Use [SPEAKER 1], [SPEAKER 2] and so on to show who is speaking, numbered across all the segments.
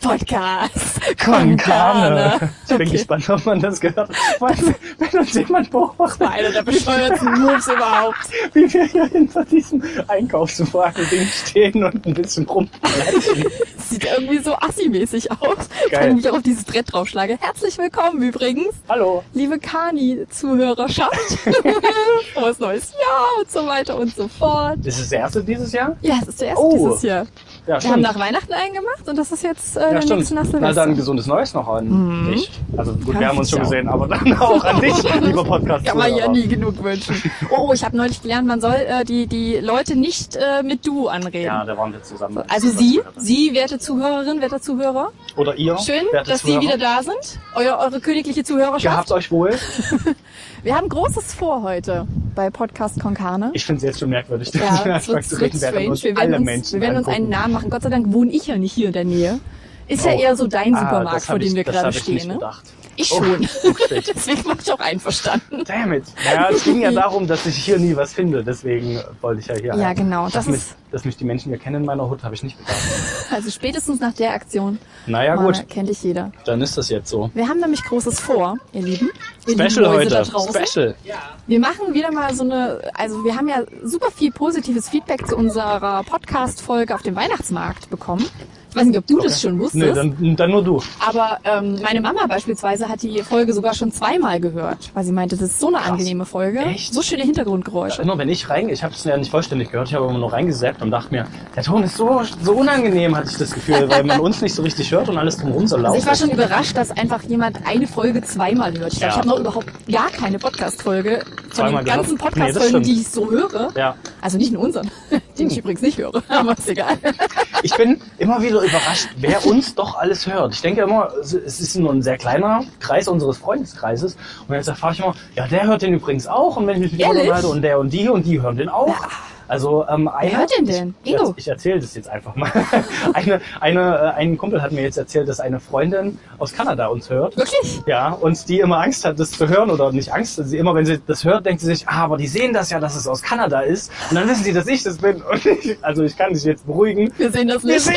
[SPEAKER 1] Podcast.
[SPEAKER 2] Konkane. Ich bin
[SPEAKER 1] Okay.
[SPEAKER 2] gespannt, ob man das gehört. hat. Vor allem, wenn uns jemand beobachtet,
[SPEAKER 1] War einer der bescheuertsten Moves überhaupt.
[SPEAKER 2] wie wir hier hinter diesem Einkaufswagen-Ding stehen und ein bisschen rumplatschen.
[SPEAKER 1] Sieht irgendwie so assi-mäßig aus.
[SPEAKER 2] Geil.
[SPEAKER 1] Wenn ich mich auch auf dieses Brett draufschlage. Herzlich willkommen übrigens,
[SPEAKER 2] Hallo.
[SPEAKER 1] liebe Kani-Zuhörerschaft. Frohes neues Jahr und so weiter und so fort.
[SPEAKER 2] Ist es das erste dieses Jahr?
[SPEAKER 1] Ja, es ist der erste
[SPEAKER 2] Oh,
[SPEAKER 1] dieses Jahr.
[SPEAKER 2] Ja,
[SPEAKER 1] Wir haben nach Weihnachten eingemacht und das ist jetzt äh,
[SPEAKER 2] Ja,
[SPEAKER 1] der
[SPEAKER 2] stimmt.
[SPEAKER 1] nächste nach
[SPEAKER 2] Na
[SPEAKER 1] Silvester.
[SPEAKER 2] dann gesundes Neues noch an
[SPEAKER 1] Mhm.
[SPEAKER 2] dich. Also gut,
[SPEAKER 1] Ja,
[SPEAKER 2] wir haben uns schon
[SPEAKER 1] ja.
[SPEAKER 2] gesehen, aber dann auch an dich, lieber podcast
[SPEAKER 1] Kann man ja nie genug wünschen. Oh, ich habe neulich gelernt, man soll äh, die, die Leute nicht äh, mit du anreden.
[SPEAKER 2] Ja, da waren wir zusammen.
[SPEAKER 1] Also Sie, Sie, werte Zuhörerin, werter Zuhörer,
[SPEAKER 2] Oder ihr.
[SPEAKER 1] schön,
[SPEAKER 2] werte
[SPEAKER 1] dass
[SPEAKER 2] Zuhörer.
[SPEAKER 1] Sie wieder da sind, euer, eure königliche Zuhörerschaft.
[SPEAKER 2] Gehabt euch wohl.
[SPEAKER 1] Wir haben Großes vor heute bei Podcast Konkane.
[SPEAKER 2] Ich finde es jetzt schon merkwürdig, dass
[SPEAKER 1] Ja,
[SPEAKER 2] wir
[SPEAKER 1] es wird,
[SPEAKER 2] anfangen
[SPEAKER 1] es
[SPEAKER 2] zu
[SPEAKER 1] wird
[SPEAKER 2] reden,
[SPEAKER 1] strange.
[SPEAKER 2] während uns
[SPEAKER 1] wir werden,
[SPEAKER 2] alle
[SPEAKER 1] uns,
[SPEAKER 2] Menschen
[SPEAKER 1] wir werden uns
[SPEAKER 2] angucken.
[SPEAKER 1] einen Namen machen. Gott sei Dank wohne ich ja nicht hier in der Nähe. Ist ja
[SPEAKER 2] Oh.
[SPEAKER 1] eher so dein
[SPEAKER 2] Ah,
[SPEAKER 1] Supermarkt,
[SPEAKER 2] das hab
[SPEAKER 1] vor dem
[SPEAKER 2] ich-
[SPEAKER 1] wir
[SPEAKER 2] das
[SPEAKER 1] gerade
[SPEAKER 2] hab ich
[SPEAKER 1] stehen.
[SPEAKER 2] nicht
[SPEAKER 1] Ne?
[SPEAKER 2] Gedacht.
[SPEAKER 1] Ich
[SPEAKER 2] Oh,
[SPEAKER 1] schon.
[SPEAKER 2] shit.
[SPEAKER 1] Deswegen war ich auch einverstanden.
[SPEAKER 2] Damn it. Ja, es ging ja darum, dass ich hier nie was finde, deswegen wollte ich ja hier.
[SPEAKER 1] Ja,
[SPEAKER 2] ein.
[SPEAKER 1] genau,
[SPEAKER 2] Dass,
[SPEAKER 1] das
[SPEAKER 2] mich,
[SPEAKER 1] ist-
[SPEAKER 2] dass mich die Menschen hier kennen in meiner Hut, habe ich nicht gedacht.
[SPEAKER 1] Also spätestens nach der Aktion
[SPEAKER 2] Naja,
[SPEAKER 1] Mann,
[SPEAKER 2] gut,
[SPEAKER 1] kennt dich jeder.
[SPEAKER 2] dann ist das jetzt so.
[SPEAKER 1] Wir haben nämlich Großes vor, ihr Lieben. Ihr lieben
[SPEAKER 2] Special
[SPEAKER 1] Mäuse Da
[SPEAKER 2] heute.
[SPEAKER 1] draußen.
[SPEAKER 2] Special.
[SPEAKER 1] Wir machen wieder mal so eine, also wir haben ja super viel positives Feedback zu unserer Podcast-Folge auf dem Weihnachtsmarkt bekommen. Ich weiß nicht, ob du das schon
[SPEAKER 2] Nee,
[SPEAKER 1] wusstest,
[SPEAKER 2] dann, dann nur du.
[SPEAKER 1] aber ähm, meine Mama beispielsweise hat die Folge sogar schon zweimal gehört, weil sie meinte, das ist so eine angenehme Folge.
[SPEAKER 2] Echt?
[SPEAKER 1] So schöne Hintergrundgeräusche.
[SPEAKER 2] Immer wenn ich rein, ich habe es ja nicht vollständig gehört, ich habe immer nur reingesappt und dachte mir, der Ton ist so, so unangenehm, hatte ich das Gefühl, weil man uns nicht so richtig hört und alles drumherum so laut
[SPEAKER 1] Also ich war schon
[SPEAKER 2] ist.
[SPEAKER 1] überrascht, dass einfach jemand eine Folge zweimal hört. Ich glaube,
[SPEAKER 2] Ja.
[SPEAKER 1] ich habe noch überhaupt gar keine Podcast-Folge von
[SPEAKER 2] Zweimal
[SPEAKER 1] den ganzen
[SPEAKER 2] gehört? Nee, das
[SPEAKER 1] Podcast-Folgen,
[SPEAKER 2] stimmt.
[SPEAKER 1] die ich so höre.
[SPEAKER 2] Ja, Hm.
[SPEAKER 1] Also nicht in unseren, den ich übrigens nicht höre, aber ist egal.
[SPEAKER 2] ich bin immer wieder überrascht, wer uns doch alles hört. Ich denke immer, es es ist nur ein sehr kleiner Kreis unseres Freundeskreises und jetzt erfahre ich immer, ja, der hört den übrigens auch und wenn ich mich mit jemandem
[SPEAKER 1] Ehrlich?
[SPEAKER 2] unterhalte und der und die und die hören den auch. Also ähm, einer,
[SPEAKER 1] hört den denn?
[SPEAKER 2] Ich,
[SPEAKER 1] Ingo?
[SPEAKER 2] ich erzähle das jetzt einfach mal. eine, eine, äh, ein Kumpel hat mir jetzt erzählt, dass eine Freundin aus Kanada uns hört.
[SPEAKER 1] Wirklich?
[SPEAKER 2] Ja, und die immer Angst hat, das zu hören oder nicht Angst, sie immer, wenn sie das hört, denkt sie sich, ah, aber die sehen das ja, dass es aus Kanada ist und dann wissen sie, dass ich das bin. Und ich, also ich kann dich jetzt beruhigen.
[SPEAKER 1] Wir sehen das
[SPEAKER 2] Wir
[SPEAKER 1] nicht.
[SPEAKER 2] sehen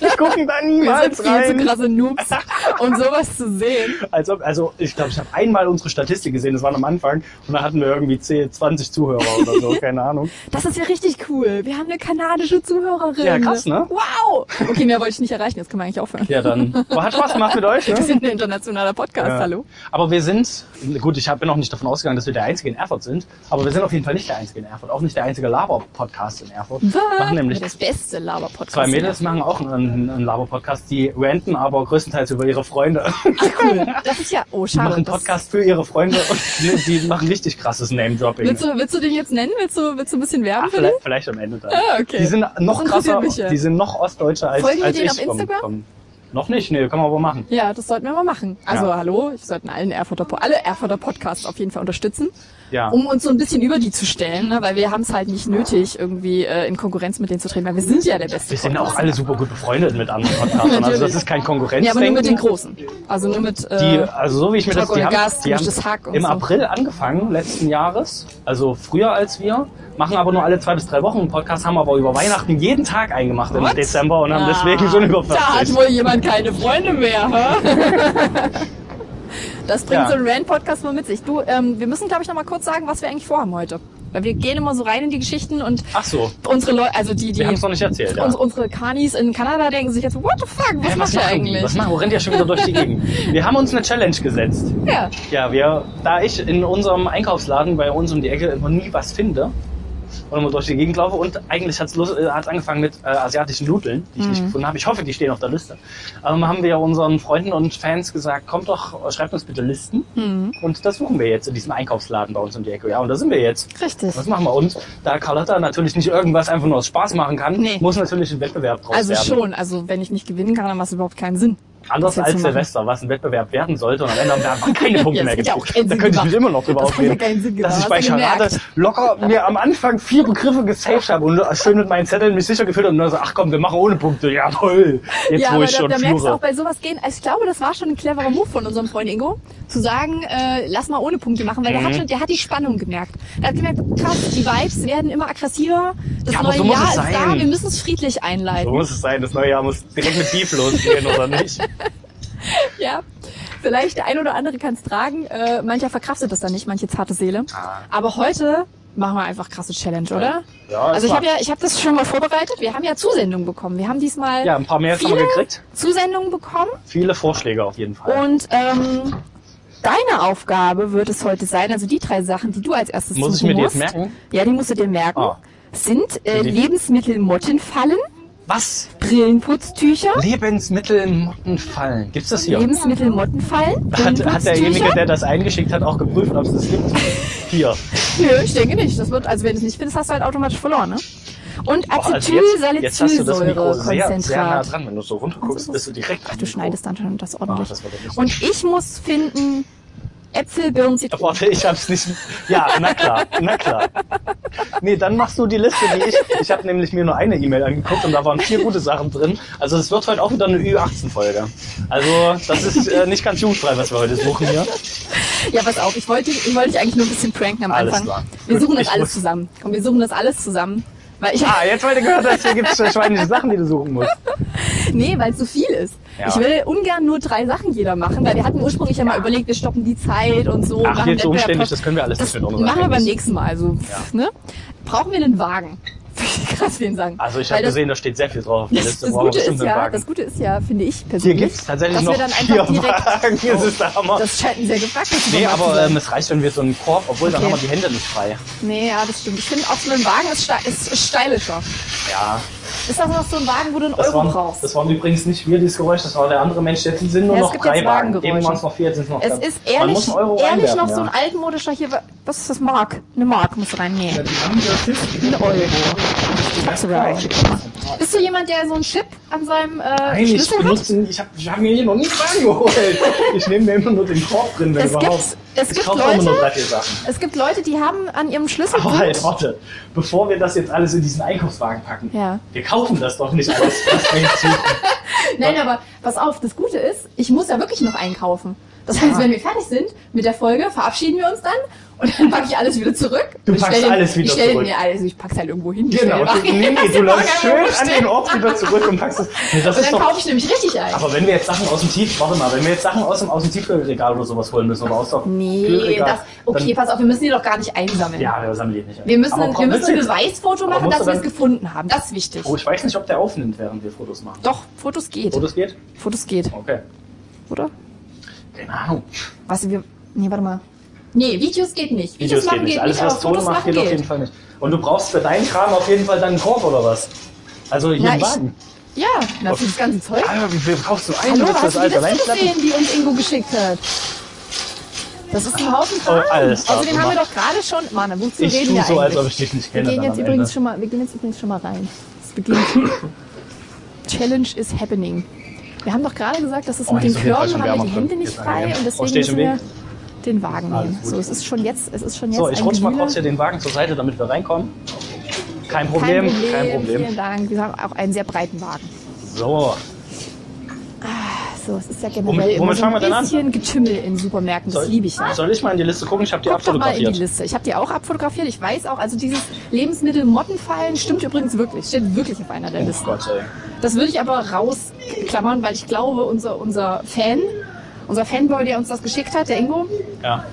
[SPEAKER 2] nicht, wir gucken da
[SPEAKER 1] Wir sind
[SPEAKER 2] niemals
[SPEAKER 1] viel zu
[SPEAKER 2] rein.
[SPEAKER 1] krasse Noobs, um sowas zu sehen.
[SPEAKER 2] Als ob, also ich glaube, ich habe einmal unsere Statistik gesehen, das waren am Anfang und da hatten wir irgendwie 10, 20 Zuhörer oder so, keine Ahnung.
[SPEAKER 1] Das ist ja richtig cool. Wir haben eine kanadische Zuhörerin.
[SPEAKER 2] Ja, krass, ne?
[SPEAKER 1] Wow! Okay, mehr wollte ich nicht erreichen. Jetzt können wir eigentlich aufhören.
[SPEAKER 2] Ja, dann. Aber hat Spaß gemacht mit euch, ne?
[SPEAKER 1] Wir sind ein internationaler Podcast,
[SPEAKER 2] Ja.
[SPEAKER 1] hallo.
[SPEAKER 2] Aber wir sind, gut, ich hab- bin auch nicht davon ausgegangen, dass wir der einzige in Erfurt sind, aber wir sind auf jeden Fall nicht der einzige in Erfurt, auch nicht der einzige Laber-Podcast in Erfurt. Machen nämlich
[SPEAKER 1] das beste Laber-Podcast.
[SPEAKER 2] Zwei Mädels machen auch einen, einen Laber-Podcast, die ranten aber größtenteils über ihre Freunde.
[SPEAKER 1] Ach, cool. Das ist ja, oh,
[SPEAKER 2] Die
[SPEAKER 1] schade.
[SPEAKER 2] machen einen
[SPEAKER 1] das-
[SPEAKER 2] Podcast für ihre Freunde und die, die machen richtig krasses Name-Dropping.
[SPEAKER 1] Willst du, willst du den jetzt nennen? Willst du, willst du ein bisschen werben
[SPEAKER 2] Ach,
[SPEAKER 1] für den?
[SPEAKER 2] Ah, vielleicht, vielleicht am Ende dann.
[SPEAKER 1] Ah, okay.
[SPEAKER 2] Die sind noch
[SPEAKER 1] Das interessiert
[SPEAKER 2] krasser,
[SPEAKER 1] mich ja.
[SPEAKER 2] die sind noch ostdeutscher als,
[SPEAKER 1] Folgen wir
[SPEAKER 2] als
[SPEAKER 1] denen
[SPEAKER 2] ich.
[SPEAKER 1] auf Instagram?
[SPEAKER 2] vom- noch nicht, nee, kann man aber machen.
[SPEAKER 1] Ja, das sollten wir mal machen. Also
[SPEAKER 2] Ja.
[SPEAKER 1] hallo, ich sollten allen Erfurter, Po- alle Erfurter Podcasts auf jeden Fall unterstützen,
[SPEAKER 2] Ja.
[SPEAKER 1] um uns so ein bisschen über die zu stellen, ne? weil wir haben es halt nicht nötig, irgendwie äh, in Konkurrenz mit denen zu treten, weil wir sind ja der beste.
[SPEAKER 2] Wir sind
[SPEAKER 1] Podcast.
[SPEAKER 2] auch alle super gut befreundet mit anderen Podcastern. also das
[SPEAKER 1] Natürlich.
[SPEAKER 2] ist kein
[SPEAKER 1] Ja, aber nur
[SPEAKER 2] Konkurrenzdenken.
[SPEAKER 1] mit den Großen. Also nur mit. Äh,
[SPEAKER 2] Die, also so wie ich mir
[SPEAKER 1] Talk
[SPEAKER 2] das, die
[SPEAKER 1] ohne
[SPEAKER 2] haben,
[SPEAKER 1] Gast,
[SPEAKER 2] die haben
[SPEAKER 1] gemischtes Hack und
[SPEAKER 2] im
[SPEAKER 1] so.
[SPEAKER 2] April angefangen letzten Jahres, also früher als wir, machen aber nur alle zwei bis drei Wochen einen Podcast, haben aber über Weihnachten jeden Tag eingemacht im
[SPEAKER 1] What?
[SPEAKER 2] Dezember und haben
[SPEAKER 1] Ah,
[SPEAKER 2] deswegen schon über
[SPEAKER 1] Da hat
[SPEAKER 2] 40.
[SPEAKER 1] wohl jemand keine Freunde mehr. Hä? Das bringt
[SPEAKER 2] Ja.
[SPEAKER 1] so ein Rand-Podcast mal mit sich. Du, ähm, wir müssen, glaube ich, noch mal kurz sagen, was wir eigentlich vorhaben heute. Weil wir gehen immer so rein in die Geschichten und
[SPEAKER 2] Ach so,
[SPEAKER 1] unsere Leute, also die, die
[SPEAKER 2] wir haben es noch nicht erzählt. Ja.
[SPEAKER 1] Uns, unsere Kanis in Kanada denken sich jetzt, what the fuck, was
[SPEAKER 2] Hä,
[SPEAKER 1] macht ihr
[SPEAKER 2] machen die?
[SPEAKER 1] eigentlich?
[SPEAKER 2] Was machen? Wo rennt ihr schon wieder durch die Gegend? Wir haben uns eine Challenge gesetzt.
[SPEAKER 1] ja.
[SPEAKER 2] Ja, wir, da ich in unserem Einkaufsladen bei uns um die Ecke immer nie was finde und immer durch die Gegend laufe und eigentlich hat es angefangen mit äh, asiatischen Nudeln, die ich
[SPEAKER 1] Mhm.
[SPEAKER 2] nicht gefunden habe. Ich hoffe, die stehen auf der Liste. Ähm, haben wir unseren Freunden und Fans gesagt, kommt doch, äh, schreibt uns bitte Listen
[SPEAKER 1] Mhm.
[SPEAKER 2] und das suchen wir jetzt in diesem Einkaufsladen bei uns um die Ecke. Ja, und da sind wir jetzt.
[SPEAKER 1] Richtig.
[SPEAKER 2] Das machen wir. Und da Carlotta natürlich nicht irgendwas einfach nur aus Spaß machen kann,
[SPEAKER 1] Nee.
[SPEAKER 2] muss natürlich ein Wettbewerb draus
[SPEAKER 1] Also
[SPEAKER 2] werden.
[SPEAKER 1] schon, also wenn ich nicht gewinnen kann, dann macht es überhaupt keinen Sinn.
[SPEAKER 2] Anders
[SPEAKER 1] Das jetzt
[SPEAKER 2] als
[SPEAKER 1] zu machen.
[SPEAKER 2] Silvester, was ein Wettbewerb werden sollte und am Ende haben wir einfach keine Punkte
[SPEAKER 1] Ja, das
[SPEAKER 2] mehr
[SPEAKER 1] hat ja
[SPEAKER 2] gekriegt.
[SPEAKER 1] auch keinen Sinn
[SPEAKER 2] da könnte ich mich
[SPEAKER 1] gemacht.
[SPEAKER 2] immer noch drüber
[SPEAKER 1] Das hat ja
[SPEAKER 2] aufregen,
[SPEAKER 1] keinen Sinn
[SPEAKER 2] dass ich bei
[SPEAKER 1] gemacht, hast du
[SPEAKER 2] Charade locker mir am Anfang vier Begriffe gesaved habe und schön mit meinen Zetteln mich sicher gefühlt habe und dann so, ach komm, wir machen ohne Punkte. Jawohl, jetzt
[SPEAKER 1] ja,
[SPEAKER 2] wo
[SPEAKER 1] aber
[SPEAKER 2] ich
[SPEAKER 1] da,
[SPEAKER 2] schon
[SPEAKER 1] da merkst du auch
[SPEAKER 2] führe.
[SPEAKER 1] bei sowas gehen. Also ich glaube, das war schon ein cleverer Move von unserem Freund Ingo, zu sagen, äh, lass mal ohne Punkte machen, weil
[SPEAKER 2] Mhm.
[SPEAKER 1] der, hat schon, der hat die Spannung gemerkt. Er hat gemerkt, krass, die Vibes werden immer aggressiver, das
[SPEAKER 2] Ja, aber
[SPEAKER 1] neue
[SPEAKER 2] so muss
[SPEAKER 1] Jahr
[SPEAKER 2] es
[SPEAKER 1] ist da,
[SPEAKER 2] sein.
[SPEAKER 1] wir müssen es friedlich
[SPEAKER 2] So
[SPEAKER 1] einleiten.
[SPEAKER 2] muss es sein, das neue Jahr muss direkt mit Beef losgehen, oder nicht?
[SPEAKER 1] Ja, vielleicht der ein oder andere kann es tragen, äh, mancher verkraftet das dann nicht, manche zarte Seele.
[SPEAKER 2] Ah.
[SPEAKER 1] Aber heute machen wir einfach krasse Challenge, oder?
[SPEAKER 2] Ja,
[SPEAKER 1] Also ich
[SPEAKER 2] klar.
[SPEAKER 1] habe ja, ich habe das schon mal vorbereitet. Wir haben ja Zusendungen bekommen. Wir haben diesmal
[SPEAKER 2] ja, ein paar mehr haben wir
[SPEAKER 1] viele
[SPEAKER 2] gekriegt.
[SPEAKER 1] Zusendungen bekommen
[SPEAKER 2] Viele Vorschläge auf jeden Fall.
[SPEAKER 1] und ähm, deine Aufgabe wird es heute sein, also die drei Sachen, die du als erstes
[SPEAKER 2] muss ich
[SPEAKER 1] suchen
[SPEAKER 2] mir die
[SPEAKER 1] musst,
[SPEAKER 2] jetzt merken?
[SPEAKER 1] Ja, die musst du dir merken.
[SPEAKER 2] Ah.
[SPEAKER 1] Sind äh,
[SPEAKER 2] Die-
[SPEAKER 1] Lebensmittelmottenfallen,
[SPEAKER 2] Was?
[SPEAKER 1] Brillenputztücher,
[SPEAKER 2] Lebensmittelmotten fallen. Gibt's das hier?
[SPEAKER 1] Lebensmittelmottenfallen,
[SPEAKER 2] hat, hat derjenige,
[SPEAKER 1] Brillenputztücher?
[SPEAKER 2] der das eingeschickt hat, auch geprüft, ob es das gibt? Hier.
[SPEAKER 1] Nö, ich denke nicht. Das wird, also wenn du es nicht findest, hast du halt automatisch verloren, ne? Und
[SPEAKER 2] Boah, also jetzt, jetzt hast du das Mikro sehr, sehr nah
[SPEAKER 1] Acetylsalicylsäurekonzentrat.
[SPEAKER 2] dran. Wenn du so runterguckst, bist du direkt.
[SPEAKER 1] Ach, du schneidest dann schon das
[SPEAKER 2] Ah,
[SPEAKER 1] ordentlich.
[SPEAKER 2] das war doch nicht so
[SPEAKER 1] Und ich muss finden Äpfel, Birnen,
[SPEAKER 2] Ja,
[SPEAKER 1] Zitronen.
[SPEAKER 2] Warte, ich hab's nicht. Ja, na klar, na klar. Nee, dann machst du die Liste, die ich. Ich habe nämlich mir nur eine E-Mail angeguckt und da waren vier gute Sachen drin. Also es wird heute auch wieder eine Ü18-Folge. Also das ist äh, nicht ganz jugendfrei, was wir heute suchen hier.
[SPEAKER 1] Ja, pass auf, ich wollte, ich wollte dich eigentlich nur ein bisschen pranken am
[SPEAKER 2] Alles
[SPEAKER 1] Anfang.
[SPEAKER 2] klar.
[SPEAKER 1] Wir
[SPEAKER 2] Gut,
[SPEAKER 1] suchen das
[SPEAKER 2] ich
[SPEAKER 1] alles
[SPEAKER 2] muss-
[SPEAKER 1] zusammen. Komm, wir suchen das alles zusammen. Weil ich,
[SPEAKER 2] Ah, jetzt heute gehört, dass hier gibt's schweinische Sachen, die du suchen musst.
[SPEAKER 1] nee, weil es so viel ist.
[SPEAKER 2] Ja.
[SPEAKER 1] Ich will ungern nur drei Sachen jeder machen, weil wir hatten ursprünglich ja mal überlegt, wir stoppen die Zeit und so.
[SPEAKER 2] Ach,
[SPEAKER 1] machen
[SPEAKER 2] jetzt so
[SPEAKER 1] Wettbewerb-
[SPEAKER 2] umständlich, das können wir alles
[SPEAKER 1] Das
[SPEAKER 2] nicht mit
[SPEAKER 1] machen
[SPEAKER 2] unserem
[SPEAKER 1] wir beim
[SPEAKER 2] Ergebnis.
[SPEAKER 1] nächsten Mal. Also, pff, ne? Brauchen wir einen Wagen? Krass, den sagen.
[SPEAKER 2] Also ich
[SPEAKER 1] Weil
[SPEAKER 2] habe
[SPEAKER 1] das-
[SPEAKER 2] gesehen, da steht sehr viel drauf auf der
[SPEAKER 1] Das,
[SPEAKER 2] Liste.
[SPEAKER 1] das,
[SPEAKER 2] Brauchen wir
[SPEAKER 1] Gute ist
[SPEAKER 2] bestimmt einen
[SPEAKER 1] ja,
[SPEAKER 2] Wagen.
[SPEAKER 1] das Gute ist ja, finde ich
[SPEAKER 2] hier
[SPEAKER 1] persönlich,
[SPEAKER 2] gibt's tatsächlich
[SPEAKER 1] dass
[SPEAKER 2] noch
[SPEAKER 1] wir dann
[SPEAKER 2] vier
[SPEAKER 1] einfach direkt...
[SPEAKER 2] Wagen. Das ist der Hammer.
[SPEAKER 1] Das scheint ein sehr gefragtes
[SPEAKER 2] Nee,
[SPEAKER 1] Format zu
[SPEAKER 2] aber
[SPEAKER 1] sein.
[SPEAKER 2] ähm, es reicht, wenn wir so einen Korb, obwohl dann
[SPEAKER 1] Okay.
[SPEAKER 2] haben wir die Hände nicht frei.
[SPEAKER 1] Nee, ja, das stimmt. Ich finde, auch so ein Wagen ist, ste ist ist steilischer.
[SPEAKER 2] Ja,
[SPEAKER 1] Ist das noch so ein Wagen, wo du einen
[SPEAKER 2] Das
[SPEAKER 1] Euro
[SPEAKER 2] waren,
[SPEAKER 1] brauchst?
[SPEAKER 2] das waren übrigens nicht wir, dieses Geräusch, das war der andere Mensch. Jetzt sind nur
[SPEAKER 1] Ja, es
[SPEAKER 2] noch
[SPEAKER 1] gibt
[SPEAKER 2] drei
[SPEAKER 1] jetzt
[SPEAKER 2] Wagen.
[SPEAKER 1] Wagengeräusche.
[SPEAKER 2] Eben waren es noch vier, jetzt sind es noch
[SPEAKER 1] Es
[SPEAKER 2] drei.
[SPEAKER 1] ist
[SPEAKER 2] Man
[SPEAKER 1] ehrlich,
[SPEAKER 2] muss einen Euro
[SPEAKER 1] ehrlich
[SPEAKER 2] reinwerfen,
[SPEAKER 1] noch so ein
[SPEAKER 2] ja.
[SPEAKER 1] altmodischer hier. Was ist das? Mark? Eine Mark muss rein. Nee,
[SPEAKER 2] Ja, die haben ja Fifty.
[SPEAKER 1] eine Euro. Ich hab's rein. Bist du jemand, der so einen Chip an seinem äh,
[SPEAKER 2] Nein, ich
[SPEAKER 1] Schlüssel hat?
[SPEAKER 2] benutze, ich habe ich hab mir hier noch nie einen Wagen geholt. Ich nehme mir immer nur den Korb drin, wenn
[SPEAKER 1] Es gibt,
[SPEAKER 2] überhaupt.
[SPEAKER 1] es
[SPEAKER 2] ich
[SPEAKER 1] gibt
[SPEAKER 2] kaufe immer nur
[SPEAKER 1] Leute,
[SPEAKER 2] drei, vier Sachen.
[SPEAKER 1] es gibt Leute, die haben an ihrem Schlüssel.
[SPEAKER 2] Aber halt, warte, bevor wir das jetzt alles in diesen Einkaufswagen packen,
[SPEAKER 1] Ja.
[SPEAKER 2] wir kaufen das doch nicht alles, was wir jetzt suchen.
[SPEAKER 1] Nein, aber pass auf, das Gute ist, ich muss ja wirklich noch einkaufen. Das heißt, wenn wir fertig sind mit der Folge, verabschieden wir uns dann und dann packe ich alles wieder zurück.
[SPEAKER 2] Du
[SPEAKER 1] Und ich
[SPEAKER 2] packst
[SPEAKER 1] stell den-
[SPEAKER 2] alles wieder
[SPEAKER 1] ich stell den
[SPEAKER 2] zurück.
[SPEAKER 1] Mir alles, ich pack's halt irgendwo hin. Ich
[SPEAKER 2] Genau,
[SPEAKER 1] stell den
[SPEAKER 2] du,
[SPEAKER 1] rein.
[SPEAKER 2] nee, nee,
[SPEAKER 1] Das
[SPEAKER 2] du
[SPEAKER 1] ist
[SPEAKER 2] läufst
[SPEAKER 1] gar kein
[SPEAKER 2] schön an den
[SPEAKER 1] Problem.
[SPEAKER 2] Ort wieder zurück und packst es. Nee, das
[SPEAKER 1] Und
[SPEAKER 2] ist
[SPEAKER 1] dann
[SPEAKER 2] doch
[SPEAKER 1] kaufe ich nämlich richtig ein.
[SPEAKER 2] Aber wenn wir jetzt Sachen aus dem Tief, warte mal, wenn wir jetzt Sachen aus dem, aus dem Tiefkühlregal oder sowas holen müssen oder aus dem
[SPEAKER 1] nee,
[SPEAKER 2] Kühlregal,
[SPEAKER 1] das, okay, pass auf, wir müssen die doch gar nicht einsammeln.
[SPEAKER 2] dann, ja, wir sammeln die nicht. ein.
[SPEAKER 1] Wir müssen,
[SPEAKER 2] Aber
[SPEAKER 1] wir müssen ein
[SPEAKER 2] willst du-
[SPEAKER 1] Beweisfoto
[SPEAKER 2] aber
[SPEAKER 1] machen,
[SPEAKER 2] musst
[SPEAKER 1] dass
[SPEAKER 2] du
[SPEAKER 1] wir es
[SPEAKER 2] dann-
[SPEAKER 1] gefunden haben. Das ist wichtig.
[SPEAKER 2] Oh, ich weiß nicht, ob der aufnimmt, während wir Fotos machen.
[SPEAKER 1] Doch, Fotos geht.
[SPEAKER 2] Fotos geht?
[SPEAKER 1] Fotos geht,
[SPEAKER 2] Okay.
[SPEAKER 1] oder?
[SPEAKER 2] Keine Ahnung.
[SPEAKER 1] Was wir. Nee, warte mal. Nee, Videos geht nicht.
[SPEAKER 2] Videos geht nicht. Alles, was
[SPEAKER 1] aber
[SPEAKER 2] Ton
[SPEAKER 1] Fotos
[SPEAKER 2] macht,
[SPEAKER 1] machen
[SPEAKER 2] geht auf jeden Fall nicht. Und du brauchst für deinen Kram auf jeden Fall dann einen Korb oder was? Also hier
[SPEAKER 1] Na,
[SPEAKER 2] einen
[SPEAKER 1] ich-
[SPEAKER 2] Wagen.
[SPEAKER 1] Ja, na, für das ganze Zeug.
[SPEAKER 2] Alter, wie viel brauchst du einen?
[SPEAKER 1] Hallo,
[SPEAKER 2] Willst du
[SPEAKER 1] hast du die
[SPEAKER 2] alles allein
[SPEAKER 1] Liste
[SPEAKER 2] schleppen?
[SPEAKER 1] gesehen, die uns Ingo geschickt hat? Das ist ein Haufen
[SPEAKER 2] Oh,
[SPEAKER 1] Kram.
[SPEAKER 2] alles klar,
[SPEAKER 1] Außerdem haben wir
[SPEAKER 2] gemacht.
[SPEAKER 1] doch gerade schon... Mann, wozu
[SPEAKER 2] Ich
[SPEAKER 1] reden
[SPEAKER 2] tue
[SPEAKER 1] wir
[SPEAKER 2] so, als
[SPEAKER 1] eigentlich?
[SPEAKER 2] ob ich dich nicht
[SPEAKER 1] wir,
[SPEAKER 2] kenne.
[SPEAKER 1] gehen
[SPEAKER 2] dann
[SPEAKER 1] jetzt
[SPEAKER 2] am
[SPEAKER 1] übrigens
[SPEAKER 2] Ende.
[SPEAKER 1] schon mal, wir gehen jetzt übrigens schon mal rein. Es beginnt. Challenge is happening. Wir haben doch gerade gesagt, dass es
[SPEAKER 2] Oh,
[SPEAKER 1] mit
[SPEAKER 2] hier
[SPEAKER 1] den
[SPEAKER 2] ist auf jeden Fall
[SPEAKER 1] Körben
[SPEAKER 2] schon
[SPEAKER 1] haben wir die
[SPEAKER 2] Wärme
[SPEAKER 1] Hände
[SPEAKER 2] drin.
[SPEAKER 1] nicht
[SPEAKER 2] Ist
[SPEAKER 1] frei
[SPEAKER 2] angenehm.
[SPEAKER 1] und
[SPEAKER 2] Oh,
[SPEAKER 1] deswegen
[SPEAKER 2] steht
[SPEAKER 1] müssen
[SPEAKER 2] im
[SPEAKER 1] wir
[SPEAKER 2] Weg.
[SPEAKER 1] den Wagen
[SPEAKER 2] Alles
[SPEAKER 1] nehmen.
[SPEAKER 2] gut.
[SPEAKER 1] So, es ist schon jetzt, es ist schon jetzt
[SPEAKER 2] So,
[SPEAKER 1] ein
[SPEAKER 2] ich rutsche mal
[SPEAKER 1] Gewühle.
[SPEAKER 2] kurz hier den Wagen zur Seite, damit wir reinkommen. Kein
[SPEAKER 1] Kein
[SPEAKER 2] Problem,
[SPEAKER 1] Problem,
[SPEAKER 2] kein
[SPEAKER 1] Vielen
[SPEAKER 2] Problem.
[SPEAKER 1] Dank. Wir haben auch einen sehr breiten Wagen.
[SPEAKER 2] So,
[SPEAKER 1] So, es ist ja
[SPEAKER 2] Womit-
[SPEAKER 1] generell immer
[SPEAKER 2] womit
[SPEAKER 1] so
[SPEAKER 2] fangen wir
[SPEAKER 1] ein
[SPEAKER 2] denn an?
[SPEAKER 1] bisschen Getümmel in Supermärkten. Das
[SPEAKER 2] soll,
[SPEAKER 1] liebe ich ja.
[SPEAKER 2] soll ich mal in die Liste gucken? Ich habe die
[SPEAKER 1] Guck doch mal in die
[SPEAKER 2] abfotografiert.
[SPEAKER 1] Liste. Ich habe die auch abfotografiert. Ich weiß auch, also dieses Lebensmittel Mottenfallen stimmt übrigens wirklich. Steht wirklich auf einer der
[SPEAKER 2] Oh
[SPEAKER 1] Listen.
[SPEAKER 2] Gott, ey.
[SPEAKER 1] Das würde ich aber rausklammern, weil ich glaube, unser, unser Fan, unser Fanboy, der uns das geschickt hat, der Ingo,
[SPEAKER 2] Ja.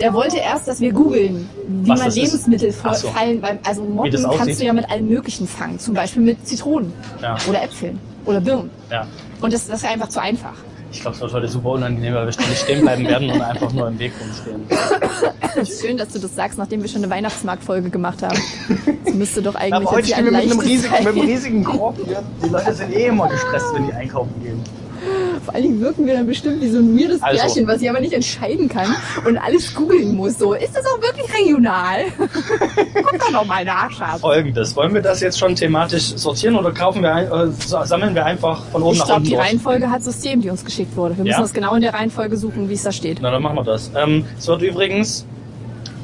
[SPEAKER 1] der wollte erst, dass wir googeln, wie
[SPEAKER 2] Was
[SPEAKER 1] man
[SPEAKER 2] das ist.
[SPEAKER 1] Lebensmittel
[SPEAKER 2] Ach so.
[SPEAKER 1] fallen. Beim, also
[SPEAKER 2] Wie
[SPEAKER 1] Motten
[SPEAKER 2] das
[SPEAKER 1] kannst
[SPEAKER 2] aussieht.
[SPEAKER 1] du ja mit allem Möglichen fangen. Zum Beispiel mit Zitronen
[SPEAKER 2] Ja.
[SPEAKER 1] oder Äpfeln oder Birnen.
[SPEAKER 2] ja.
[SPEAKER 1] Und das, das ist einfach zu einfach.
[SPEAKER 2] Ich glaube, es wird heute super unangenehm, weil wir ständig stehen bleiben werden und einfach nur im Weg rumstehen.
[SPEAKER 1] Schön, dass du das sagst, nachdem wir schon eine Weihnachtsmarktfolge gemacht haben. Das müsste doch eigentlich jetzt hier ein leichtes sein.
[SPEAKER 2] riesigen Korb hier. Die Leute sind eh immer gestresst, wenn die einkaufen gehen.
[SPEAKER 1] Vor allen Dingen wirken wir dann bestimmt wie so ein weirdes
[SPEAKER 2] Also.
[SPEAKER 1] Pärchen, was sich aber nicht entscheiden kann und alles googeln muss. So, ist das auch wirklich regional? Guck doch noch mal nach,
[SPEAKER 2] Oh,
[SPEAKER 1] Schatz.
[SPEAKER 2] Folgendes, wollen wir das jetzt schon thematisch sortieren oder kaufen wir ein, äh, sa- sammeln wir einfach von oben
[SPEAKER 1] Ich
[SPEAKER 2] nach
[SPEAKER 1] glaube,
[SPEAKER 2] unten
[SPEAKER 1] die
[SPEAKER 2] durch?
[SPEAKER 1] Reihenfolge hat System, die uns geschickt wurde. Wir müssen
[SPEAKER 2] Ja?
[SPEAKER 1] das genau in der Reihenfolge suchen, wie es da steht.
[SPEAKER 2] Na, dann machen wir das. Ähm, es wird übrigens,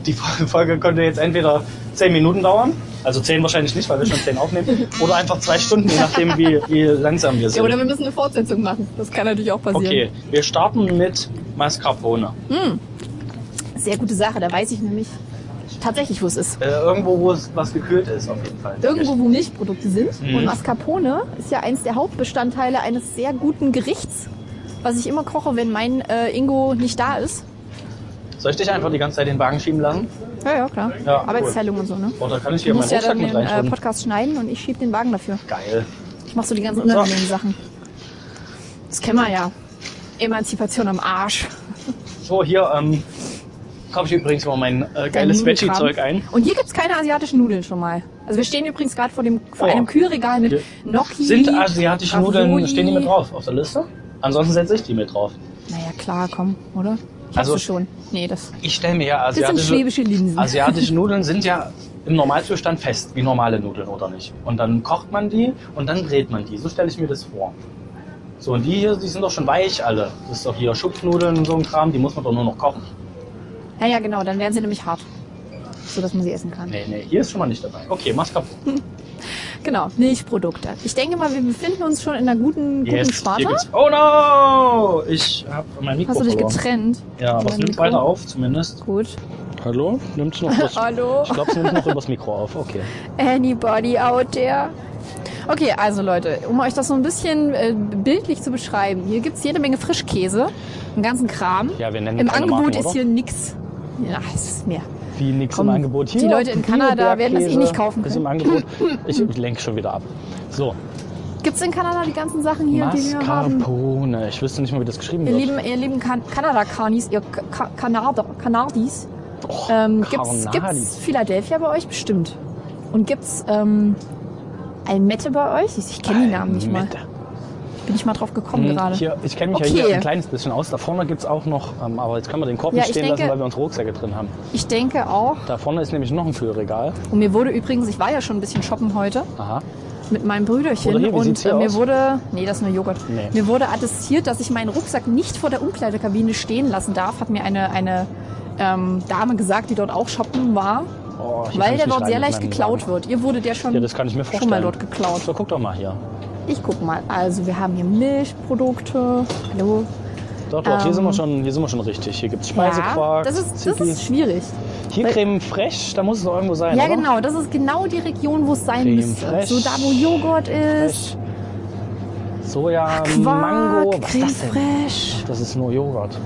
[SPEAKER 2] die Folge könnte jetzt entweder 10 Minuten dauern Also zehn wahrscheinlich nicht, weil wir schon zehn aufnehmen. Oder einfach zwei Stunden, je nachdem, wie, wie langsam wir
[SPEAKER 1] Ja, oder
[SPEAKER 2] sind.
[SPEAKER 1] wir müssen eine Fortsetzung machen. Das kann natürlich auch passieren.
[SPEAKER 2] Okay, wir starten mit Mascarpone.
[SPEAKER 1] Sehr gute Sache, da weiß ich nämlich tatsächlich, wo es ist.
[SPEAKER 2] Äh, irgendwo, wo es was gekühlt ist, auf jeden Fall.
[SPEAKER 1] Irgendwo, wo Milchprodukte sind.
[SPEAKER 2] Mhm.
[SPEAKER 1] Und Mascarpone ist ja eins der Hauptbestandteile eines sehr guten Gerichts, was ich immer koche, wenn mein äh, Ingo nicht da ist.
[SPEAKER 2] Soll ich dich einfach die ganze Zeit den Wagen schieben lassen?
[SPEAKER 1] Ja, ja, klar.
[SPEAKER 2] Ja,
[SPEAKER 1] Arbeitsteilung und so, ne?
[SPEAKER 2] Oder kann ich
[SPEAKER 1] Du
[SPEAKER 2] hier meinen
[SPEAKER 1] musst ja
[SPEAKER 2] Rucksack
[SPEAKER 1] dann
[SPEAKER 2] mit
[SPEAKER 1] den äh,
[SPEAKER 2] reinschauen?
[SPEAKER 1] Podcast schneiden und ich schieb den Wagen dafür.
[SPEAKER 2] Geil.
[SPEAKER 1] Ich mach so die ganzen unangenehmen Sachen. Das kennen wir ja. Emanzipation am Arsch.
[SPEAKER 2] So, hier ähm, kaufe ich übrigens mal mein äh, geiles
[SPEAKER 1] Dein Nudelkram.
[SPEAKER 2] Veggie-Zeug ein.
[SPEAKER 1] Und hier gibt's keine asiatischen Nudeln schon mal. Also wir stehen übrigens gerade vor, dem- vor
[SPEAKER 2] Oh.
[SPEAKER 1] einem Kühlregal mit
[SPEAKER 2] Hier.
[SPEAKER 1] Gnocchi.
[SPEAKER 2] Sind asiatische Nudeln,
[SPEAKER 1] Ravioli.
[SPEAKER 2] stehen die mit drauf auf der Liste? Ansonsten setze ich die mit drauf.
[SPEAKER 1] Naja, klar, komm, oder? Ich
[SPEAKER 2] Also-
[SPEAKER 1] also schon. Nee, das,
[SPEAKER 2] Ich stelle mir ja
[SPEAKER 1] das sind
[SPEAKER 2] asiatische,
[SPEAKER 1] schwäbische Linsen.
[SPEAKER 2] asiatische Nudeln sind ja im Normalzustand fest, wie normale Nudeln, oder nicht? Und dann kocht man die und dann brät man die. So stelle ich mir das vor. So, und die hier, die sind doch schon weich alle. Das ist doch hier Schupfnudeln und so ein Kram, die muss man doch nur noch kochen.
[SPEAKER 1] naja, genau, dann werden sie nämlich hart. So dass man sie essen kann.
[SPEAKER 2] Nee, nee, hier ist schon mal nicht dabei. Okay, Mascarpone.
[SPEAKER 1] Genau, Milchprodukte. Ich denke mal, wir befinden uns schon in einer guten, guten
[SPEAKER 2] hier
[SPEAKER 1] Sparte.
[SPEAKER 2] geht's. Oh no! Ich habe mein Mikro
[SPEAKER 1] Hast du dich
[SPEAKER 2] verloren.
[SPEAKER 1] getrennt?
[SPEAKER 2] Ja, aber
[SPEAKER 1] Von
[SPEAKER 2] es
[SPEAKER 1] deinem
[SPEAKER 2] nimmt
[SPEAKER 1] Mikro?
[SPEAKER 2] weiter auf, zumindest.
[SPEAKER 1] Gut.
[SPEAKER 2] Hallo? Nimmt's noch was?
[SPEAKER 1] Hallo?
[SPEAKER 2] Ich glaube, es nimmt noch übers Mikro auf. Okay.
[SPEAKER 1] Anybody out there? Okay, also Leute, um euch das so ein bisschen äh, bildlich zu beschreiben, hier gibt's jede Menge Frischkäse, einen ganzen Kram.
[SPEAKER 2] Ja, wir nennen
[SPEAKER 1] Im
[SPEAKER 2] keine
[SPEAKER 1] Angebot
[SPEAKER 2] Marken,
[SPEAKER 1] ist
[SPEAKER 2] oder?
[SPEAKER 1] hier nix. Ja, es ist mehr.
[SPEAKER 2] Wie nichts
[SPEAKER 1] Komm,
[SPEAKER 2] im Angebot hier.
[SPEAKER 1] die Leute in Kanada werden das eh
[SPEAKER 2] Bio-Bergkäse
[SPEAKER 1] nicht kaufen
[SPEAKER 2] Ist im Angebot. Ich lenk schon wieder ab. So,
[SPEAKER 1] Gibt's in Kanada die ganzen Sachen hier, die wir haben?
[SPEAKER 2] Mascarpone. Ich wüsste nicht mal, wie das geschrieben
[SPEAKER 1] Ihr
[SPEAKER 2] wird.
[SPEAKER 1] lieben, ihr lieben kan Kanada-Karnis, ihr Ka Kanada Kanadis, ähm, gibt's,
[SPEAKER 2] Karnadis.
[SPEAKER 1] gibt's Philadelphia bei euch bestimmt. Und gibt's ähm, Almette bei euch? Ich, ich kenne die Namen nicht mal.
[SPEAKER 2] Almette.
[SPEAKER 1] Bin ich mal drauf gekommen
[SPEAKER 2] Hm,
[SPEAKER 1] gerade.
[SPEAKER 2] Hier, ich kenne mich
[SPEAKER 1] Okay.
[SPEAKER 2] ja hier ein kleines bisschen aus. Da vorne gibt's auch noch, ähm, aber jetzt können wir den Korb
[SPEAKER 1] Ja,
[SPEAKER 2] nicht
[SPEAKER 1] ich
[SPEAKER 2] stehen lassen,
[SPEAKER 1] denke-
[SPEAKER 2] weil wir unsere Rucksäcke drin haben.
[SPEAKER 1] Ich denke auch.
[SPEAKER 2] Da vorne ist nämlich noch ein Kühlregal.
[SPEAKER 1] Und mir wurde übrigens, ich war ja schon ein bisschen shoppen heute
[SPEAKER 2] Aha.
[SPEAKER 1] mit meinem Brüderchen
[SPEAKER 2] Oder hier, wie sieht's
[SPEAKER 1] und
[SPEAKER 2] hier
[SPEAKER 1] äh, mir
[SPEAKER 2] aus?
[SPEAKER 1] wurde, nee, das ist nur Joghurt.
[SPEAKER 2] Nee.
[SPEAKER 1] Mir wurde attestiert, dass ich meinen Rucksack nicht vor der Umkleidekabine stehen lassen darf, hat mir eine eine ähm, Dame gesagt, die dort auch shoppen war,
[SPEAKER 2] Oh, hier kann
[SPEAKER 1] weil
[SPEAKER 2] ich
[SPEAKER 1] der
[SPEAKER 2] nicht
[SPEAKER 1] dort
[SPEAKER 2] rein
[SPEAKER 1] sehr
[SPEAKER 2] mit
[SPEAKER 1] leicht
[SPEAKER 2] meinem
[SPEAKER 1] geklaut
[SPEAKER 2] Wagen.
[SPEAKER 1] wird. Ihr wurde der schon
[SPEAKER 2] Ja, das kann ich mir vorstellen.
[SPEAKER 1] schon mal dort geklaut.
[SPEAKER 2] So, guck doch mal hier.
[SPEAKER 1] Ich guck mal. Also wir haben hier Milchprodukte. Hallo.
[SPEAKER 2] Dort, dort. Hier,
[SPEAKER 1] Ähm.
[SPEAKER 2] sind wir schon, hier sind wir schon richtig. Hier gibt's
[SPEAKER 1] Ja,
[SPEAKER 2] Speisequark,
[SPEAKER 1] das ist, das
[SPEAKER 2] Ziggi.
[SPEAKER 1] ist schwierig.
[SPEAKER 2] Hier Creme Fraiche, da muss es doch irgendwo sein,
[SPEAKER 1] Ja,
[SPEAKER 2] oder?
[SPEAKER 1] genau. Das ist genau die Region, wo es sein
[SPEAKER 2] Creme
[SPEAKER 1] müsste.
[SPEAKER 2] fraiche.
[SPEAKER 1] So da, wo Joghurt ist.
[SPEAKER 2] Fraiche. Soja,
[SPEAKER 1] Quark,
[SPEAKER 2] Mango, was
[SPEAKER 1] Creme
[SPEAKER 2] ist das denn?
[SPEAKER 1] fraiche.
[SPEAKER 2] Das ist nur Joghurt.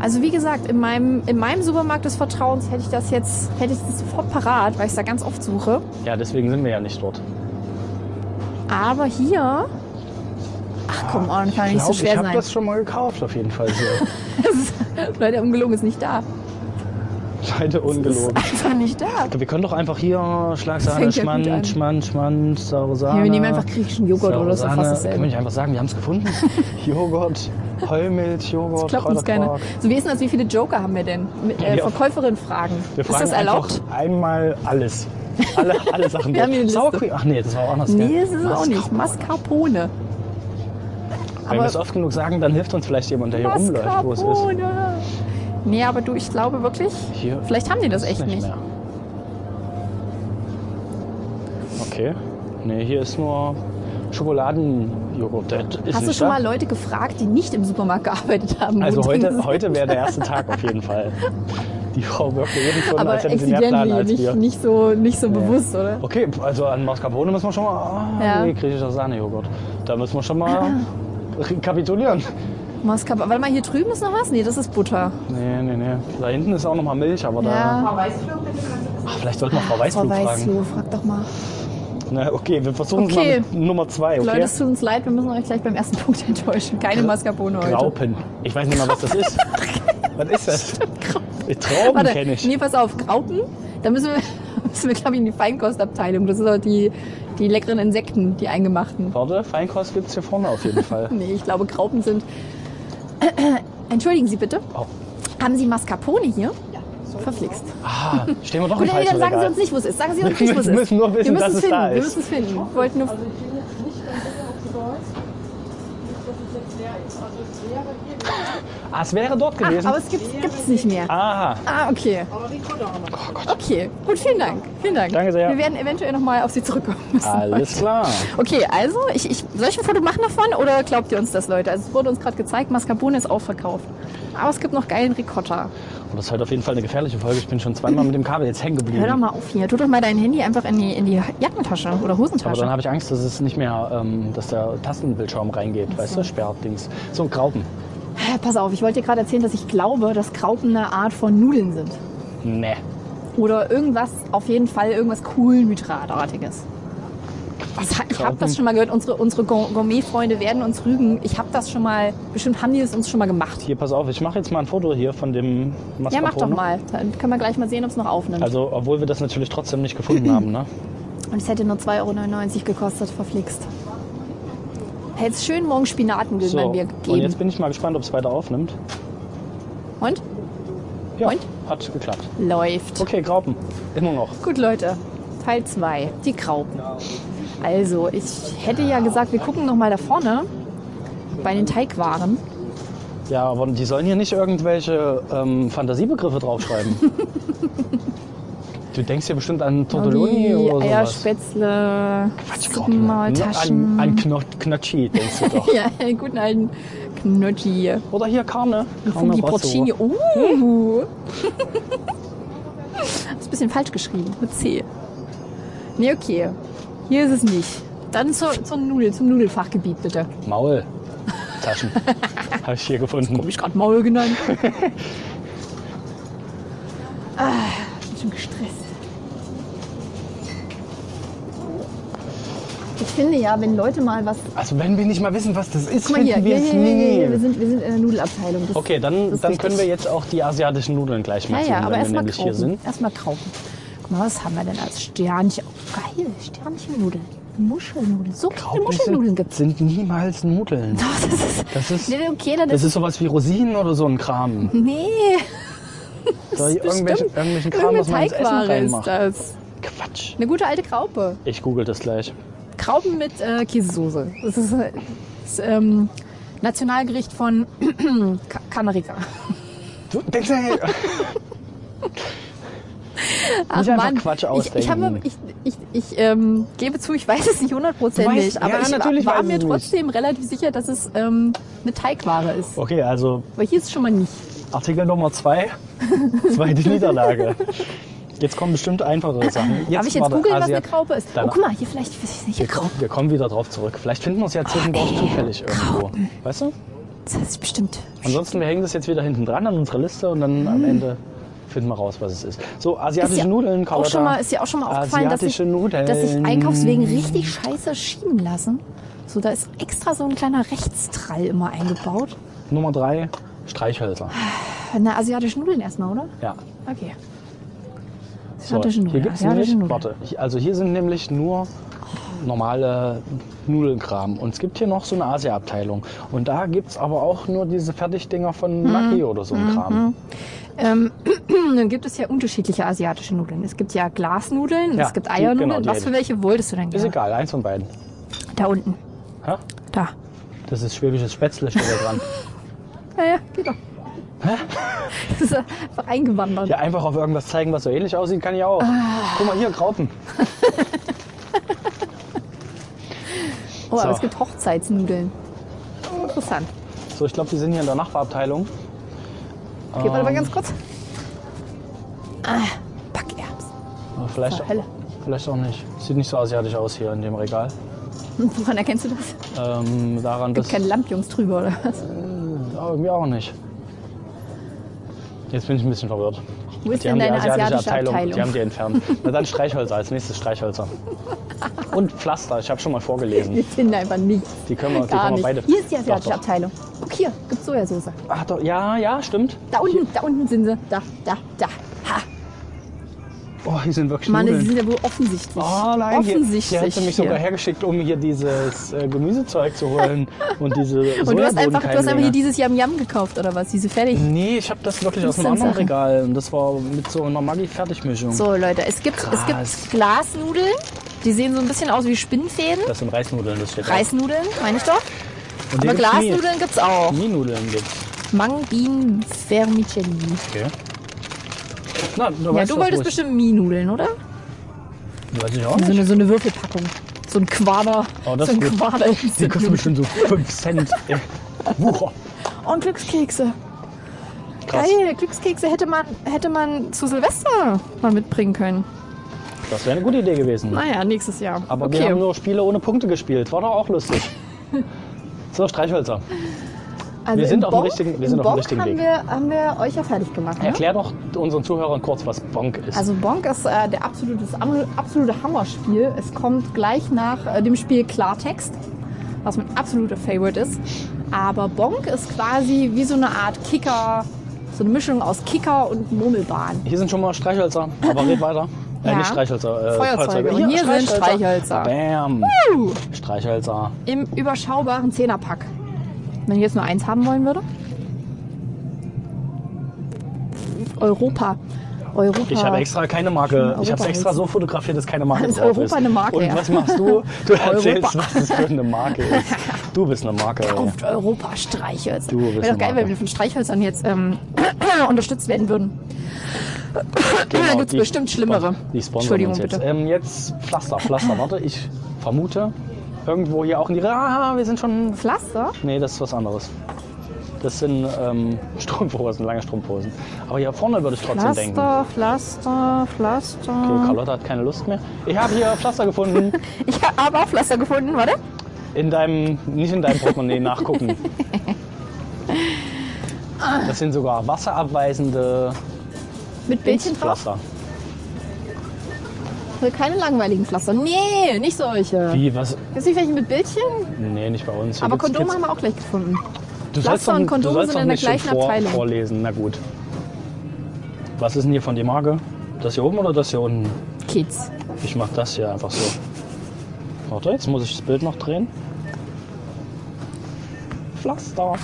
[SPEAKER 1] Also wie gesagt, in meinem, in meinem Supermarkt des Vertrauens hätte ich das jetzt hätte ich das sofort parat, weil ich es da ganz oft suche.
[SPEAKER 2] Ja, deswegen sind wir ja nicht dort.
[SPEAKER 1] Aber hier... Ach, komm on, kann ja nicht so
[SPEAKER 2] Ah, ich
[SPEAKER 1] schwer
[SPEAKER 2] habe
[SPEAKER 1] sein.
[SPEAKER 2] das schon mal gekauft, auf jeden Fall. Hier.
[SPEAKER 1] Leute, ungelogen ist nicht da.
[SPEAKER 2] Scheide
[SPEAKER 1] Ist
[SPEAKER 2] ungelogen.
[SPEAKER 1] einfach nicht da.
[SPEAKER 2] Wir können doch einfach hier Schlagsahne,
[SPEAKER 1] Das fängt ja gut an.
[SPEAKER 2] Schmand, Schmand, Schmand, saure Sahne.
[SPEAKER 1] Hier, wir nehmen einfach griechischen Joghurt
[SPEAKER 2] saure
[SPEAKER 1] oder so,
[SPEAKER 2] Sahne.
[SPEAKER 1] fast
[SPEAKER 2] Können wir
[SPEAKER 1] dasselbe.
[SPEAKER 2] nicht einfach sagen, wir haben es gefunden? Joghurt, Heumilch, Joghurt,
[SPEAKER 1] Klappt uns keiner.
[SPEAKER 2] Kräuterquark.
[SPEAKER 1] So, wie ist denn das? Wie viele Joker haben wir denn? Mit, äh,
[SPEAKER 2] Ja.
[SPEAKER 1] Verkäuferin fragen.
[SPEAKER 2] Wir
[SPEAKER 1] ist
[SPEAKER 2] fragen
[SPEAKER 1] das erlaubt?
[SPEAKER 2] einfach einmal alles. Alle, alle Sachen.
[SPEAKER 1] Wir haben hier eine
[SPEAKER 2] Sour
[SPEAKER 1] Liste.
[SPEAKER 2] Cream- Ach nee, das war auch anders.
[SPEAKER 1] Nee,
[SPEAKER 2] gell?
[SPEAKER 1] das ist es auch nicht.
[SPEAKER 2] Mascarpone.
[SPEAKER 1] Mascarpone.
[SPEAKER 2] Wenn wir
[SPEAKER 1] Aber-
[SPEAKER 2] es oft genug sagen, dann hilft uns vielleicht jemand, der hier rumläuft, wo es ist.
[SPEAKER 1] Mascarpone. Nee, aber du, ich glaube wirklich,
[SPEAKER 2] Hier
[SPEAKER 1] vielleicht haben die das
[SPEAKER 2] ist
[SPEAKER 1] echt nicht.
[SPEAKER 2] Mehr. Okay. Nee, hier ist nur Schokoladenjoghurt. Das ist
[SPEAKER 1] Hast du
[SPEAKER 2] nicht
[SPEAKER 1] schon
[SPEAKER 2] da.
[SPEAKER 1] mal Leute gefragt, die nicht im Supermarkt gearbeitet haben? wo
[SPEAKER 2] Also
[SPEAKER 1] drin
[SPEAKER 2] heute,
[SPEAKER 1] sind?
[SPEAKER 2] heute wäre der erste Tag auf jeden Fall. Die Frau wirkt ja jeden Stunden,
[SPEAKER 1] aber
[SPEAKER 2] als hätte sie mehr Plan als
[SPEAKER 1] nicht,
[SPEAKER 2] wir.
[SPEAKER 1] nicht so, nicht so bewusst, oder?
[SPEAKER 2] Okay, also an Mascarpone müssen wir schon mal. Ah,
[SPEAKER 1] Ja. Ah.
[SPEAKER 2] nee, griechischer Sahnejoghurt. Da müssen wir schon mal kapitulieren.
[SPEAKER 1] Mascarpone. Warte mal, hier drüben ist noch was? Nee, das ist Butter.
[SPEAKER 2] Nee, nee, nee. Da hinten ist auch noch mal Milch, aber da.
[SPEAKER 1] Ja.
[SPEAKER 2] Ach, vielleicht sollten wir Frau Weißblut
[SPEAKER 1] Frau
[SPEAKER 2] fragen.
[SPEAKER 1] Weißloh, frag doch mal.
[SPEAKER 2] Na, okay, wir versuchen
[SPEAKER 1] Okay.
[SPEAKER 2] es mal mit Nummer zwei, okay?
[SPEAKER 1] Leute, es tut uns leid, wir müssen euch gleich beim ersten Punkt enttäuschen. Keine Mascarpone heute.
[SPEAKER 2] Graupen. Ich weiß nicht mal, was das ist. was ist das? Trauben
[SPEAKER 1] Warte,
[SPEAKER 2] kenne ich.
[SPEAKER 1] nee, pass auf, Graupen, da müssen wir, müssen wir glaube ich, in die Feinkostabteilung. Das sind doch die, die leckeren Insekten, die eingemachten.
[SPEAKER 2] Warte, Feinkost gibt's hier vorne auf jeden Fall.
[SPEAKER 1] Nee, ich glaube, Graupen sind... Entschuldigen Sie bitte,
[SPEAKER 2] Oh.
[SPEAKER 1] haben Sie Mascarpone hier? Ja. Verflixt.
[SPEAKER 2] Ah, stehen wir doch im
[SPEAKER 1] Oder nee, dann
[SPEAKER 2] falschen
[SPEAKER 1] sagen Sie
[SPEAKER 2] Regal.
[SPEAKER 1] uns nicht, wo es ist. Sagen Sie uns
[SPEAKER 2] Wir
[SPEAKER 1] nicht, wo es ist.
[SPEAKER 2] müssen nur wissen,
[SPEAKER 1] wir müssen
[SPEAKER 2] dass
[SPEAKER 1] es
[SPEAKER 2] es
[SPEAKER 1] finden.
[SPEAKER 2] da
[SPEAKER 1] Wir
[SPEAKER 2] ist.
[SPEAKER 1] müssen es finden. Wir wollten nur
[SPEAKER 3] Also ich bin jetzt nicht ganz sicher, ob du da ist. Also es wäre hier
[SPEAKER 2] Ah, es wäre dort
[SPEAKER 1] Ach,
[SPEAKER 2] gewesen.
[SPEAKER 1] aber es gibt's, gibt's nicht mehr.
[SPEAKER 2] Aha.
[SPEAKER 1] Ah, okay. Okay, gut, vielen Dank. Vielen Dank.
[SPEAKER 2] Danke sehr. Ah.
[SPEAKER 1] Wir werden eventuell nochmal auf Sie zurückkommen müssen.
[SPEAKER 2] Alles klar.
[SPEAKER 1] Okay, also, ich, ich, soll ich ein Foto machen davon oder glaubt ihr uns das, Leute? Also, es wurde uns gerade gezeigt, Mascarpone ist auch verkauft. Aber es gibt noch geilen Ricotta.
[SPEAKER 2] Und das ist halt auf jeden Fall eine gefährliche Folge. Ich bin schon zweimal mit dem Kabel jetzt hängen geblieben.
[SPEAKER 1] Hör doch mal auf hier. Tu doch mal dein Handy einfach in die, in die Jackentasche oder
[SPEAKER 2] Aber dann
[SPEAKER 1] Hosentasche.
[SPEAKER 2] habe ich Angst, dass es nicht mehr, ähm, dass der Tastenbildschirm reingeht, weißt du, Sperrdings. So ein Graupen.
[SPEAKER 1] Äh, Pass auf, ich wollte dir gerade erzählen, dass ich glaube, dass Kraupen eine Art von Nudeln sind.
[SPEAKER 2] Nee.
[SPEAKER 1] Oder irgendwas, auf jeden Fall irgendwas Kohlenhydratartiges. Ich, ha- ich habe
[SPEAKER 2] Kraupen?
[SPEAKER 1] das schon mal gehört. Unsere, unsere Gour- Gourmet-Freunde werden uns rügen. Ich habe das schon mal, bestimmt haben die es uns schon mal gemacht.
[SPEAKER 2] Hier, pass auf, ich mache jetzt mal ein Foto hier von dem Mascarpone.
[SPEAKER 1] Ja, mach doch mal. Dann können wir gleich mal sehen, ob es noch aufnimmt.
[SPEAKER 2] Also, obwohl wir das natürlich trotzdem nicht gefunden haben, ne?
[SPEAKER 1] Und es hätte nur 2,99 Euro gekostet, verflixt. Hätt's schön morgen Spinaten
[SPEAKER 2] So,
[SPEAKER 1] wenn wir
[SPEAKER 2] und jetzt
[SPEAKER 1] geben.
[SPEAKER 2] bin ich mal gespannt, ob es weiter aufnimmt.
[SPEAKER 1] Und?
[SPEAKER 2] Ja,
[SPEAKER 1] Und?
[SPEAKER 2] hat geklappt.
[SPEAKER 1] Läuft.
[SPEAKER 2] Okay, Graupen. Immer noch.
[SPEAKER 1] Gut, Leute. Teil 2. Die Graupen. Also, ich hätte ja gesagt, wir gucken nochmal da vorne bei den Teigwaren.
[SPEAKER 2] Ja, aber die sollen hier nicht irgendwelche ähm, Fantasiebegriffe draufschreiben. du denkst hier bestimmt an Tortelloni oder sowas.
[SPEAKER 1] Eierspätzle,
[SPEAKER 2] ne? An, an
[SPEAKER 1] Suppenmaultaschen.
[SPEAKER 2] Knot Knotschi denkst du doch.
[SPEAKER 1] Ja, einen guten alten Knotti.
[SPEAKER 2] Oder hier Karne.
[SPEAKER 1] Fungi
[SPEAKER 2] Rosso.
[SPEAKER 1] Porcini. Uh. Ist ein bisschen falsch geschrieben. Mit C. Nee, okay. Hier ist es nicht. Dann zur, zur Nudel, zum Nudelfachgebiet bitte.
[SPEAKER 2] Maul. Taschen. Habe ich hier
[SPEAKER 1] Hab
[SPEAKER 2] gefunden.
[SPEAKER 1] ich gerade Maul genannt. ah, bin schon gestresst. Ich finde ja, wenn Leute mal was.
[SPEAKER 2] Also wenn wir nicht mal wissen, was das ist,
[SPEAKER 1] Guck mal hier,
[SPEAKER 2] finden
[SPEAKER 1] hier,
[SPEAKER 2] wir
[SPEAKER 1] hier,
[SPEAKER 2] es
[SPEAKER 1] hier, hier, hier. Wir,
[SPEAKER 2] nie.
[SPEAKER 1] sind, wir sind in der Nudelabteilung. Das-
[SPEAKER 2] Okay,
[SPEAKER 1] das
[SPEAKER 2] dann,
[SPEAKER 1] ist
[SPEAKER 2] dann
[SPEAKER 1] richtig.
[SPEAKER 2] können wir jetzt auch die asiatischen Nudeln gleich
[SPEAKER 1] Ja,
[SPEAKER 2] mitnehmen,
[SPEAKER 1] ja, aber
[SPEAKER 2] wenn wir
[SPEAKER 1] erstmal
[SPEAKER 2] nämlich hier
[SPEAKER 1] krauchen.
[SPEAKER 2] sind.
[SPEAKER 1] Erstmal krauchen. Guck mal, was haben wir denn als Sternchen? Oh, geil, Sternchennudeln. Muschelnudeln. So viele Muschelnudeln
[SPEAKER 2] sind,
[SPEAKER 1] gibt's.
[SPEAKER 2] sind niemals Nudeln.
[SPEAKER 1] Das ist,
[SPEAKER 2] Das ist,
[SPEAKER 1] nee, okay, dann
[SPEAKER 2] das
[SPEAKER 1] ist,
[SPEAKER 2] ist sowas wie Rosinen oder so ein Kram.
[SPEAKER 1] nee,
[SPEAKER 2] Da irgendwelchen, irgendwelchen Kram,
[SPEAKER 1] irgendeine
[SPEAKER 2] was man ins Essen
[SPEAKER 1] Teigware ist
[SPEAKER 2] reinmacht.
[SPEAKER 1] das.
[SPEAKER 2] Quatsch.
[SPEAKER 1] Eine gute alte Graupe.
[SPEAKER 2] Ich google das gleich.
[SPEAKER 1] Graupen mit äh, Käsesoße. Das ist äh, das ähm, Nationalgericht von Ka- Kanarika.
[SPEAKER 2] Du denkst ja,
[SPEAKER 1] Ach
[SPEAKER 2] einfach Quatsch
[SPEAKER 1] ich, ich,
[SPEAKER 2] ausdenken.
[SPEAKER 1] habe, ich, ich, ich ähm, gebe zu, ich weiß es nicht hundertprozentig,
[SPEAKER 2] Du weißt-
[SPEAKER 1] aber
[SPEAKER 2] ja,
[SPEAKER 1] ich
[SPEAKER 2] natürlich
[SPEAKER 1] war
[SPEAKER 2] weiß
[SPEAKER 1] mir
[SPEAKER 2] es nicht.
[SPEAKER 1] trotzdem relativ sicher, dass es ähm, eine Teigware ist.
[SPEAKER 2] Okay, also
[SPEAKER 1] Aber hier ist schon mal nicht.
[SPEAKER 2] Artikel Nummer 2, zweite Niederlage. Jetzt kommen bestimmt einfachere Sachen.
[SPEAKER 1] Darf ich jetzt
[SPEAKER 2] warte,
[SPEAKER 1] googeln, was
[SPEAKER 2] Asia-
[SPEAKER 1] eine Graupe ist? Oh,
[SPEAKER 2] Danach-
[SPEAKER 1] guck mal, hier vielleicht, hier ist hier
[SPEAKER 2] Wir,
[SPEAKER 1] Graupe.
[SPEAKER 2] kommen- wir kommen wieder drauf zurück. Vielleicht finden wir uns ja
[SPEAKER 1] Oh,
[SPEAKER 2] zwischendurch zufällig irgendwo. Weißt du?
[SPEAKER 1] Das ist bestimmt.
[SPEAKER 2] Ansonsten, wir hängen das jetzt wieder hinten dran an unsere Liste und dann am Ende finden wir raus, was es ist. So, asiatische
[SPEAKER 1] Mhm. Ist dir
[SPEAKER 2] Nudeln,
[SPEAKER 1] auch
[SPEAKER 2] Carlotta.
[SPEAKER 1] schon mal, ist dir auch schon mal aufgefallen, dass sich,
[SPEAKER 2] Asiatische Nudeln.
[SPEAKER 1] dass sich Einkaufswegen richtig scheiße schieben lassen? So, da ist extra so ein kleiner Rechtstrall immer eingebaut.
[SPEAKER 2] Nummer 3, Streichhölzer.
[SPEAKER 1] Na, asiatische Nudeln erstmal, oder?
[SPEAKER 2] Ja.
[SPEAKER 1] Okay.
[SPEAKER 2] So,
[SPEAKER 1] Asiatische
[SPEAKER 2] hier
[SPEAKER 1] Nudeln.
[SPEAKER 2] gibt's
[SPEAKER 1] asiatische
[SPEAKER 2] nämlich,
[SPEAKER 1] Nudeln.
[SPEAKER 2] warte, hier- also hier sind nämlich nur normale Nudelkram. Und es gibt hier noch so eine Asia-Abteilung. Und da gibt's aber auch nur diese Fertigdinger von Maggi oder so ein Kram.
[SPEAKER 1] Ähm, dann gibt es ja unterschiedliche asiatische Nudeln. Es gibt ja Glasnudeln,
[SPEAKER 2] Ja,
[SPEAKER 1] es gibt
[SPEAKER 2] die-
[SPEAKER 1] Eiernudeln.
[SPEAKER 2] genau, die
[SPEAKER 1] Was
[SPEAKER 2] hätte
[SPEAKER 1] für welche wolltest du denn
[SPEAKER 2] Ist
[SPEAKER 1] gerne?
[SPEAKER 2] egal, eins von beiden.
[SPEAKER 1] Da unten.
[SPEAKER 2] Hä?
[SPEAKER 1] Da.
[SPEAKER 2] Das ist schwäbisches Spätzle, steht da dran.
[SPEAKER 1] Naja, geht doch. Das ist einfach eingewandert.
[SPEAKER 2] Ja, einfach auf irgendwas zeigen, was so ähnlich aussieht, kann ich auch. Guck mal hier, Graupen.
[SPEAKER 1] oh, aber
[SPEAKER 2] so.
[SPEAKER 1] es gibt Hochzeitsnudeln. Interessant.
[SPEAKER 2] So, ich glaube, die sind hier in der Nachbarabteilung.
[SPEAKER 1] Okay, warte
[SPEAKER 2] Ähm.
[SPEAKER 1] mal ganz kurz. Ah, Backerbsen.
[SPEAKER 2] Aber Vielleicht,
[SPEAKER 1] Verhelle.
[SPEAKER 2] vielleicht auch nicht. Sieht nicht so asiatisch aus hier in dem Regal.
[SPEAKER 1] Woran erkennst du das?
[SPEAKER 2] Ähm, daran, dass.
[SPEAKER 1] Gibt keine Lampjungs drüber, oder was?
[SPEAKER 2] Aber irgendwie auch nicht. Jetzt bin ich ein bisschen verwirrt.
[SPEAKER 1] Wo ist
[SPEAKER 2] Die haben
[SPEAKER 1] denn
[SPEAKER 2] die
[SPEAKER 1] deine
[SPEAKER 2] asiatische, Abteilung, die haben
[SPEAKER 1] Abteilung?
[SPEAKER 2] die entfernt. Na dann Streichhölzer, als nächstes Streichhölzer. Und Pflaster, ich habe schon mal vorgelesen.
[SPEAKER 1] Wir finden einfach nichts.
[SPEAKER 2] Die können wir, die
[SPEAKER 1] Gar
[SPEAKER 2] können wir
[SPEAKER 1] nicht.
[SPEAKER 2] beide.
[SPEAKER 1] Hier ist die asiatische
[SPEAKER 2] Doch, doch.
[SPEAKER 1] Abteilung. Guck hier, gibt's Sojasauce.
[SPEAKER 2] Ach doch, ja, ja, stimmt.
[SPEAKER 1] Da unten, da unten sind sie. Da, da, da. Ha.
[SPEAKER 2] Oh, hier sind wirklich
[SPEAKER 1] Mann, die
[SPEAKER 2] Nudeln.
[SPEAKER 1] sind ja wohl offensichtlich.
[SPEAKER 2] Oh nein, hier,
[SPEAKER 1] offensichtlich.
[SPEAKER 2] hier hat sie mich sogar
[SPEAKER 1] hier.
[SPEAKER 2] hergeschickt, um hier dieses äh, Gemüsezeug zu holen und diese
[SPEAKER 1] Und du hast, einfach, du hast einfach hier
[SPEAKER 2] Sojabohnenkeimlinge.
[SPEAKER 1] dieses Yam Yam gekauft, oder was? Diese fertig.
[SPEAKER 2] Nee, ich habe das wirklich aus
[SPEAKER 1] Das
[SPEAKER 2] einem
[SPEAKER 1] sind
[SPEAKER 2] anderen
[SPEAKER 1] Sachen.
[SPEAKER 2] Regal und das war mit so einer Maggi-Fertigmischung.
[SPEAKER 1] So, Leute, es gibt, es
[SPEAKER 2] Krass.
[SPEAKER 1] gibt Glasnudeln. Die sehen so ein bisschen aus wie Spinnfäden.
[SPEAKER 2] Das sind Reisnudeln, das steht drauf.
[SPEAKER 1] Reisnudeln, meine ich doch.
[SPEAKER 2] Und hier
[SPEAKER 1] Aber
[SPEAKER 2] gibt's Mie-
[SPEAKER 1] Glasnudeln gibt's auch.
[SPEAKER 2] Mie-Nudeln gibt's.
[SPEAKER 1] Mangin Vermicelli.
[SPEAKER 2] Okay. Na, du
[SPEAKER 1] Ja,
[SPEAKER 2] weißt
[SPEAKER 1] du
[SPEAKER 2] doch,
[SPEAKER 1] wolltest
[SPEAKER 2] wo es-
[SPEAKER 1] bestimmt Mie-Nudeln, oder?
[SPEAKER 2] Die Weiß ich auch
[SPEAKER 1] So
[SPEAKER 2] nicht.
[SPEAKER 1] eine, so eine Würfelpackung. So ein Quader.
[SPEAKER 2] Oh, das
[SPEAKER 1] so ein
[SPEAKER 2] ist gut.
[SPEAKER 1] Quader.
[SPEAKER 2] Die kosten bestimmt so 5 Cent im Wucher.
[SPEAKER 1] Und Glückskekse.
[SPEAKER 2] Krass.
[SPEAKER 1] Geil, Glückskekse hätte man, hätte man zu Silvester mal mitbringen können.
[SPEAKER 2] Das wäre eine gute Idee gewesen.
[SPEAKER 1] Naja, nächstes Jahr.
[SPEAKER 2] Aber
[SPEAKER 1] okay.
[SPEAKER 2] wir haben nur Spiele ohne Punkte gespielt. War doch auch lustig. so, Streichhölzer.
[SPEAKER 1] also
[SPEAKER 2] wir
[SPEAKER 1] im
[SPEAKER 2] sind auf dem
[SPEAKER 1] Bonk-
[SPEAKER 2] richtigen- wir
[SPEAKER 1] im
[SPEAKER 2] sind auf dem
[SPEAKER 1] Bonk
[SPEAKER 2] richtigen
[SPEAKER 1] haben
[SPEAKER 2] Weg.
[SPEAKER 1] Wir, haben wir euch ja fertig gemacht. Ne?
[SPEAKER 2] Erklär doch unseren Zuhörern kurz, was Bonk ist.
[SPEAKER 1] Also Bonk ist äh, der absolute, das am- absolute Hammerspiel. Es kommt gleich nach äh, dem Spiel Klartext, was mein absoluter Favorite ist. Aber Bonk ist quasi wie so eine Art Kicker, so eine Mischung aus Kicker und Murmelbahn.
[SPEAKER 2] hier sind schon mal Streichhölzer, aber red weiter. Äh,
[SPEAKER 1] Ja.
[SPEAKER 2] nicht Streichhölzer, äh,
[SPEAKER 1] Feuerzeuge. Und hier sind Streichhölzer.
[SPEAKER 2] Bam. Streichhölzer.
[SPEAKER 1] Im überschaubaren Zehnerpack. Wenn ich jetzt nur eins haben wollen würde. Europa. Europa.
[SPEAKER 2] Ich habe extra keine Marke.
[SPEAKER 1] Schön,
[SPEAKER 2] Ich habe es
[SPEAKER 1] Europa
[SPEAKER 2] extra
[SPEAKER 1] heißt-
[SPEAKER 2] so fotografiert, dass keine Marke
[SPEAKER 1] Ist
[SPEAKER 2] drauf
[SPEAKER 1] Europa
[SPEAKER 2] ist.
[SPEAKER 1] eine Marke,
[SPEAKER 2] Und
[SPEAKER 1] ja.
[SPEAKER 2] was machst du? Du erzählst,
[SPEAKER 1] Europa.
[SPEAKER 2] was das für eine Marke ist. Du bist eine Marke. ey.
[SPEAKER 1] Kauft Europa Streichhölzer.
[SPEAKER 2] Du bist
[SPEAKER 1] Wäre doch
[SPEAKER 2] eine
[SPEAKER 1] geil, wenn
[SPEAKER 2] Marke.
[SPEAKER 1] wir von Streichhölzern jetzt ähm, unterstützt werden würden. da gibt's
[SPEAKER 2] Genau, die
[SPEAKER 1] bestimmt schlimmere.
[SPEAKER 2] spon- Die sponsern
[SPEAKER 1] Entschuldigung,
[SPEAKER 2] uns jetzt.
[SPEAKER 1] bitte.
[SPEAKER 2] Ähm, jetzt Pflaster, Pflaster. Warte, ich vermute irgendwo hier auch in die... Ah, wir sind schon...
[SPEAKER 1] Pflaster?
[SPEAKER 2] Nee, das ist was anderes. Das sind ähm, Strumpfhosen, lange Strumpfhosen. Aber hier vorne würde ich trotzdem denken. Okay,
[SPEAKER 1] Pflaster, Pflaster, Pflaster.
[SPEAKER 2] Carlotta hat keine Lust mehr. Ich habe hier Pflaster gefunden.
[SPEAKER 1] Ich habe auch Pflaster gefunden, warte.
[SPEAKER 2] In deinem, nicht in deinem Portemonnaie nachgucken. Das sind sogar wasserabweisende
[SPEAKER 1] Mit Bildchen drauf.
[SPEAKER 2] Pflaster.
[SPEAKER 1] Also Keine langweiligen Pflaster. Nee, nicht solche.
[SPEAKER 2] Wie, was?
[SPEAKER 1] Jetzt nicht welche mit Bildchen,
[SPEAKER 2] Nee, nicht bei uns. Hier
[SPEAKER 1] aber
[SPEAKER 2] gibt's
[SPEAKER 1] Kondome
[SPEAKER 2] Kids-
[SPEAKER 1] haben wir auch gleich gefunden.
[SPEAKER 2] Du
[SPEAKER 1] Pflaster
[SPEAKER 2] doch-
[SPEAKER 1] und Kondome
[SPEAKER 2] du sollst
[SPEAKER 1] sind
[SPEAKER 2] doch
[SPEAKER 1] in der
[SPEAKER 2] nicht schon
[SPEAKER 1] gleichen Abteilung.
[SPEAKER 2] Vorlesen, na gut. Was ist denn hier von dir Marke? Das hier oben oder das hier unten?
[SPEAKER 1] Kids.
[SPEAKER 2] Ich mach das hier einfach so. Warte, jetzt muss ich das Bild noch drehen. Pflaster.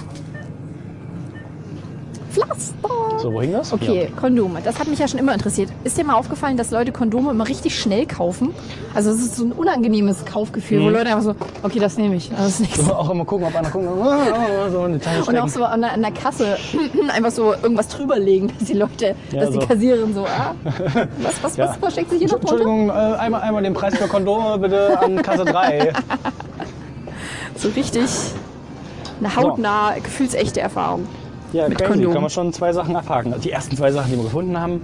[SPEAKER 1] Pflaster.
[SPEAKER 2] So, wo hing das?
[SPEAKER 1] Okay,
[SPEAKER 2] Hier.
[SPEAKER 1] Kondome. Das hat mich ja schon immer interessiert. Ist dir mal aufgefallen, dass Leute Kondome immer richtig schnell kaufen? Also es ist so ein unangenehmes Kaufgefühl,
[SPEAKER 2] Mhm.
[SPEAKER 1] wo Leute einfach so, okay, das nehme ich. Das ist nichts.
[SPEAKER 2] So, auch immer gucken, ob einer guckt. Ah, ah, So eine Teile
[SPEAKER 1] Und auch
[SPEAKER 2] schrecken.
[SPEAKER 1] so an der, an der Kasse einfach so irgendwas drüberlegen, dass die Leute,
[SPEAKER 2] Ja,
[SPEAKER 1] dass die
[SPEAKER 2] so.
[SPEAKER 1] Kassiererin so, ah, was, was, was, was steckt sich hier noch drunter?
[SPEAKER 2] Entschuldigung, äh, einmal, einmal den Preis für Kondome bitte an Kasse 3.
[SPEAKER 1] So richtig eine hautnah, gefühlsechte Erfahrung.
[SPEAKER 2] Ja,
[SPEAKER 1] Mit
[SPEAKER 2] crazy.
[SPEAKER 1] Kondom.
[SPEAKER 2] Können wir schon zwei Sachen abhaken. Also Die ersten zwei Sachen, die wir gefunden haben,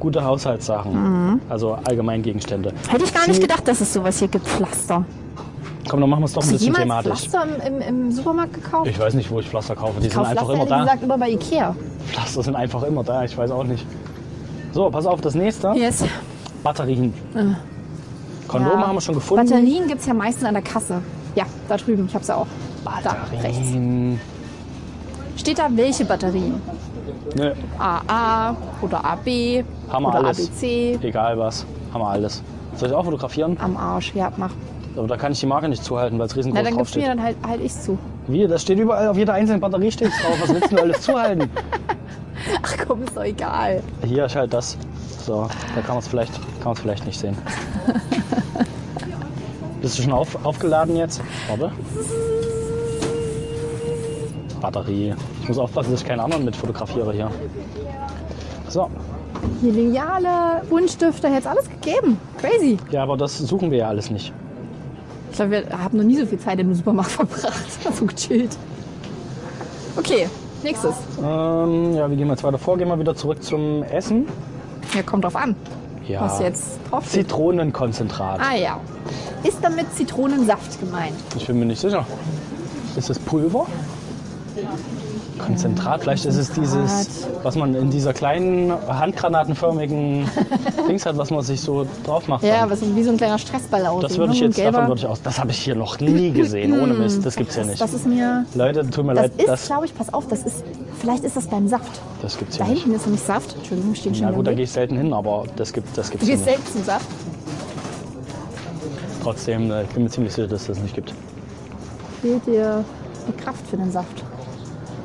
[SPEAKER 2] gute Haushaltssachen.
[SPEAKER 1] Mhm.
[SPEAKER 2] Also allgemein Gegenstände.
[SPEAKER 1] Hätte ich gar
[SPEAKER 2] Hm.
[SPEAKER 1] nicht gedacht, dass es sowas hier gibt, Pflaster.
[SPEAKER 2] Komm, dann machen wir es doch ein
[SPEAKER 1] Hast du
[SPEAKER 2] bisschen
[SPEAKER 1] Also jemals
[SPEAKER 2] thematisch.
[SPEAKER 1] Pflaster im, im, im Supermarkt gekauft?
[SPEAKER 2] Ich weiß nicht, wo ich Pflaster kaufe. Die sind
[SPEAKER 1] Kauf
[SPEAKER 2] einfach
[SPEAKER 1] Pflaster,
[SPEAKER 2] immer
[SPEAKER 1] ehrlich
[SPEAKER 2] da.
[SPEAKER 1] gesagt, immer bei Ikea.
[SPEAKER 2] Pflaster sind einfach immer da. Ich weiß auch nicht. So, pass auf, das nächste.
[SPEAKER 1] Yes.
[SPEAKER 2] Batterien. Kondome
[SPEAKER 1] Ja.
[SPEAKER 2] haben wir schon gefunden.
[SPEAKER 1] Batterien gibt es ja meistens an der Kasse. Ja, da drüben. Ich habe ja auch. Da, rechts.
[SPEAKER 2] Batterien.
[SPEAKER 1] Steht da welche Batterien?
[SPEAKER 2] Nö,
[SPEAKER 1] AA oder AB
[SPEAKER 2] Haben wir
[SPEAKER 1] oder
[SPEAKER 2] alles.
[SPEAKER 1] ABC.
[SPEAKER 2] egal was. Haben wir alles. Soll ich auch fotografieren?
[SPEAKER 1] Am Arsch, ja, mach.
[SPEAKER 2] Aber da kann ich die Marke nicht zuhalten, weil es riesengroß
[SPEAKER 1] Na, dann gibst du mir,
[SPEAKER 2] draufsteht.
[SPEAKER 1] dann halt, halt ich's zu.
[SPEAKER 2] Wie? Das steht überall, auf jeder einzelnen Batterie steht drauf. Was willst du denn alles zuhalten?
[SPEAKER 1] Ach komm, ist doch egal.
[SPEAKER 2] Hier ist halt das. So, da kann man es vielleicht, kann man's vielleicht nicht sehen. Bist du schon auf, aufgeladen jetzt? Warte. Batterie. Ich muss aufpassen, dass ich keinen anderen mit fotografiere hier. So,
[SPEAKER 1] Hier Lineale, Buntstifte, hätte alles gegeben. Crazy.
[SPEAKER 2] ja, aber das suchen wir ja alles nicht.
[SPEAKER 1] Ich glaube, wir haben noch nie so viel Zeit im Supermarkt verbracht. so gechillt. Okay, nächstes.
[SPEAKER 2] Ähm, ja, wie gehen wir jetzt weiter vor? Gehen wir wieder zurück zum Essen.
[SPEAKER 1] Ja, kommt drauf an,
[SPEAKER 2] Ja.
[SPEAKER 1] was jetzt draufsteht.
[SPEAKER 2] Zitronenkonzentrat.
[SPEAKER 1] Ah ja. Ist damit Zitronensaft gemeint?
[SPEAKER 2] Ich bin mir nicht sicher. Ist das Pulver? Konzentrat? Vielleicht ist es dieses, was man in dieser kleinen handgranatenförmigen Dings hat, was man sich so drauf macht.
[SPEAKER 1] Ja,
[SPEAKER 2] dann.
[SPEAKER 1] was wie so ein kleiner Stressball aussieht.
[SPEAKER 2] das würde ich
[SPEAKER 1] ne?
[SPEAKER 2] jetzt,
[SPEAKER 1] So ein gelber-
[SPEAKER 2] davon würde ich aus. Das habe ich hier noch nie gesehen, ohne Mist. Das gibt's ja
[SPEAKER 1] Mm. das,
[SPEAKER 2] nicht.
[SPEAKER 1] Das ist mir.
[SPEAKER 2] Leute, tut mir
[SPEAKER 1] Das
[SPEAKER 2] leid,
[SPEAKER 1] ist,
[SPEAKER 2] das,
[SPEAKER 1] glaube ich, pass auf, das ist. Vielleicht ist das beim Saft.
[SPEAKER 2] das gibt's
[SPEAKER 1] Da
[SPEAKER 2] hier nicht.
[SPEAKER 1] hinten ist nämlich Saft. Entschuldigung, stehen schon.
[SPEAKER 2] Na gut, da
[SPEAKER 1] wieder
[SPEAKER 2] gehe ich selten hin, aber das gibt das gibt's
[SPEAKER 1] Du
[SPEAKER 2] hier
[SPEAKER 1] gehst
[SPEAKER 2] nicht.
[SPEAKER 1] selbst zum Saft.
[SPEAKER 2] Trotzdem, äh, ich bin mir ziemlich sicher, dass das nicht gibt.
[SPEAKER 1] Fehlt dir die Kraft für den Saft?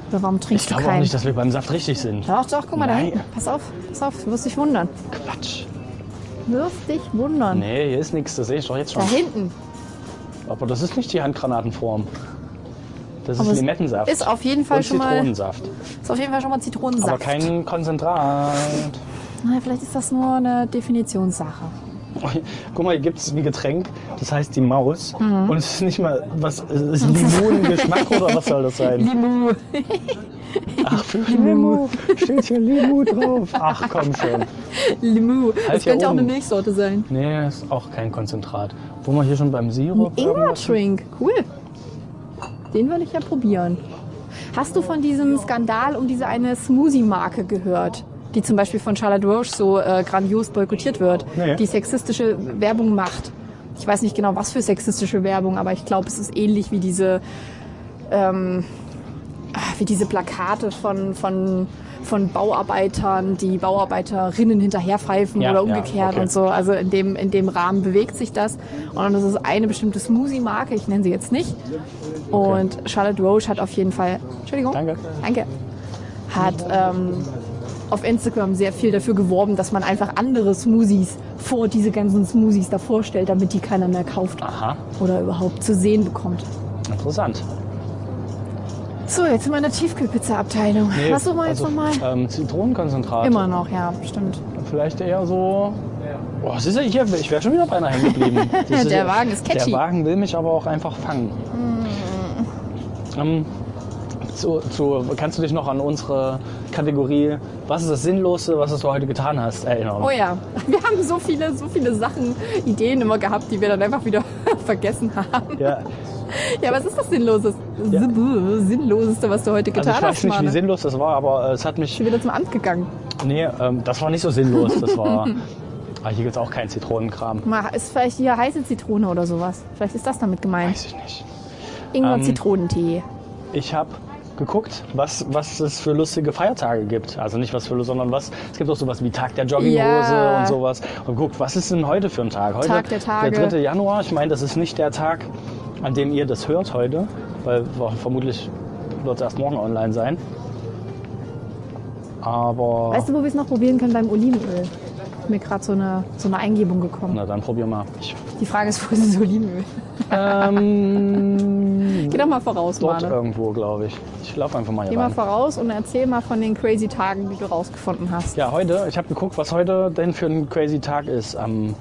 [SPEAKER 1] Oder warum
[SPEAKER 2] Ich
[SPEAKER 1] trinkst du
[SPEAKER 2] glaube auch
[SPEAKER 1] keinen?
[SPEAKER 2] nicht, dass wir beim Saft richtig sind.
[SPEAKER 1] doch, doch, guck mal
[SPEAKER 2] Nein.
[SPEAKER 1] da hinten. Pass auf, pass auf, du wirst dich wundern.
[SPEAKER 2] Quatsch.
[SPEAKER 1] Wirst dich wundern.
[SPEAKER 2] Nee, hier ist nichts, das sehe ich doch jetzt
[SPEAKER 1] Da
[SPEAKER 2] schon.
[SPEAKER 1] hinten.
[SPEAKER 2] Aber das ist nicht die Handgranatenform. Das
[SPEAKER 1] Aber
[SPEAKER 2] ist
[SPEAKER 1] es
[SPEAKER 2] Limettensaft.
[SPEAKER 1] ist auf jeden Fall
[SPEAKER 2] und
[SPEAKER 1] schon mal-
[SPEAKER 2] Zitronensaft.
[SPEAKER 1] Ist auf jeden Fall schon mal Zitronensaft.
[SPEAKER 2] Aber kein Konzentrat.
[SPEAKER 1] Na, vielleicht ist das nur eine Definitionssache.
[SPEAKER 2] Guck mal, hier gibt es ein Getränk, das heißt die Maus.
[SPEAKER 1] Mhm.
[SPEAKER 2] Und es ist nicht mal, was es ist Limonengeschmack oder was soll das sein?
[SPEAKER 1] Limu.
[SPEAKER 2] Ach, für Limo steht hier Limo drauf. Ach komm schon.
[SPEAKER 1] Limu.
[SPEAKER 2] Halt
[SPEAKER 1] Das
[SPEAKER 2] hier
[SPEAKER 1] könnte auch eine
[SPEAKER 2] oben.
[SPEAKER 1] Milchsorte sein.
[SPEAKER 2] Nee, ist auch kein Konzentrat. Wo wir hier schon beim Sirup. irgendwas-
[SPEAKER 1] Ingwer-Drink. Cool. Den will ich ja probieren. Hast du von diesem Skandal um diese eine Smoothie-Marke gehört? Die zum Beispiel von Charlotte Roche so äh, grandios boykottiert wird,
[SPEAKER 2] Nee.
[SPEAKER 1] die sexistische Werbung macht. Ich weiß nicht genau, was für sexistische Werbung, aber ich glaube, es ist ähnlich wie diese, ähm, ah, wie diese Plakate von, von, von Bauarbeitern, die Bauarbeiterinnen hinterherpfeifen
[SPEAKER 2] Ja,
[SPEAKER 1] oder
[SPEAKER 2] ja,
[SPEAKER 1] umgekehrt
[SPEAKER 2] okay.
[SPEAKER 1] und so. Also in dem, in dem Rahmen bewegt sich das. Und das ist eine bestimmte Smoothie-Marke, ich nenne sie jetzt nicht. Und Charlotte Roche hat auf jeden Fall, Entschuldigung,
[SPEAKER 2] Danke.
[SPEAKER 1] danke, hat ähm, auf Instagram sehr viel dafür geworben, dass man einfach andere Smoothies vor diese ganzen Smoothies davor stellt, damit die keiner mehr kauft
[SPEAKER 2] Aha,
[SPEAKER 1] oder überhaupt zu sehen bekommt.
[SPEAKER 2] interessant.
[SPEAKER 1] So, jetzt sind wir in der Tiefkühlpizza-Abteilung. Was suchen wir jetzt
[SPEAKER 2] also,
[SPEAKER 1] nochmal?
[SPEAKER 2] Ähm, Zitronenkonzentrat.
[SPEAKER 1] Immer noch, ja, stimmt.
[SPEAKER 2] Vielleicht eher so. Boah, was ist ja hier? Ich wäre schon wieder beinahe hängen geblieben. Das ist
[SPEAKER 1] Der
[SPEAKER 2] ja-
[SPEAKER 1] Wagen ist catchy.
[SPEAKER 2] Der Wagen will mich aber auch einfach fangen.
[SPEAKER 1] Mm.
[SPEAKER 2] Ähm, zu, zu, kannst du dich noch an unsere Kategorie Was ist das Sinnlose, was du heute getan hast, erinnern?
[SPEAKER 1] Oh ja, wir haben so viele, so viele Sachen, Ideen immer gehabt, die wir dann einfach wieder vergessen haben.
[SPEAKER 2] ja.
[SPEAKER 1] Ja, was ist das Sinnloses? Sinnloseste, was du ne? heute
[SPEAKER 2] Also
[SPEAKER 1] getan
[SPEAKER 2] ich weiß
[SPEAKER 1] hast,
[SPEAKER 2] nicht, wie
[SPEAKER 1] Mane?
[SPEAKER 2] sinnlos das war, aber äh, es hat
[SPEAKER 1] Ich bin
[SPEAKER 2] mich.
[SPEAKER 1] wieder zum Amt gegangen.
[SPEAKER 2] Nee, ähm, das war nicht so sinnlos. Das war. ah, hier gibt es auch keinen Zitronenkram.
[SPEAKER 1] Mal, ist vielleicht hier heiße Zitrone oder sowas. Vielleicht ist das damit gemeint.
[SPEAKER 2] Weiß ich nicht.
[SPEAKER 1] Ingwer
[SPEAKER 2] ähm,
[SPEAKER 1] Zitronentee.
[SPEAKER 2] Ich habe geguckt, was, was es für lustige Feiertage gibt. Also nicht was für, sondern was. Es gibt auch sowas wie Tag der Jogginghose
[SPEAKER 1] Ja.
[SPEAKER 2] und sowas. Und guckt, was ist denn heute für ein Tag? Heute,
[SPEAKER 1] Tag der Tage.
[SPEAKER 2] Der 3. Januar. Ich meine, das ist nicht der Tag, an dem ihr das hört heute, weil wa- vermutlich wird es erst morgen online sein. Aber.
[SPEAKER 1] Weißt du, wo wir es noch probieren können beim Olivenöl? Ist mir gerade so eine, so eine Eingebung gekommen.
[SPEAKER 2] na, dann probier mal. Ich,
[SPEAKER 1] Die Frage ist, wo ist das Olivenöl?
[SPEAKER 2] ähm,
[SPEAKER 1] Geh doch mal voraus,
[SPEAKER 2] dort
[SPEAKER 1] Mane.
[SPEAKER 2] irgendwo, glaube ich. Ich laufe einfach mal hier
[SPEAKER 1] Geh mal
[SPEAKER 2] rein.
[SPEAKER 1] voraus und erzähl mal von den crazy Tagen, die du rausgefunden hast.
[SPEAKER 2] Ja, heute, ich habe geguckt, was heute denn für ein crazy Tag ist am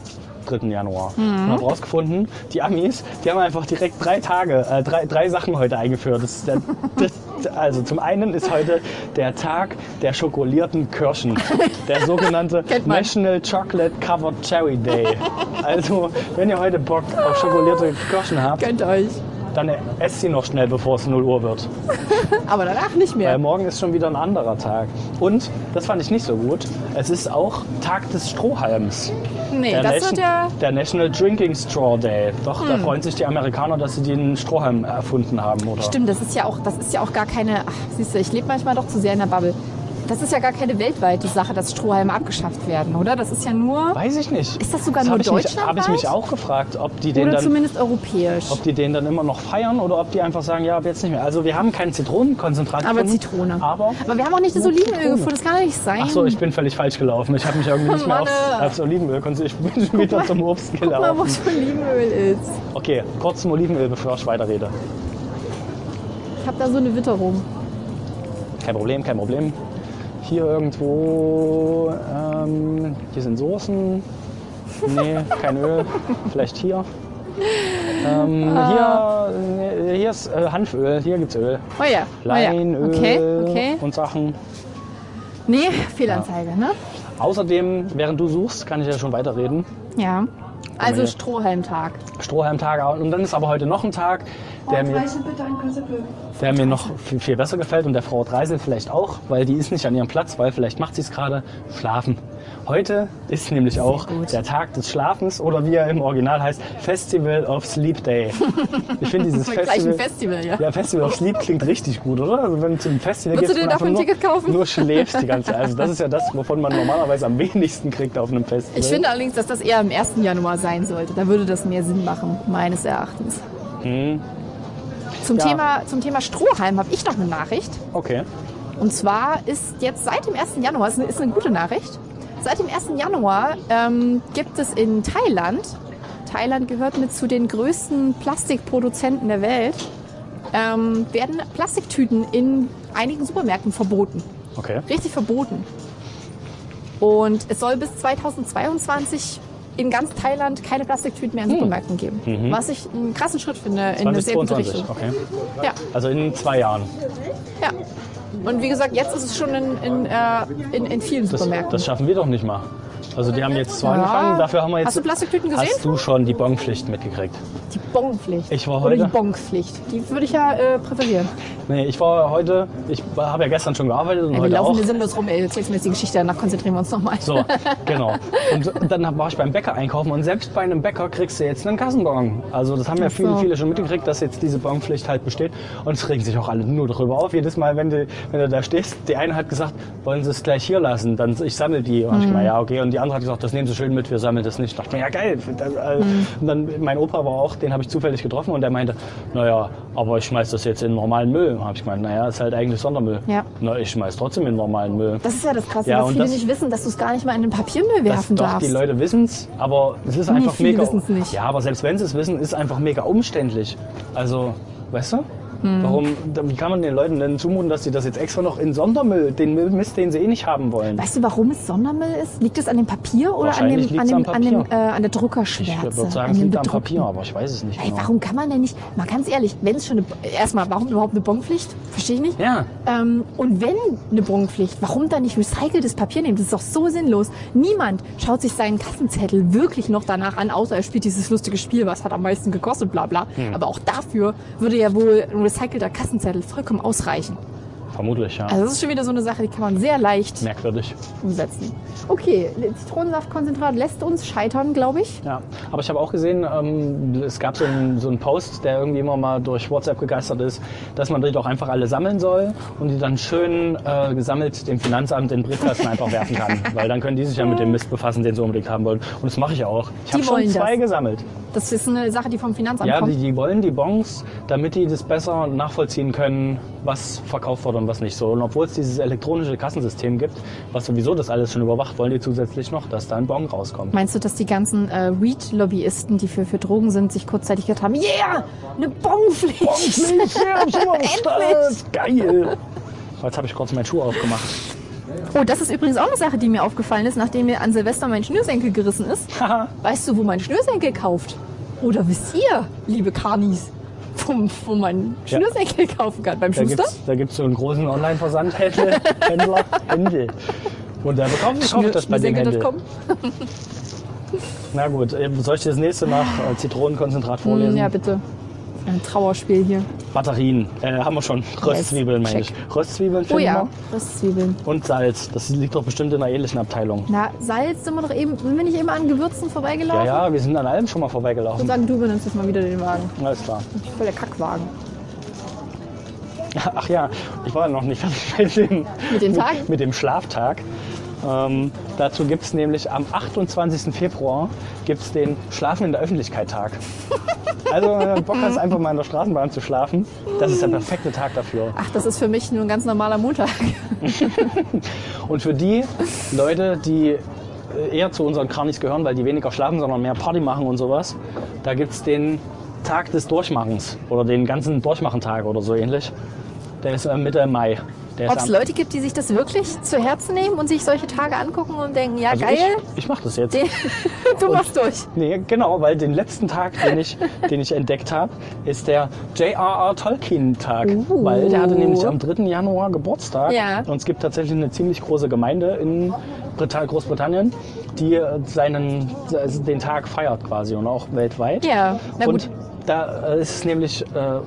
[SPEAKER 2] 3. Januar.
[SPEAKER 1] Mhm.
[SPEAKER 2] Und habe rausgefunden, die Amis, die haben einfach direkt drei Tage, äh, drei, drei Sachen heute eingeführt. Das, ist der- das, also zum einen ist heute der Tag der schokolierten Kirschen. Der sogenannte
[SPEAKER 1] Kennt man.
[SPEAKER 2] National Chocolate Covered Cherry Day. Also, wenn ihr heute Bock auf schokolierte Kirschen habt,
[SPEAKER 1] Gönnt euch.
[SPEAKER 2] dann esst sie noch schnell, bevor es 0 Uhr wird.
[SPEAKER 1] Aber danach nicht
[SPEAKER 2] Weil
[SPEAKER 1] mehr.
[SPEAKER 2] morgen ist schon wieder ein anderer Tag. Und, das fand ich nicht so gut, es ist auch Tag des Strohhalms.
[SPEAKER 1] Nee, das wird
[SPEAKER 2] Nation-
[SPEAKER 1] ja. Hm.
[SPEAKER 2] der National Drinking Straw Day. Doch, da freuen sich die Amerikaner, dass sie den Strohhalm erfunden haben, oder?
[SPEAKER 1] Stimmt, das ist ja auch, das ist ja auch gar keine. Ach, siehst du, ich lebe manchmal doch zu sehr in der Bubble. Das ist ja gar keine weltweite Sache, dass Strohhalme abgeschafft werden, oder? Das ist ja nur.
[SPEAKER 2] Weiß ich nicht.
[SPEAKER 1] Ist das sogar
[SPEAKER 2] das
[SPEAKER 1] nur
[SPEAKER 2] hab ich mich-
[SPEAKER 1] deutschlandweit?
[SPEAKER 2] Habe ich mich auch gefragt, ob die den
[SPEAKER 1] Oder
[SPEAKER 2] dann
[SPEAKER 1] zumindest europäisch.
[SPEAKER 2] ob die den dann immer noch feiern oder ob die einfach sagen, ja, ab jetzt nicht mehr. Also wir haben kein Zitronenkonzentrat
[SPEAKER 1] Aber
[SPEAKER 2] gefunden,
[SPEAKER 1] Zitrone.
[SPEAKER 2] Aber
[SPEAKER 1] Aber wir haben auch nicht das
[SPEAKER 2] Nur
[SPEAKER 1] Olivenöl
[SPEAKER 2] Zitrone.
[SPEAKER 1] gefunden, das kann doch nicht sein.
[SPEAKER 2] Ach so, ich bin völlig falsch gelaufen. Ich habe mich irgendwie nicht mehr
[SPEAKER 1] Mann,
[SPEAKER 2] aufs,
[SPEAKER 1] äh.
[SPEAKER 2] aufs Olivenöl konzentriert. Ich bin schon wieder zum Obst
[SPEAKER 1] Guck mal, wo
[SPEAKER 2] gelaufen.
[SPEAKER 1] das Olivenöl ist.
[SPEAKER 2] Okay, kurz zum Olivenöl, bevor ich weiterrede.
[SPEAKER 1] Ich habe da so eine Witterung.
[SPEAKER 2] Kein Problem, kein Problem. Hier irgendwo, ähm, hier sind Soßen. Nee, kein Öl. Vielleicht hier. Ähm,
[SPEAKER 1] Ah.
[SPEAKER 2] hier, nee, hier ist äh, Hanföl, hier gibt's Öl.
[SPEAKER 1] Oh ja. Oh ja.
[SPEAKER 2] Leinöl
[SPEAKER 1] Okay, okay.
[SPEAKER 2] und Sachen.
[SPEAKER 1] Nee, Fehlanzeige, ne?
[SPEAKER 2] Außerdem, während du suchst, kann ich ja schon weiterreden.
[SPEAKER 1] Ja. Also
[SPEAKER 2] hier.
[SPEAKER 1] Strohhalmtag.
[SPEAKER 2] Strohhalmtag. Und dann ist aber heute noch ein Tag,
[SPEAKER 1] Oh,
[SPEAKER 2] der mir, der mir noch viel, viel besser gefällt und der Frau Dreisel vielleicht auch, weil die ist nicht an ihrem Platz, weil vielleicht macht sie es gerade schlafen. Heute ist nämlich auch
[SPEAKER 1] gut.
[SPEAKER 2] der Tag des Schlafens oder wie er im Original heißt, Festival of Sleep Day. Ich finde dieses
[SPEAKER 1] Gleich ein
[SPEAKER 2] Festival,
[SPEAKER 1] Festival, ja.
[SPEAKER 2] Ja, Festival of Sleep klingt richtig gut, oder? Also wenn du zum Festival
[SPEAKER 1] Würdest
[SPEAKER 2] gehst
[SPEAKER 1] du dir
[SPEAKER 2] und einfach
[SPEAKER 1] davon ein
[SPEAKER 2] nur,
[SPEAKER 1] Ticket kaufen?
[SPEAKER 2] nur schläfst die ganze Zeit. Also das ist ja das, wovon man normalerweise am wenigsten kriegt auf einem Festival.
[SPEAKER 1] Ich finde allerdings, dass das eher am 1. Januar sein sollte. Da würde das mehr Sinn machen, meines Erachtens. Zum,
[SPEAKER 2] Ja.
[SPEAKER 1] Thema, zum Thema Strohhalm habe ich noch eine Nachricht.
[SPEAKER 2] Okay.
[SPEAKER 1] Und zwar ist jetzt seit dem 1. Januar, ist eine, ist eine gute Nachricht, seit dem 1. Januar ähm, gibt es in Thailand, Thailand gehört mit zu den größten Plastikproduzenten der Welt, ähm, werden Plastiktüten in einigen Supermärkten verboten.
[SPEAKER 2] Okay.
[SPEAKER 1] Richtig verboten. Und es soll bis 2022 in ganz Thailand keine Plastiktüten mehr in Supermärkten geben.
[SPEAKER 2] Mhm.
[SPEAKER 1] Was ich einen krassen Schritt finde in eine sehr gute
[SPEAKER 2] 2022,
[SPEAKER 1] Richtung.
[SPEAKER 2] okay.
[SPEAKER 1] Ja,
[SPEAKER 2] Also in zwei Jahren.
[SPEAKER 1] ja. Und wie gesagt, jetzt ist es schon in, in, äh, in, in vielen
[SPEAKER 2] Das,
[SPEAKER 1] Supermärkten.
[SPEAKER 2] das schaffen wir doch nicht mal. Also die haben jetzt zwei
[SPEAKER 1] Ja.
[SPEAKER 2] angefangen, dafür haben wir jetzt...
[SPEAKER 1] Hast du Plastiktüten gesehen?
[SPEAKER 2] Hast du schon die Bonpflicht mitgekriegt?
[SPEAKER 1] Die Bonpflicht.
[SPEAKER 2] Ich war
[SPEAKER 1] Oder
[SPEAKER 2] heute-
[SPEAKER 1] die Bonpflicht. Die würde ich ja äh, präferieren.
[SPEAKER 2] Nee, ich war heute, ich habe ja gestern schon gearbeitet und
[SPEAKER 1] Ja, wir
[SPEAKER 2] heute
[SPEAKER 1] laufen
[SPEAKER 2] auch.
[SPEAKER 1] hier sinnlos rum, ey. Erzählst mir jetzt die Geschichte, danach konzentrieren wir uns nochmal.
[SPEAKER 2] So, genau. Und dann war ich beim Bäcker einkaufen und selbst bei einem Bäcker kriegst du jetzt einen Kassenbon. Also das haben ja
[SPEAKER 1] Ach
[SPEAKER 2] viele,
[SPEAKER 1] so.
[SPEAKER 2] viele schon mitgekriegt, dass jetzt diese Bonpflicht halt besteht. Und es regen sich auch alle nur drüber auf. Jedes Mal, wenn du, wenn du da stehst, die eine hat gesagt, wollen sie es gleich hier lassen, dann ich sammle die. Und
[SPEAKER 1] Mhm.
[SPEAKER 2] ich mal, ja, okay. Und die andere hat gesagt, das nehmen sie schön mit, wir sammeln das nicht. Ich dachte mir, ja geil. Dann, äh,
[SPEAKER 1] Mhm.
[SPEAKER 2] Und dann mein Opa war auch, den habe ich zufällig getroffen und der meinte, naja, aber ich schmeiß das jetzt in normalen Müll. Habe ich gemeint, naja, ist halt eigentlich Sondermüll.
[SPEAKER 1] Ja.
[SPEAKER 2] Na, ich schmeiß trotzdem in normalen Müll.
[SPEAKER 1] Das ist ja das Krasse,
[SPEAKER 2] Ja,
[SPEAKER 1] dass
[SPEAKER 2] und
[SPEAKER 1] viele
[SPEAKER 2] das-
[SPEAKER 1] nicht wissen, dass du es gar nicht mal in den Papiermüll
[SPEAKER 2] Das,
[SPEAKER 1] werfen
[SPEAKER 2] doch,
[SPEAKER 1] darfst.
[SPEAKER 2] die Leute wissen es, aber es ist einfach
[SPEAKER 1] viele
[SPEAKER 2] mega.
[SPEAKER 1] wissen's nicht.
[SPEAKER 2] Ja, aber selbst wenn sie es wissen, ist es einfach mega umständlich. Also, weißt du?
[SPEAKER 1] Hm.
[SPEAKER 2] Warum, wie kann man den Leuten denn zumuten, dass sie das jetzt extra noch in Sondermüll, den Müll- Mist, den sie eh nicht haben wollen?
[SPEAKER 1] Weißt du, warum es Sondermüll ist? Liegt es an dem Papier oder an,
[SPEAKER 2] Wahrscheinlich
[SPEAKER 1] dem, an,
[SPEAKER 2] liegt's
[SPEAKER 1] dem,
[SPEAKER 2] am
[SPEAKER 1] an, dem, äh,
[SPEAKER 2] Papier.
[SPEAKER 1] an der
[SPEAKER 2] ich
[SPEAKER 1] Druckerschwärze?
[SPEAKER 2] würde sagen,
[SPEAKER 1] an
[SPEAKER 2] es
[SPEAKER 1] dem
[SPEAKER 2] liegt am
[SPEAKER 1] bedruckten?
[SPEAKER 2] Papier, aber ich weiß es nicht
[SPEAKER 1] Ey,
[SPEAKER 2] genau.
[SPEAKER 1] warum kann man denn nicht, mal ganz ehrlich, wenn es schon eine, erstmal, warum überhaupt eine Bonpflicht? Verstehe ich nicht.
[SPEAKER 2] Ja,
[SPEAKER 1] Ähm, und wenn eine Bonpflicht, warum dann nicht recyceltes Papier nehmen? Das ist doch so sinnlos. Niemand schaut sich seinen Kassenzettel wirklich noch danach an, außer er spielt dieses lustige Spiel, was hat am meisten gekostet, bla bla.
[SPEAKER 2] Hm.
[SPEAKER 1] Aber auch dafür würde ja wohl ein recycelter Kassenzettel vollkommen ausreichen.
[SPEAKER 2] vermutlich, ja.
[SPEAKER 1] Also das ist schon wieder so eine Sache, die kann man sehr leicht
[SPEAKER 2] Merkwürdig.
[SPEAKER 1] umsetzen. Okay, Zitronensaftkonzentrat lässt uns scheitern, glaube ich.
[SPEAKER 2] Ja, aber ich habe auch gesehen, ähm, es gab so einen, so einen Post, der irgendwie immer mal durch WhatsApp gegeistert ist, dass man die doch einfach alle sammeln soll und die dann schön äh, gesammelt dem Finanzamt in den Briefkasten einfach werfen kann. Weil dann können die sich ja mit dem Mist befassen, den sie unbedingt haben wollen. Und das mache ich auch. Ich habe
[SPEAKER 1] Die
[SPEAKER 2] schon
[SPEAKER 1] wollen
[SPEAKER 2] zwei
[SPEAKER 1] das.
[SPEAKER 2] gesammelt.
[SPEAKER 1] Das ist eine Sache, die vom Finanzamt
[SPEAKER 2] Ja,
[SPEAKER 1] kommt.
[SPEAKER 2] die, die wollen die Bons, damit die das besser nachvollziehen können, was verkauft wurde und was nicht so. Und obwohl es dieses elektronische Kassensystem gibt, was sowieso das alles schon überwacht, wollen die zusätzlich noch, dass da ein Bon rauskommt.
[SPEAKER 1] Meinst du, dass die ganzen äh, Weed-Lobbyisten, die für, für Drogen sind, sich kurzzeitig gedacht haben, yeah, eine Bonpflicht. Endlich.
[SPEAKER 2] Geil! Jetzt habe ich kurz meinen Schuh aufgemacht.
[SPEAKER 1] Oh, das ist übrigens auch eine Sache, die mir aufgefallen ist, nachdem mir an Silvester mein Schnürsenkel gerissen ist.
[SPEAKER 2] Haha.
[SPEAKER 1] weißt du, wo mein Schnürsenkel kauft? Oder wisst ihr, liebe Karnis, wo, wo man
[SPEAKER 2] Ja.
[SPEAKER 1] Schnürsenkel kaufen kann? Beim
[SPEAKER 2] Da
[SPEAKER 1] Schuster?
[SPEAKER 2] gibt's, da gibt's so einen großen Online-Versandhändler, Händler, Händel. Und der bekommt ich kaufe das bei dem Händel.
[SPEAKER 1] Schnürsenkel.com?
[SPEAKER 2] Na gut, eben, soll ich dir das nächste nach äh, Zitronenkonzentrat vorlesen?
[SPEAKER 1] Hm, Mm, Ja, bitte. Ein Trauerspiel hier.
[SPEAKER 2] Batterien äh, haben wir schon. Röstzwiebeln, meine ich.
[SPEAKER 1] check.
[SPEAKER 2] Röstzwiebeln finden
[SPEAKER 1] Oh ja,
[SPEAKER 2] wir.
[SPEAKER 1] Röstzwiebeln.
[SPEAKER 2] Und Salz. Das liegt doch bestimmt in einer ähnlichen Abteilung.
[SPEAKER 1] Na, Salz sind wir doch eben, sind wir nicht eben an Gewürzen vorbeigelaufen?
[SPEAKER 2] Ja, ja, wir sind an allem schon mal
[SPEAKER 1] Ich würde
[SPEAKER 2] vorbeigelaufen.
[SPEAKER 1] sagen, du übernimmst jetzt mal wieder den Wagen.
[SPEAKER 2] Alles klar.
[SPEAKER 1] Voll der Kackwagen.
[SPEAKER 2] Ach ja, ich war noch nicht fertig mit dem,
[SPEAKER 1] Mit den Tagen?
[SPEAKER 2] Mit dem Schlaftag. Ähm, dazu gibt es nämlich am 28. Februar gibt's den Schlafen in der Öffentlichkeit Tag. Also wenn du Bock hast, einfach mal in der Straßenbahn zu schlafen, das ist der perfekte Tag dafür.
[SPEAKER 1] Ach, das ist für mich nur ein ganz normaler Montag.
[SPEAKER 2] Und für die Leute, die äh, eher zu unseren Kranis gehören, weil die weniger schlafen, sondern mehr Party machen und sowas, da gibt es den Tag des Durchmachens oder den ganzen Durchmachentag oder so ähnlich. Der ist äh, Mitte Mai. Der
[SPEAKER 1] Ob es
[SPEAKER 2] am-
[SPEAKER 1] Leute gibt, die sich das wirklich zu Herzen nehmen und sich solche Tage angucken und denken, ja
[SPEAKER 2] Also
[SPEAKER 1] geil,
[SPEAKER 2] Ich, ich mache das jetzt.
[SPEAKER 1] den, du machst durch.
[SPEAKER 2] Nee, genau, weil den letzten Tag, den ich, den ich entdeckt habe, ist der J.R.R. Tolkien-Tag.
[SPEAKER 1] Uh.
[SPEAKER 2] Weil der hatte nämlich am 3. Januar Geburtstag.
[SPEAKER 1] Ja.
[SPEAKER 2] Und es gibt tatsächlich eine ziemlich große Gemeinde in Brita- Großbritannien, die äh, seinen, also den Tag feiert quasi und auch weltweit.
[SPEAKER 1] Ja, na gut.
[SPEAKER 2] Und da äh, ist es nämlich äh,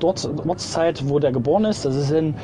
[SPEAKER 2] dort Ortszeit, wo der geboren ist. Das ist in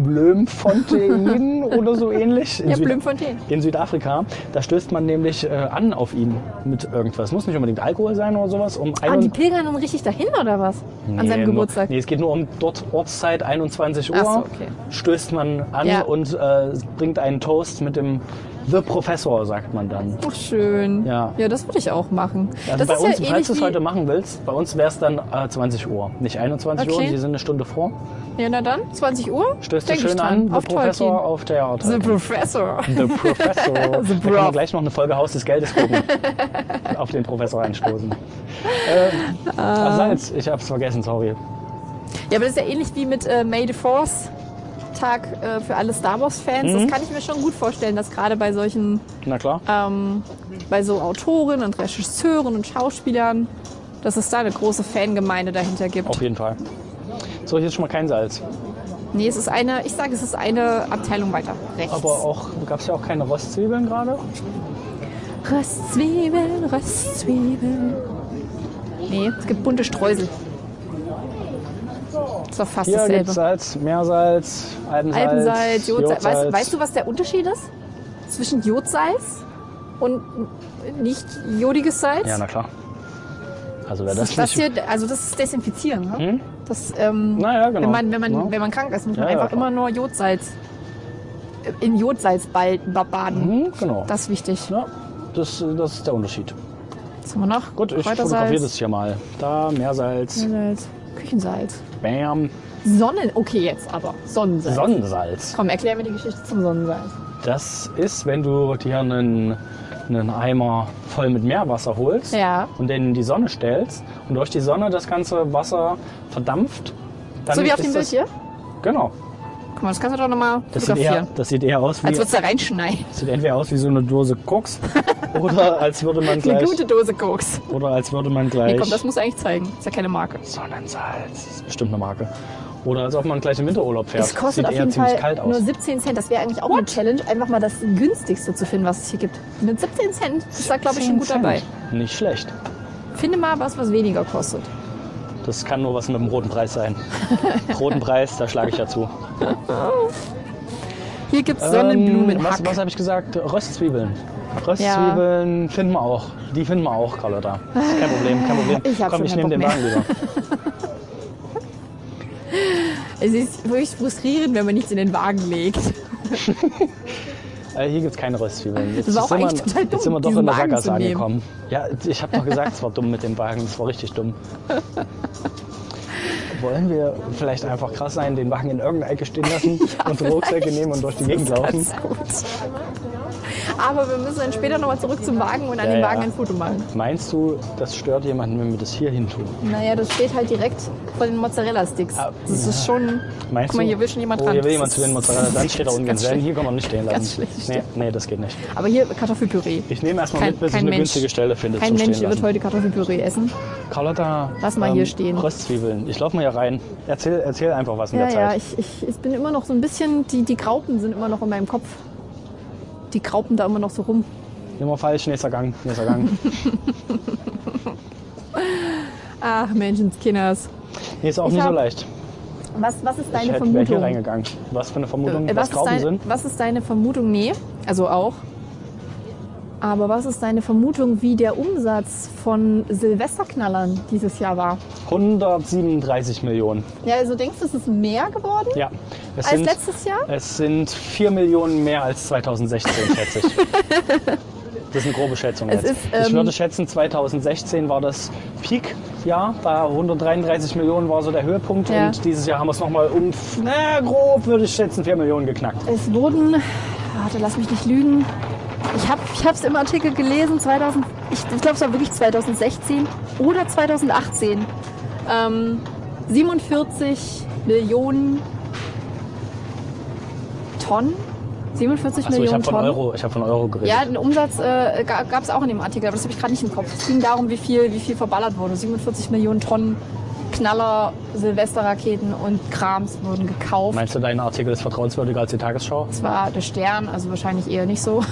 [SPEAKER 2] Blömfontein oder so ähnlich. In
[SPEAKER 1] Ja,
[SPEAKER 2] Süd-
[SPEAKER 1] Bloemfontein.
[SPEAKER 2] in Südafrika, da stößt man nämlich äh, an auf ihn mit irgendwas. Muss nicht unbedingt Alkohol sein oder sowas. Um
[SPEAKER 1] Ah, die
[SPEAKER 2] einund-
[SPEAKER 1] pilgern dann richtig dahin oder was? An seinem
[SPEAKER 2] nur,
[SPEAKER 1] Geburtstag.
[SPEAKER 2] Nee, es geht nur um dort Ortszeit 21 Uhr.
[SPEAKER 1] Ach so, okay.
[SPEAKER 2] Stößt man an
[SPEAKER 1] Ja.
[SPEAKER 2] und äh, bringt einen Toast mit dem The Professor, sagt man dann.
[SPEAKER 1] Ach, schön.
[SPEAKER 2] Ja.
[SPEAKER 1] ja, das würde ich auch machen.
[SPEAKER 2] Also
[SPEAKER 1] das
[SPEAKER 2] bei
[SPEAKER 1] ist
[SPEAKER 2] uns,
[SPEAKER 1] ja
[SPEAKER 2] falls
[SPEAKER 1] ähnlich
[SPEAKER 2] du es heute
[SPEAKER 1] wie...
[SPEAKER 2] machen willst, bei uns wäre es dann äh, 20 Uhr, nicht 21 Uhr,
[SPEAKER 1] Okay.
[SPEAKER 2] die sind eine Stunde vor.
[SPEAKER 1] Ja, na dann, 20 Uhr,
[SPEAKER 2] Stößt du
[SPEAKER 1] Denk ich
[SPEAKER 2] schön
[SPEAKER 1] dran.
[SPEAKER 2] an, The
[SPEAKER 1] Auf
[SPEAKER 2] Professor
[SPEAKER 1] Tolkien.
[SPEAKER 2] auf der
[SPEAKER 1] The
[SPEAKER 2] Ortszeit.
[SPEAKER 1] Professor.
[SPEAKER 2] The Professor.
[SPEAKER 1] The
[SPEAKER 2] da können wir
[SPEAKER 1] Prof.
[SPEAKER 2] gleich noch eine Folge Haus des Geldes gucken. Ähm,
[SPEAKER 1] Ah.
[SPEAKER 2] auf den Professor einstoßen. Äh, Salz, ich hab's vergessen, sorry.
[SPEAKER 1] Ja, aber das ist ja ähnlich wie mit äh, May the Force Tag äh, für alle Star Wars Fans.
[SPEAKER 2] Mhm.
[SPEAKER 1] Das kann ich mir schon gut vorstellen, dass gerade bei solchen,
[SPEAKER 2] Na klar.
[SPEAKER 1] ähm, bei so Autoren und Regisseuren und Schauspielern, dass es da eine große Fangemeinde dahinter gibt.
[SPEAKER 2] Auf jeden Fall. So, hier ist schon mal kein Salz.
[SPEAKER 1] Nee, es ist eine, ich sage, es ist eine Abteilung weiter. Rechts.
[SPEAKER 2] Aber auch gab es ja auch keine Rostzwiebeln gerade.
[SPEAKER 1] Röstzwiebeln, Röstzwiebeln. Nee, es gibt bunte Streusel. Ist doch fast
[SPEAKER 2] Hier
[SPEAKER 1] dasselbe.
[SPEAKER 2] gibt es Salz, Meersalz, Alpensalz.
[SPEAKER 1] Alpensalz, Jodsalz. Weißt,
[SPEAKER 2] Jodsalz.
[SPEAKER 1] weißt du, was der Unterschied ist? Zwischen Jodsalz und nicht jodiges Salz?
[SPEAKER 2] Ja, na klar. Also wer
[SPEAKER 1] das
[SPEAKER 2] das,
[SPEAKER 1] ist das
[SPEAKER 2] nicht...
[SPEAKER 1] hier, also das ist Desinfizieren, ne?
[SPEAKER 2] Hm?
[SPEAKER 1] Das, ähm,
[SPEAKER 2] Na ja, genau.
[SPEAKER 1] wenn, man, wenn, man,
[SPEAKER 2] Ja.
[SPEAKER 1] wenn man krank ist, muss
[SPEAKER 2] Ja,
[SPEAKER 1] man
[SPEAKER 2] ja,
[SPEAKER 1] einfach
[SPEAKER 2] klar.
[SPEAKER 1] immer nur Jodsalz äh, in Jodsalz bal- baden.
[SPEAKER 2] Hm, genau.
[SPEAKER 1] Das ist wichtig.
[SPEAKER 2] ja, das, das ist der Unterschied.
[SPEAKER 1] Was haben wir noch?
[SPEAKER 2] Gut, ich fotografiere das hier mal. Da, Meersalz,
[SPEAKER 1] Salz, Küchensalz.
[SPEAKER 2] Bam,
[SPEAKER 1] Sonnen, okay jetzt aber. Sonnensalz.
[SPEAKER 2] Sonnensalz.
[SPEAKER 1] Komm, erklär mir die Geschichte zum Sonnensalz.
[SPEAKER 2] Das ist, wenn du dir einen, einen Eimer voll mit Meerwasser holst
[SPEAKER 1] Ja.
[SPEAKER 2] und den in die Sonne stellst und durch die Sonne das ganze Wasser verdampft. Dann
[SPEAKER 1] so wie auf
[SPEAKER 2] ist
[SPEAKER 1] dem Bild
[SPEAKER 2] das-
[SPEAKER 1] hier?
[SPEAKER 2] Genau.
[SPEAKER 1] Guck mal, das kannst du doch nochmal
[SPEAKER 2] Das sieht, eher,
[SPEAKER 1] fotografieren.
[SPEAKER 2] das sieht eher aus wie,
[SPEAKER 1] Als würdest du da reinschneiden.
[SPEAKER 2] sieht entweder aus wie so eine Dose Koks oder als würde man
[SPEAKER 1] Eine
[SPEAKER 2] gleich
[SPEAKER 1] gute Dose Koks.
[SPEAKER 2] oder als würde man gleich
[SPEAKER 1] Nee, komm, das muss eigentlich zeigen. Ist ja keine Marke.
[SPEAKER 2] Sonnensalz, das ist bestimmt eine Marke. Oder als ob man gleich im Winterurlaub fährt.
[SPEAKER 1] Es kostet
[SPEAKER 2] sieht
[SPEAKER 1] auf
[SPEAKER 2] eher
[SPEAKER 1] jeden
[SPEAKER 2] ziemlich
[SPEAKER 1] Fall
[SPEAKER 2] kalt aus.
[SPEAKER 1] nur 17 Cent. Das wäre eigentlich auch eine Challenge, einfach mal das günstigste zu finden, was es hier gibt. Mit 17 Cent ist da, glaube ich, schon gut
[SPEAKER 2] 10
[SPEAKER 1] dabei.
[SPEAKER 2] Cent. Nicht schlecht.
[SPEAKER 1] Finde mal was, was weniger kostet.
[SPEAKER 2] Das kann nur was mit dem roten Preis sein. roten Preis, da schlage ich ja zu.
[SPEAKER 1] Hier gibt es
[SPEAKER 2] Ähm, was was
[SPEAKER 1] Sonnenblumenhack.
[SPEAKER 2] habe ich gesagt? Röstzwiebeln. Röstzwiebeln finden wir auch. Die finden wir auch, Carlotta. Ist kein Problem, kein Problem.
[SPEAKER 1] Ich hab
[SPEAKER 2] Komm,
[SPEAKER 1] schon
[SPEAKER 2] ich
[SPEAKER 1] keinen
[SPEAKER 2] nehme den
[SPEAKER 1] Bock
[SPEAKER 2] Wagen wieder.
[SPEAKER 1] es ist wirklich frustrierend, wenn man nichts in den Wagen legt.
[SPEAKER 2] Äh, hier gibt es keine Röstzwiebeln. Jetzt,
[SPEAKER 1] Das war auch
[SPEAKER 2] sind wir,
[SPEAKER 1] eigentlich total dumm,
[SPEAKER 2] jetzt sind wir doch
[SPEAKER 1] diesen
[SPEAKER 2] in der
[SPEAKER 1] Wagen
[SPEAKER 2] Sackgasse
[SPEAKER 1] zu nehmen.
[SPEAKER 2] angekommen. Ja, ich habe doch gesagt, es war dumm mit dem Wagen. Es war richtig dumm. Wollen wir vielleicht einfach krass sein, den Wagen in irgendeiner Ecke stehen lassen und die Rucksäcke nehmen und durch die Gegend laufen?
[SPEAKER 1] Ganz gut. Aber wir müssen dann später nochmal zurück zum Wagen und an
[SPEAKER 2] Ja,
[SPEAKER 1] dem
[SPEAKER 2] ja.
[SPEAKER 1] Wagen ein Foto machen.
[SPEAKER 2] Meinst du, das stört jemanden, wenn wir das hier hin tun?
[SPEAKER 1] Naja, das steht halt direkt vor den Mozzarella-Sticks.
[SPEAKER 2] Ah,
[SPEAKER 1] das ist schon.
[SPEAKER 2] Meinst
[SPEAKER 1] Guck mal,
[SPEAKER 2] du?
[SPEAKER 1] hier will schon jemand
[SPEAKER 2] oh,
[SPEAKER 1] ran.
[SPEAKER 2] Hier will
[SPEAKER 1] Das
[SPEAKER 2] jemand
[SPEAKER 1] ist-
[SPEAKER 2] zu den Mozzarella. Dann steht er unten
[SPEAKER 1] Ganz
[SPEAKER 2] Hier
[SPEAKER 1] schlecht.
[SPEAKER 2] kann man nicht stehen
[SPEAKER 1] Ganz
[SPEAKER 2] lassen.
[SPEAKER 1] schlecht,
[SPEAKER 2] Nee,
[SPEAKER 1] stimmt.
[SPEAKER 2] nee, das geht nicht.
[SPEAKER 1] Aber hier Kartoffelpüree.
[SPEAKER 2] Ich nehme erstmal
[SPEAKER 1] Kein-
[SPEAKER 2] mit, bis ich
[SPEAKER 1] kein
[SPEAKER 2] eine
[SPEAKER 1] Mensch-
[SPEAKER 2] günstige Stelle finde
[SPEAKER 1] Kein
[SPEAKER 2] zum
[SPEAKER 1] Mensch
[SPEAKER 2] Stehen
[SPEAKER 1] wird
[SPEAKER 2] lassen.
[SPEAKER 1] heute Kartoffelpüree essen.
[SPEAKER 2] Carlotta, ähm,
[SPEAKER 1] Lass mal hier stehen.
[SPEAKER 2] Röstzwiebeln. Ich laufe mal hier rein. Erzähl, erzähl einfach was in
[SPEAKER 1] Ja,
[SPEAKER 2] der
[SPEAKER 1] ja,
[SPEAKER 2] Zeit.
[SPEAKER 1] ich, ich, ich bin immer noch so ein bisschen. Die, die Graupen sind immer noch in meinem Kopf. Die Graupen da immer noch so rum.
[SPEAKER 2] Immer falsch, nächster Gang, nächster Gang.
[SPEAKER 1] Ach, Menschenskinders.
[SPEAKER 2] Nee, ist auch
[SPEAKER 1] Ich
[SPEAKER 2] nicht so
[SPEAKER 1] hab
[SPEAKER 2] leicht.
[SPEAKER 1] Was, was ist
[SPEAKER 2] Ich
[SPEAKER 1] deine
[SPEAKER 2] hätte wäre hier
[SPEAKER 1] Vermutung?
[SPEAKER 2] reingegangen. Was für eine Vermutung,
[SPEAKER 1] Äh,
[SPEAKER 2] was
[SPEAKER 1] was, ist
[SPEAKER 2] Graupen
[SPEAKER 1] dein,
[SPEAKER 2] sind?
[SPEAKER 1] was ist deine Vermutung? Nee, also auch. Aber was ist deine Vermutung, wie der Umsatz von Silvesterknallern dieses Jahr war?
[SPEAKER 2] 137 Millionen.
[SPEAKER 1] Ja, also denkst du, es ist mehr geworden
[SPEAKER 2] Ja. Es
[SPEAKER 1] als
[SPEAKER 2] sind,
[SPEAKER 1] letztes Jahr?
[SPEAKER 2] es sind 4 Millionen mehr als 2016, schätze ich. Das ist eine grobe Schätzung
[SPEAKER 1] Es
[SPEAKER 2] jetzt.
[SPEAKER 1] ist, ähm,
[SPEAKER 2] ich würde schätzen, 2016 war das Peak-Jahr. Da 133 Millionen war so der Höhepunkt.
[SPEAKER 1] Ja.
[SPEAKER 2] Und dieses Jahr haben wir es nochmal um, na, grob würde ich schätzen, 4 Millionen geknackt.
[SPEAKER 1] Es wurden, warte, lass mich nicht lügen. Ich habe es hab's im Artikel gelesen, 2000, ich, ich glaube, es war wirklich 2016 oder 2018. Ähm, 47 Millionen Tonnen? 47
[SPEAKER 2] Achso, ich
[SPEAKER 1] Millionen
[SPEAKER 2] habe von,
[SPEAKER 1] Tonnen.
[SPEAKER 2] Euro- ich hab von Euro geredet.
[SPEAKER 1] Ja, den Umsatz äh, gab es auch in dem Artikel, aber das habe ich gerade nicht im Kopf. Es ging darum, wie viel, wie viel verballert wurde. 47 Millionen Tonnen Knaller, Silvesterraketen und Krams wurden gekauft.
[SPEAKER 2] Meinst du, dein Artikel ist vertrauenswürdiger als die Tagesschau?
[SPEAKER 1] Das war der Stern, also wahrscheinlich eher nicht so.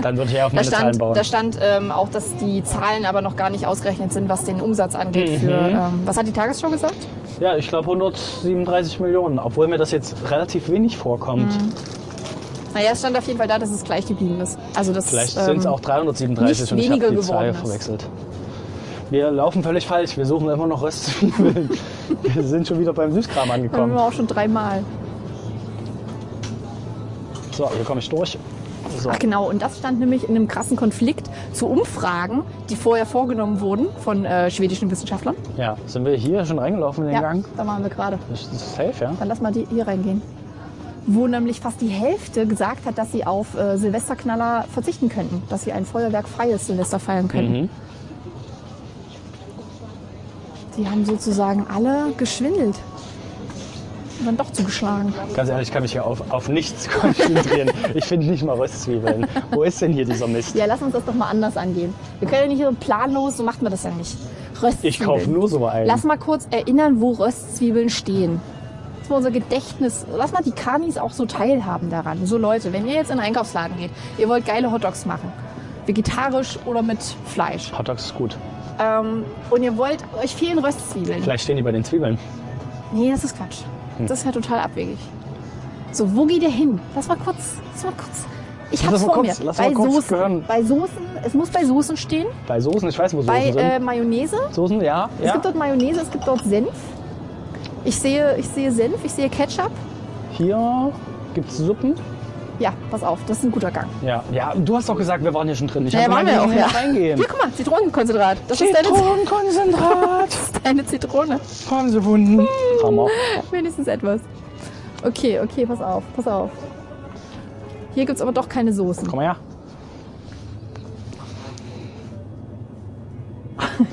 [SPEAKER 2] Dann würde ich eher auf
[SPEAKER 1] Da
[SPEAKER 2] meine Zahlen
[SPEAKER 1] stand,
[SPEAKER 2] bauen.
[SPEAKER 1] da stand ähm, auch, dass die Zahlen aber noch gar nicht ausgerechnet sind, was den Umsatz angeht. Für,
[SPEAKER 2] Mhm.
[SPEAKER 1] ähm, was hat die Tagesschau gesagt?
[SPEAKER 2] Ja, ich glaube 137 Millionen, obwohl mir das jetzt relativ wenig vorkommt.
[SPEAKER 1] Mhm. Naja, es stand auf jeden Fall da, dass es gleich geblieben ist. Also das,
[SPEAKER 2] Vielleicht
[SPEAKER 1] ähm,
[SPEAKER 2] sind es auch
[SPEAKER 1] nicht
[SPEAKER 2] 337 und ich habe
[SPEAKER 1] weniger
[SPEAKER 2] die
[SPEAKER 1] geworden
[SPEAKER 2] Zahl
[SPEAKER 1] ist.
[SPEAKER 2] verwechselt. Wir laufen völlig falsch, wir suchen immer noch Röstzwiebeln. wir sind schon wieder beim Süßkram
[SPEAKER 1] haben
[SPEAKER 2] angekommen.
[SPEAKER 1] wir auch schon dreimal.
[SPEAKER 2] So, hier komme ich durch. So.
[SPEAKER 1] Ach genau, und das stand nämlich in einem krassen Konflikt zu Umfragen, die vorher vorgenommen wurden von äh, schwedischen Wissenschaftlern.
[SPEAKER 2] Ja, sind wir hier schon reingelaufen in den Gang?
[SPEAKER 1] da waren wir gerade.
[SPEAKER 2] Das ist safe, ja?
[SPEAKER 1] Dann lass mal die hier reingehen. Wo nämlich fast die Hälfte gesagt hat, dass sie auf äh, Silvesterknaller verzichten könnten, dass sie ein feuerwerkfreies Silvester feiern könnten.
[SPEAKER 2] Mhm.
[SPEAKER 1] Die haben sozusagen alle geschwindelt. und dann doch zugeschlagen.
[SPEAKER 2] Ganz ehrlich, ich kann mich hier auf, auf nichts konzentrieren. ich finde nicht mal Röstzwiebeln. Wo ist denn hier dieser Mist?
[SPEAKER 1] Ja, lass uns das doch mal anders angehen. Wir können ja nicht so planlos, so macht man das ja nicht. Röstzwiebeln.
[SPEAKER 2] Ich kaufe nur so einen.
[SPEAKER 1] Lass mal kurz erinnern, wo Röstzwiebeln stehen. Lass mal unser Gedächtnis, lass mal die Kanis auch so teilhaben daran. So Leute, wenn ihr jetzt in den Einkaufsladen geht, ihr wollt geile Hotdogs machen, vegetarisch oder mit Fleisch,
[SPEAKER 2] Hotdogs ist gut.
[SPEAKER 1] ähm, und ihr wollt, euch fehlen Röstzwiebeln.
[SPEAKER 2] Vielleicht stehen die bei den Zwiebeln.
[SPEAKER 1] Nee, das ist Quatsch.
[SPEAKER 2] Hm.
[SPEAKER 1] Das ist ja total abwegig. So, wo geht ihr hin? Lass mal kurz, lass mal kurz. Ich
[SPEAKER 2] Lass
[SPEAKER 1] hab's
[SPEAKER 2] mal
[SPEAKER 1] vor
[SPEAKER 2] kurz,
[SPEAKER 1] mir.
[SPEAKER 2] lass
[SPEAKER 1] bei
[SPEAKER 2] mal kurz
[SPEAKER 1] Soßen,
[SPEAKER 2] hören.
[SPEAKER 1] bei Soßen, es muss bei Soßen stehen.
[SPEAKER 2] Bei Soßen, ich weiß, wo Soßen
[SPEAKER 1] bei
[SPEAKER 2] sind.
[SPEAKER 1] äh, Mayonnaise.
[SPEAKER 2] Soßen, ja.
[SPEAKER 1] Es
[SPEAKER 2] ja.
[SPEAKER 1] gibt dort Mayonnaise, es gibt dort Senf. Ich sehe, ich sehe Senf, ich sehe Ketchup.
[SPEAKER 2] Hier gibt's Suppen.
[SPEAKER 1] Ja, pass auf, das ist ein guter Gang.
[SPEAKER 2] Ja. ja, du hast doch gesagt, wir waren hier schon drin. Ich hab
[SPEAKER 1] waren
[SPEAKER 2] gemeint,
[SPEAKER 1] wir
[SPEAKER 2] müssen
[SPEAKER 1] ja.
[SPEAKER 2] jetzt reingehen.
[SPEAKER 1] Hier, guck mal, Zitronenkonzentrat. Das ist deine,
[SPEAKER 2] Zitronenkonzentrat.
[SPEAKER 1] deine Zitrone.
[SPEAKER 2] Haben sie Wunden. Hammer.
[SPEAKER 1] Wenigstens etwas. Okay, okay, pass auf, pass auf. Hier gibt's aber doch keine Soßen.
[SPEAKER 2] Komm mal her.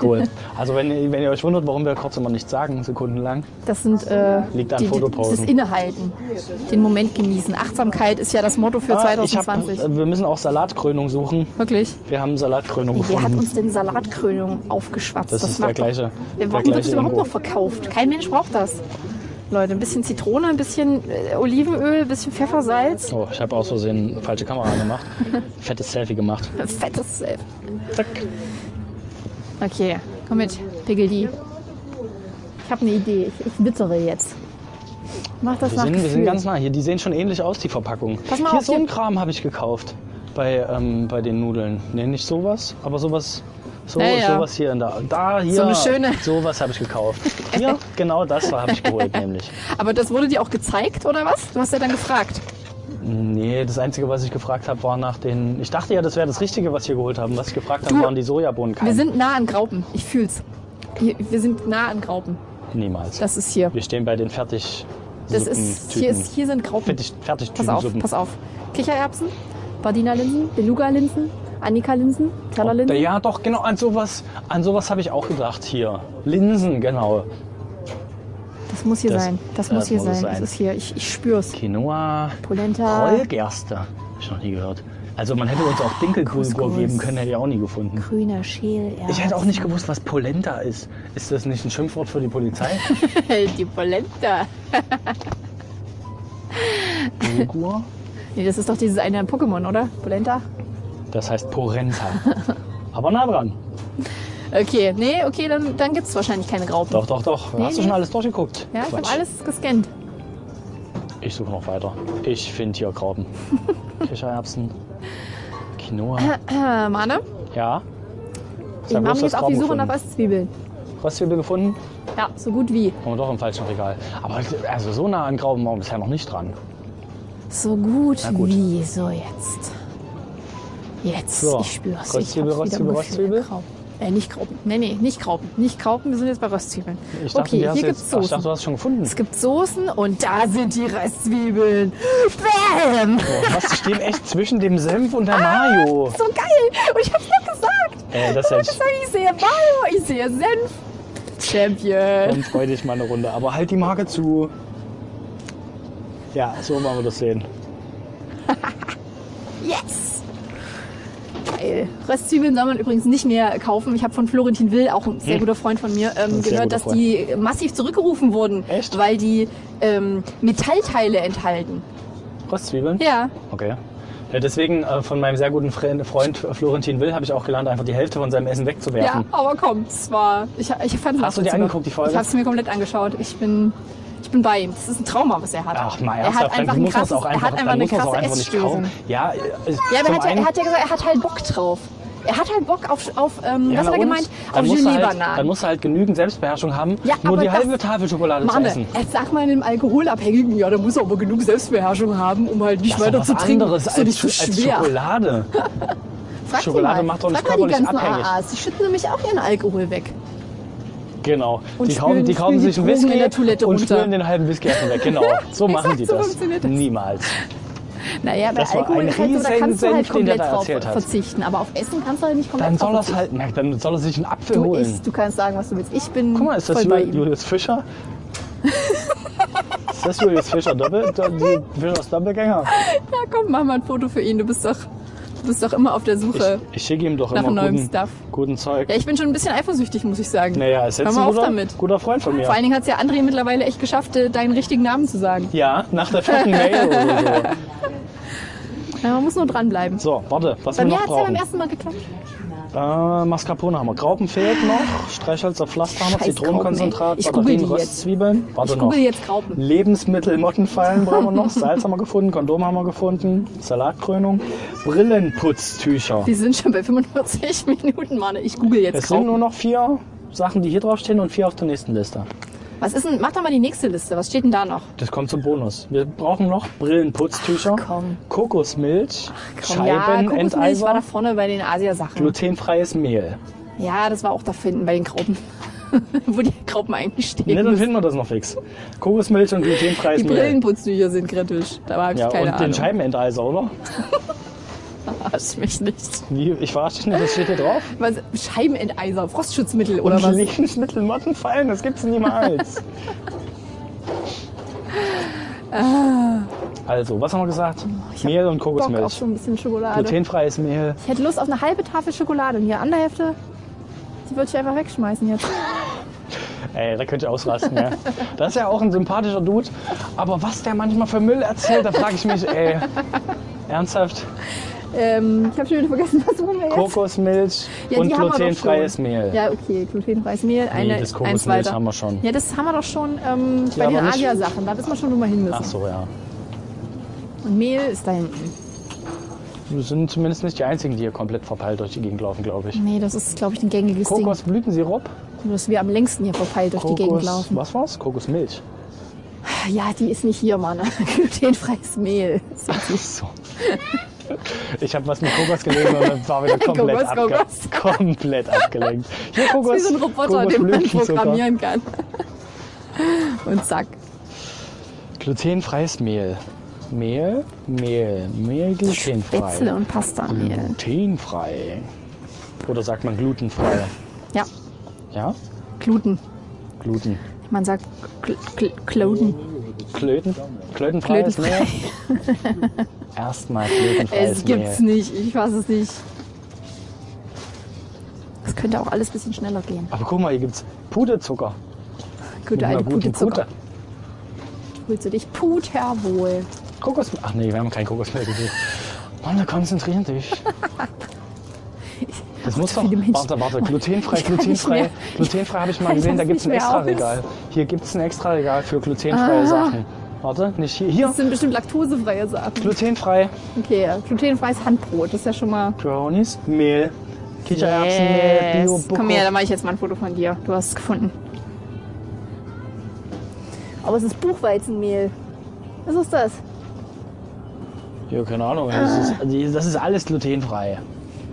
[SPEAKER 2] Cool. Also wenn, ihr- wenn ihr euch wundert, warum wir kurz immer nichts sagen, sekundenlang.
[SPEAKER 1] Das sind äh,
[SPEAKER 2] Liegt an
[SPEAKER 1] die, die,
[SPEAKER 2] Fotopausen.
[SPEAKER 1] das Innehalten, den Moment genießen. Achtsamkeit ist ja das Motto für
[SPEAKER 2] Ah, ich hab,
[SPEAKER 1] 2020.
[SPEAKER 2] äh, wir müssen auch Salatkrönung suchen.
[SPEAKER 1] Wirklich?
[SPEAKER 2] Wir haben Salatkrönung
[SPEAKER 1] Wer hat
[SPEAKER 2] gefunden.
[SPEAKER 1] uns denn Salatkrönung aufgeschwatzt?
[SPEAKER 2] Das ist
[SPEAKER 1] mag
[SPEAKER 2] der gleiche-
[SPEAKER 1] Doch,
[SPEAKER 2] der
[SPEAKER 1] Äh, warum wird
[SPEAKER 2] gleiche
[SPEAKER 1] das überhaupt
[SPEAKER 2] Ingo.
[SPEAKER 1] noch verkauft? Kein Mensch braucht das. Leute, ein bisschen Zitrone, ein bisschen äh, Olivenöl, ein bisschen Pfeffersalz.
[SPEAKER 2] Oh, ich habe aus Versehen falsche Kamera gemacht. Fettes Selfie gemacht.
[SPEAKER 1] Äh, Fettes Self.
[SPEAKER 2] Zack.
[SPEAKER 1] Okay, komm mit, pickel die. Ich habe eine Idee, ich, ich wittere jetzt. Mach das
[SPEAKER 2] Wir
[SPEAKER 1] nach
[SPEAKER 2] sind, wir
[SPEAKER 1] Gefühl.
[SPEAKER 2] sind ganz nah hier. Die sehen schon ähnlich aus, die Verpackung.
[SPEAKER 1] Pass mal
[SPEAKER 2] hier
[SPEAKER 1] auf,
[SPEAKER 2] so ein
[SPEAKER 1] hier-
[SPEAKER 2] Kram habe ich gekauft bei, ähm, bei den Nudeln. Nee, nicht sowas, aber sowas. So,
[SPEAKER 1] Ja, ja.
[SPEAKER 2] sowas hier und da. Da, hier.
[SPEAKER 1] So eine schöne-
[SPEAKER 2] Sowas habe ich gekauft. Hier, genau das habe ich geholt, nämlich.
[SPEAKER 1] Aber das wurde dir auch gezeigt, oder was? Du hast ja dann gefragt.
[SPEAKER 2] Nee, das Einzige, was ich gefragt habe, war nach den. Ich dachte ja, das wäre das Richtige, was ich hier geholt haben. Was ich gefragt habe,
[SPEAKER 1] Du-
[SPEAKER 2] waren die Sojabohnen.
[SPEAKER 1] Wir
[SPEAKER 2] Kein-
[SPEAKER 1] sind nah an Graupen. Ich fühl's. Hier, wir sind nah an Graupen.
[SPEAKER 2] Niemals.
[SPEAKER 1] Das ist hier.
[SPEAKER 2] Wir stehen bei den fertig.
[SPEAKER 1] Das ist hier, ist hier sind Graupen.
[SPEAKER 2] Fertig, fertig
[SPEAKER 1] Pass auf, pass auf. Kichererbsen, Bardina-Linsen, Beluga-Linsen, Annika-Linsen, Tellerlinsen.
[SPEAKER 2] Ja, doch, genau, an sowas, an sowas habe ich auch gedacht hier. Linsen, genau.
[SPEAKER 1] Das muss hier
[SPEAKER 2] das,
[SPEAKER 1] sein. Das
[SPEAKER 2] äh,
[SPEAKER 1] muss hier
[SPEAKER 2] muss
[SPEAKER 1] sein.
[SPEAKER 2] sein.
[SPEAKER 1] Das ist hier. Ich, ich spür's.
[SPEAKER 2] Quinoa,
[SPEAKER 1] Polenta,
[SPEAKER 2] Rollgerste. Hab ich noch nie gehört. Also man hätte uns auch Dinkelkulgur
[SPEAKER 1] Couscous.
[SPEAKER 2] geben können, hätte ich auch nie gefunden.
[SPEAKER 1] grüner Schäl.
[SPEAKER 2] Ich hätte auch nicht gewusst, was Polenta ist. Ist das nicht ein Schimpfwort für die Polizei?
[SPEAKER 1] Die Polenta.
[SPEAKER 2] Bulgur?
[SPEAKER 1] Nee, das ist doch dieses eine Pokémon, oder? Polenta?
[SPEAKER 2] Das heißt Porenta. Aber nah dran.
[SPEAKER 1] Okay, nee, okay, dann, dann gibt's wahrscheinlich keine Graupen.
[SPEAKER 2] Doch, doch, doch. Hast du
[SPEAKER 1] nee.
[SPEAKER 2] schon alles durchgeguckt?
[SPEAKER 1] Ja, ich habe
[SPEAKER 2] Quatsch.
[SPEAKER 1] alles gescannt.
[SPEAKER 2] Ich suche noch weiter. Ich finde hier Graupen. Kichererbsen. Quinoa.
[SPEAKER 1] Äh, Mane,
[SPEAKER 2] Ja. Sag
[SPEAKER 1] ich mache mich
[SPEAKER 2] bloß, du hast
[SPEAKER 1] jetzt auf die
[SPEAKER 2] Graupen
[SPEAKER 1] Suche nach
[SPEAKER 2] gefunden.
[SPEAKER 1] Röstzwiebeln.
[SPEAKER 2] Röstzwiebel gefunden?
[SPEAKER 1] Ja, so gut wie.
[SPEAKER 2] Haben wir doch im falschen Regal. Aber also so nah an Graupen waren wir bisher noch nicht dran.
[SPEAKER 1] So gut,
[SPEAKER 2] Na gut.
[SPEAKER 1] wie. So jetzt. Jetzt.
[SPEAKER 2] So,
[SPEAKER 1] Ich spür's.
[SPEAKER 2] Röstzwiebel,
[SPEAKER 1] ich hab's wieder im
[SPEAKER 2] Röstzwiebel,
[SPEAKER 1] Gefühl.
[SPEAKER 2] Röstzwiebel?
[SPEAKER 1] Graupen. Äh, nicht Graupen. Nee, nee, nicht Graupen. Nicht Graupen, wir sind jetzt bei Röstzwiebeln.
[SPEAKER 2] Ich dachte,
[SPEAKER 1] okay,
[SPEAKER 2] die hast
[SPEAKER 1] hier
[SPEAKER 2] du
[SPEAKER 1] gibt's
[SPEAKER 2] jetzt, Ach, ich dachte,
[SPEAKER 1] Soßen.
[SPEAKER 2] du hast schon gefunden.
[SPEAKER 1] Es gibt Soßen und da sind die Röstzwiebeln. Bam!
[SPEAKER 2] Oh, was? Die stehen echt zwischen dem Senf und der Mayo.
[SPEAKER 1] So geil! Und ich hab's ja gesagt!
[SPEAKER 2] Äh, das
[SPEAKER 1] Ich hab
[SPEAKER 2] ist
[SPEAKER 1] gesagt, ich sehe Mayo, ich sehe Senf. Champion.
[SPEAKER 2] Dann freu dich mal eine Runde. Aber halt die Marke zu. Ja, so wollen wir das sehen.
[SPEAKER 1] Yes! Geil. Röstzwiebeln soll man übrigens nicht mehr kaufen. Ich habe von Florentin Will, auch ein sehr guter Freund von mir, ähm,
[SPEAKER 2] Hm. sehr
[SPEAKER 1] gehört,
[SPEAKER 2] guter
[SPEAKER 1] dass die massiv zurückgerufen wurden,
[SPEAKER 2] Echt?
[SPEAKER 1] weil die ähm, Metallteile enthalten.
[SPEAKER 2] Röstzwiebeln?
[SPEAKER 1] Ja,
[SPEAKER 2] Okay. Ja, deswegen äh, von meinem sehr guten Fre- Freund Florentin Will habe ich auch gelernt, einfach die Hälfte von seinem Essen
[SPEAKER 1] ja,
[SPEAKER 2] wegzuwerfen.
[SPEAKER 1] aber komm, es war. Ich, ich fand
[SPEAKER 2] Hast du dir angeguckt, die Folge?
[SPEAKER 1] Ich habe es mir komplett angeschaut. Ich bin, ich bin bei ihm. Das ist ein Trauma, was er hat.
[SPEAKER 2] Ach mal,
[SPEAKER 1] er hat
[SPEAKER 2] ernsthaft,
[SPEAKER 1] einfach
[SPEAKER 2] dann
[SPEAKER 1] ein
[SPEAKER 2] muss man
[SPEAKER 1] krasses,
[SPEAKER 2] es auch
[SPEAKER 1] er
[SPEAKER 2] einfach,
[SPEAKER 1] hat einfach
[SPEAKER 2] dann
[SPEAKER 1] eine
[SPEAKER 2] muss man es
[SPEAKER 1] krasse
[SPEAKER 2] auch einfach nicht
[SPEAKER 1] Essstörung.
[SPEAKER 2] kauen. Ja, äh,
[SPEAKER 1] Ja, aber er
[SPEAKER 2] zum
[SPEAKER 1] hat, ja-
[SPEAKER 2] einen,
[SPEAKER 1] er hat ja gesagt, er hat halt Bock drauf. Er hat halt Bock auf, auf ähm, was
[SPEAKER 2] na
[SPEAKER 1] hat er
[SPEAKER 2] und?
[SPEAKER 1] gemeint?
[SPEAKER 2] Dann
[SPEAKER 1] Auf
[SPEAKER 2] musst du halt, Dann
[SPEAKER 1] Gelee-Bananen.
[SPEAKER 2] musst du halt genügend Selbstbeherrschung haben,
[SPEAKER 1] Ja,
[SPEAKER 2] nur
[SPEAKER 1] aber
[SPEAKER 2] die
[SPEAKER 1] das-
[SPEAKER 2] halbe Tafel Schokolade zu
[SPEAKER 1] Mann,
[SPEAKER 2] essen.
[SPEAKER 1] jetzt sag mal einem Alkoholabhängigen, ja, da muss er aber genug Selbstbeherrschung haben, um halt nicht
[SPEAKER 2] Das ist
[SPEAKER 1] weiter
[SPEAKER 2] doch was
[SPEAKER 1] zu trinken.
[SPEAKER 2] anderes
[SPEAKER 1] Ist doch
[SPEAKER 2] als,
[SPEAKER 1] nicht so
[SPEAKER 2] als
[SPEAKER 1] schwer.
[SPEAKER 2] Schokolade.
[SPEAKER 1] Frag die
[SPEAKER 2] Schokolade
[SPEAKER 1] mal.
[SPEAKER 2] macht doch nicht
[SPEAKER 1] Frag mal die
[SPEAKER 2] körperlich
[SPEAKER 1] ganzen
[SPEAKER 2] abhängig.
[SPEAKER 1] AAs, die schütten nämlich auch ihren Alkohol weg.
[SPEAKER 2] Genau.
[SPEAKER 1] Und
[SPEAKER 2] die kaufen,
[SPEAKER 1] spülen-
[SPEAKER 2] die kaufen
[SPEAKER 1] spülen die
[SPEAKER 2] sich einen
[SPEAKER 1] Drogen
[SPEAKER 2] Whisky
[SPEAKER 1] in der Toilette
[SPEAKER 2] und
[SPEAKER 1] runter.
[SPEAKER 2] spülen den halben Whisky einfach weg. Genau. So machen
[SPEAKER 1] Exakt,
[SPEAKER 2] die
[SPEAKER 1] so
[SPEAKER 2] das.
[SPEAKER 1] funktioniert das.
[SPEAKER 2] Niemals.
[SPEAKER 1] Naja, bei
[SPEAKER 2] Das war
[SPEAKER 1] Alkohol
[SPEAKER 2] ein
[SPEAKER 1] ist halt so, da
[SPEAKER 2] riesen
[SPEAKER 1] kannst du halt
[SPEAKER 2] Senf, den der
[SPEAKER 1] komplett
[SPEAKER 2] da
[SPEAKER 1] drauf
[SPEAKER 2] erzählt hat.
[SPEAKER 1] verzichten. Aber auf Essen kannst du halt nicht komplett
[SPEAKER 2] Dann soll er
[SPEAKER 1] drauf
[SPEAKER 2] es
[SPEAKER 1] verzichten.
[SPEAKER 2] halt, na, dann soll er sich einen Apfel
[SPEAKER 1] Du,
[SPEAKER 2] holen.
[SPEAKER 1] isst, du kannst sagen, was du willst. Ich bin
[SPEAKER 2] Guck mal, ist das
[SPEAKER 1] voll bei
[SPEAKER 2] Jul-
[SPEAKER 1] ihm.
[SPEAKER 2] Julius Fischer? Ist das Julius Fischer Doppel, die Fischers Doppelgänger?
[SPEAKER 1] Ja, komm, mach mal ein Foto für ihn. Du bist doch, du bist doch immer auf der
[SPEAKER 2] Ich,
[SPEAKER 1] Suche.
[SPEAKER 2] ich schicke ihm doch
[SPEAKER 1] Nach
[SPEAKER 2] immer
[SPEAKER 1] neuem
[SPEAKER 2] guten,
[SPEAKER 1] Stuff.
[SPEAKER 2] guten Zeug.
[SPEAKER 1] ja, ich bin schon ein bisschen eifersüchtig, muss ich sagen.
[SPEAKER 2] Naja, ist
[SPEAKER 1] Hör
[SPEAKER 2] jetzt
[SPEAKER 1] mal
[SPEAKER 2] ein
[SPEAKER 1] auf
[SPEAKER 2] guter,
[SPEAKER 1] damit.
[SPEAKER 2] guter Freund von mir.
[SPEAKER 1] Vor allen Dingen hat es ja André mittlerweile echt geschafft, äh, deinen richtigen Namen zu sagen.
[SPEAKER 2] Ja, nach der vierten Mail oder
[SPEAKER 1] Ja, man muss nur dranbleiben.
[SPEAKER 2] so. So, warte, was
[SPEAKER 1] Bei
[SPEAKER 2] wir
[SPEAKER 1] mir
[SPEAKER 2] noch
[SPEAKER 1] hat es ja beim
[SPEAKER 2] brauchen.
[SPEAKER 1] ersten Mal geklappt.
[SPEAKER 2] Äh, Mascarpone haben wir. Graupen fehlt noch, Streichhölzer, Pflaster haben wir,
[SPEAKER 1] Scheiß Graupen,
[SPEAKER 2] Zitronenkonzentrat,
[SPEAKER 1] ey. Ich google die
[SPEAKER 2] Batterien,
[SPEAKER 1] jetzt.
[SPEAKER 2] Röstzwiebeln. Warte
[SPEAKER 1] Ich
[SPEAKER 2] noch.
[SPEAKER 1] google jetzt Graupen.
[SPEAKER 2] Lebensmittel, Mottenfallen brauchen wir noch, Salz haben wir gefunden, Kondom haben wir gefunden, Salatkrönung, Brillenputztücher.
[SPEAKER 1] Wir sind schon bei 45 Minuten, Mann. Ich google jetzt
[SPEAKER 2] Es sind
[SPEAKER 1] Graupen.
[SPEAKER 2] nur noch vier Sachen, die hier draufstehen und vier auf der nächsten Liste.
[SPEAKER 1] Was ist denn? Mach doch mal die nächste Liste. Was steht denn da noch?
[SPEAKER 2] Das kommt zum Bonus. Wir brauchen noch Brillenputztücher,
[SPEAKER 1] Ach, komm.
[SPEAKER 2] Kokosmilch,
[SPEAKER 1] Komm, ja, Kokosmilch war
[SPEAKER 2] Scheibenenteiser,
[SPEAKER 1] da vorne bei den Asiasachen.
[SPEAKER 2] glutenfreies Mehl.
[SPEAKER 1] Ja, das war auch da hinten bei den Graupen. Wo die Graupen eigentlich
[SPEAKER 2] Ne,
[SPEAKER 1] stehen.
[SPEAKER 2] dann finden wir das noch fix. Kokosmilch und glutenfreies
[SPEAKER 1] die
[SPEAKER 2] Mehl.
[SPEAKER 1] Brillenputztücher sind kritisch. Da habe ich
[SPEAKER 2] Ja, und
[SPEAKER 1] keine
[SPEAKER 2] den
[SPEAKER 1] Ahnung.
[SPEAKER 2] Scheibenenteiser, oder?
[SPEAKER 1] Verarsch mich nicht.
[SPEAKER 2] Wie, ich verarsche dich nicht, das steht hier drauf.
[SPEAKER 1] Was, Scheibenenteiser, Frostschutzmittel oder
[SPEAKER 2] und
[SPEAKER 1] was?
[SPEAKER 2] Lebensmittel, Mottenfallen, das gibt's niemals. also, was haben wir gesagt?
[SPEAKER 1] Ah. Oh, ich hab
[SPEAKER 2] Mehl und
[SPEAKER 1] Bock auf
[SPEAKER 2] Kokosmilch.
[SPEAKER 1] so ein bisschen Schokolade.
[SPEAKER 2] Glutenfreies Mehl.
[SPEAKER 1] Ich hätte Lust auf eine halbe Tafel Schokolade. Und hier an der Hälfte, die würde ich einfach wegschmeißen jetzt.
[SPEAKER 2] Ey, da könnt ihr ausrasten, ja. Das ist ja auch ein sympathischer Dude. Aber was der manchmal für Müll erzählt, da frage ich mich, ey. Ernsthaft?
[SPEAKER 1] Ähm, ich habe schon wieder vergessen, was suchen wir jetzt?
[SPEAKER 2] Kokosmilch
[SPEAKER 1] Ja,
[SPEAKER 2] und
[SPEAKER 1] die haben wir doch
[SPEAKER 2] glutenfreies
[SPEAKER 1] schon.
[SPEAKER 2] Mehl.
[SPEAKER 1] Ja, okay, glutenfreies Mehl, eine,
[SPEAKER 2] das
[SPEAKER 1] eins
[SPEAKER 2] Kokosmilch
[SPEAKER 1] weiter.
[SPEAKER 2] haben wir schon.
[SPEAKER 1] Ja, das haben wir doch schon ähm, bei den
[SPEAKER 2] aber nicht-
[SPEAKER 1] Asia-Sachen. Da wissen wir schon, wo wir hin müssen.
[SPEAKER 2] Ach so, ja.
[SPEAKER 1] Und Mehl ist da hinten.
[SPEAKER 2] Wir sind zumindest nicht die Einzigen, die hier komplett verpeilt durch die Gegend laufen, glaube ich.
[SPEAKER 1] Nee, das ist, glaube ich, ein gängiges
[SPEAKER 2] Kokosblütensirup.
[SPEAKER 1] Ding. Dass wir am längsten hier verpeilt durch die Gegend
[SPEAKER 2] Kokos,
[SPEAKER 1] laufen.
[SPEAKER 2] was war's? Kokosmilch.
[SPEAKER 1] Ja, die ist nicht hier, Mann. glutenfreies Mehl.
[SPEAKER 2] So. Ich habe was mit Kokos gelesen und dann war wieder komplett,
[SPEAKER 1] Kokos,
[SPEAKER 2] abge
[SPEAKER 1] Kokos.
[SPEAKER 2] komplett abgelenkt. Hier Kokos,
[SPEAKER 1] Das ist wie so ein Roboter, den man
[SPEAKER 2] Kokosblütenzucker.
[SPEAKER 1] programmieren kann. Und zack.
[SPEAKER 2] Glutenfreies Mehl. Mehl, Mehl, Mehl glutenfrei.
[SPEAKER 1] Spätzle und Pastamehl.
[SPEAKER 2] Glutenfrei. Oder sagt man glutenfrei?
[SPEAKER 1] Ja,
[SPEAKER 2] Ja?
[SPEAKER 1] Gluten.
[SPEAKER 2] Gluten.
[SPEAKER 1] Man sagt Gl Gl Gluten.
[SPEAKER 2] Klöten? Klötenfreies
[SPEAKER 1] Klötenfrei.
[SPEAKER 2] Mehl? Erstmal klötenfreies
[SPEAKER 1] Es gibt's
[SPEAKER 2] Mehl.
[SPEAKER 1] nicht. Ich fasse es nicht. Es könnte auch alles ein bisschen schneller gehen.
[SPEAKER 2] Aber guck mal, hier gibt's Puderzucker. Mit
[SPEAKER 1] Gute
[SPEAKER 2] einer
[SPEAKER 1] alte
[SPEAKER 2] guten
[SPEAKER 1] Pute Zucker.
[SPEAKER 2] Pute.
[SPEAKER 1] Holst du dich? Puter wohl.
[SPEAKER 2] Kokosmilch. Ach nee, wir haben kein Kokosmilch gesehen. Mann, wir konzentrieren dich. Das muss
[SPEAKER 1] so
[SPEAKER 2] doch.
[SPEAKER 1] viele Menschen.
[SPEAKER 2] Warte, warte. Glutenfrei,
[SPEAKER 1] Ich kann nicht
[SPEAKER 2] glutenfrei.
[SPEAKER 1] mehr.
[SPEAKER 2] Glutenfrei habe ich
[SPEAKER 1] Ich
[SPEAKER 2] mal
[SPEAKER 1] kann
[SPEAKER 2] gesehen, da
[SPEAKER 1] das
[SPEAKER 2] gibt es ein
[SPEAKER 1] nicht mehr
[SPEAKER 2] extra
[SPEAKER 1] aus. Ah.
[SPEAKER 2] Regal. Hier gibt es ein extra Regal für glutenfreie Sachen. Warte, nicht hier. Hier,
[SPEAKER 1] Das sind bestimmt laktosefreie Sachen.
[SPEAKER 2] glutenfrei.
[SPEAKER 1] Okay, glutenfreies Handbrot. Das ist ja schon mal.
[SPEAKER 2] Brownies, Mehl, Kichererbsenmehl, Bio, Buko.
[SPEAKER 1] Komm her, dann mache ich jetzt mal ein Foto von dir. Du hast es gefunden. Aber es ist Buchweizenmehl. Was ist das?
[SPEAKER 2] Ja, keine Ahnung. Das
[SPEAKER 1] Ah.
[SPEAKER 2] ist, die- das ist alles glutenfrei.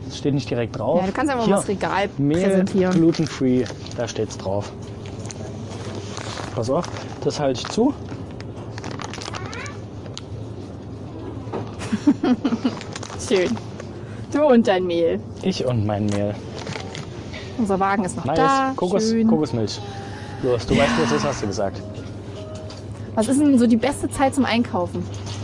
[SPEAKER 2] Das steht nicht direkt drauf.
[SPEAKER 1] Ja, du kannst einfach
[SPEAKER 2] Hier,
[SPEAKER 1] mal das Regal
[SPEAKER 2] Mehl,
[SPEAKER 1] präsentieren.
[SPEAKER 2] glutenfree. Da steht's drauf. Pass auf, das halte ich zu.
[SPEAKER 1] Schön. Du und dein Mehl.
[SPEAKER 2] Ich und mein Mehl.
[SPEAKER 1] Unser Wagen ist noch
[SPEAKER 2] Nice.
[SPEAKER 1] da.
[SPEAKER 2] Kokos,
[SPEAKER 1] Schön.
[SPEAKER 2] Kokosmilch. Los, du weißt, was das hast du gesagt.
[SPEAKER 1] Was ist denn so die beste Zeit zum Einkaufen?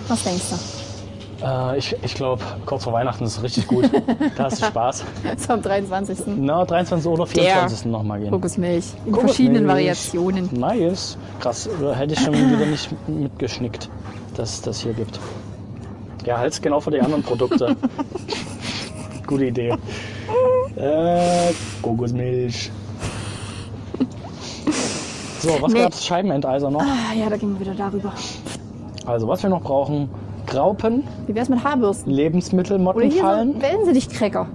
[SPEAKER 1] Was denkst du?
[SPEAKER 2] Äh, ich ich glaube, kurz vor Weihnachten ist richtig gut. da hast du Spaß.
[SPEAKER 1] So am 23.
[SPEAKER 2] Na, 23. oder 24. nochmal gehen.
[SPEAKER 1] Kokosmilch. In
[SPEAKER 2] Kokosmilch. Hm.
[SPEAKER 1] verschiedenen Variationen.
[SPEAKER 2] Nice. Krass, äh, hätte ich schon wieder nicht mitgeschnickt, dass es das hier gibt. Ja, halt's genau für die anderen Produkte. Gute Idee. Äh, Kokosmilch. So, was
[SPEAKER 1] Nee.
[SPEAKER 2] gab's? Scheibenenteiser noch.
[SPEAKER 1] Ah ja, da gehen wir wieder darüber.
[SPEAKER 2] Also, was wir noch brauchen: Graupen,
[SPEAKER 1] Wie wär's mit Haarbürsten?
[SPEAKER 2] Lebensmittel,
[SPEAKER 1] Oder hier so
[SPEAKER 2] Mottenfallen.
[SPEAKER 1] wählen sie dich Cracker.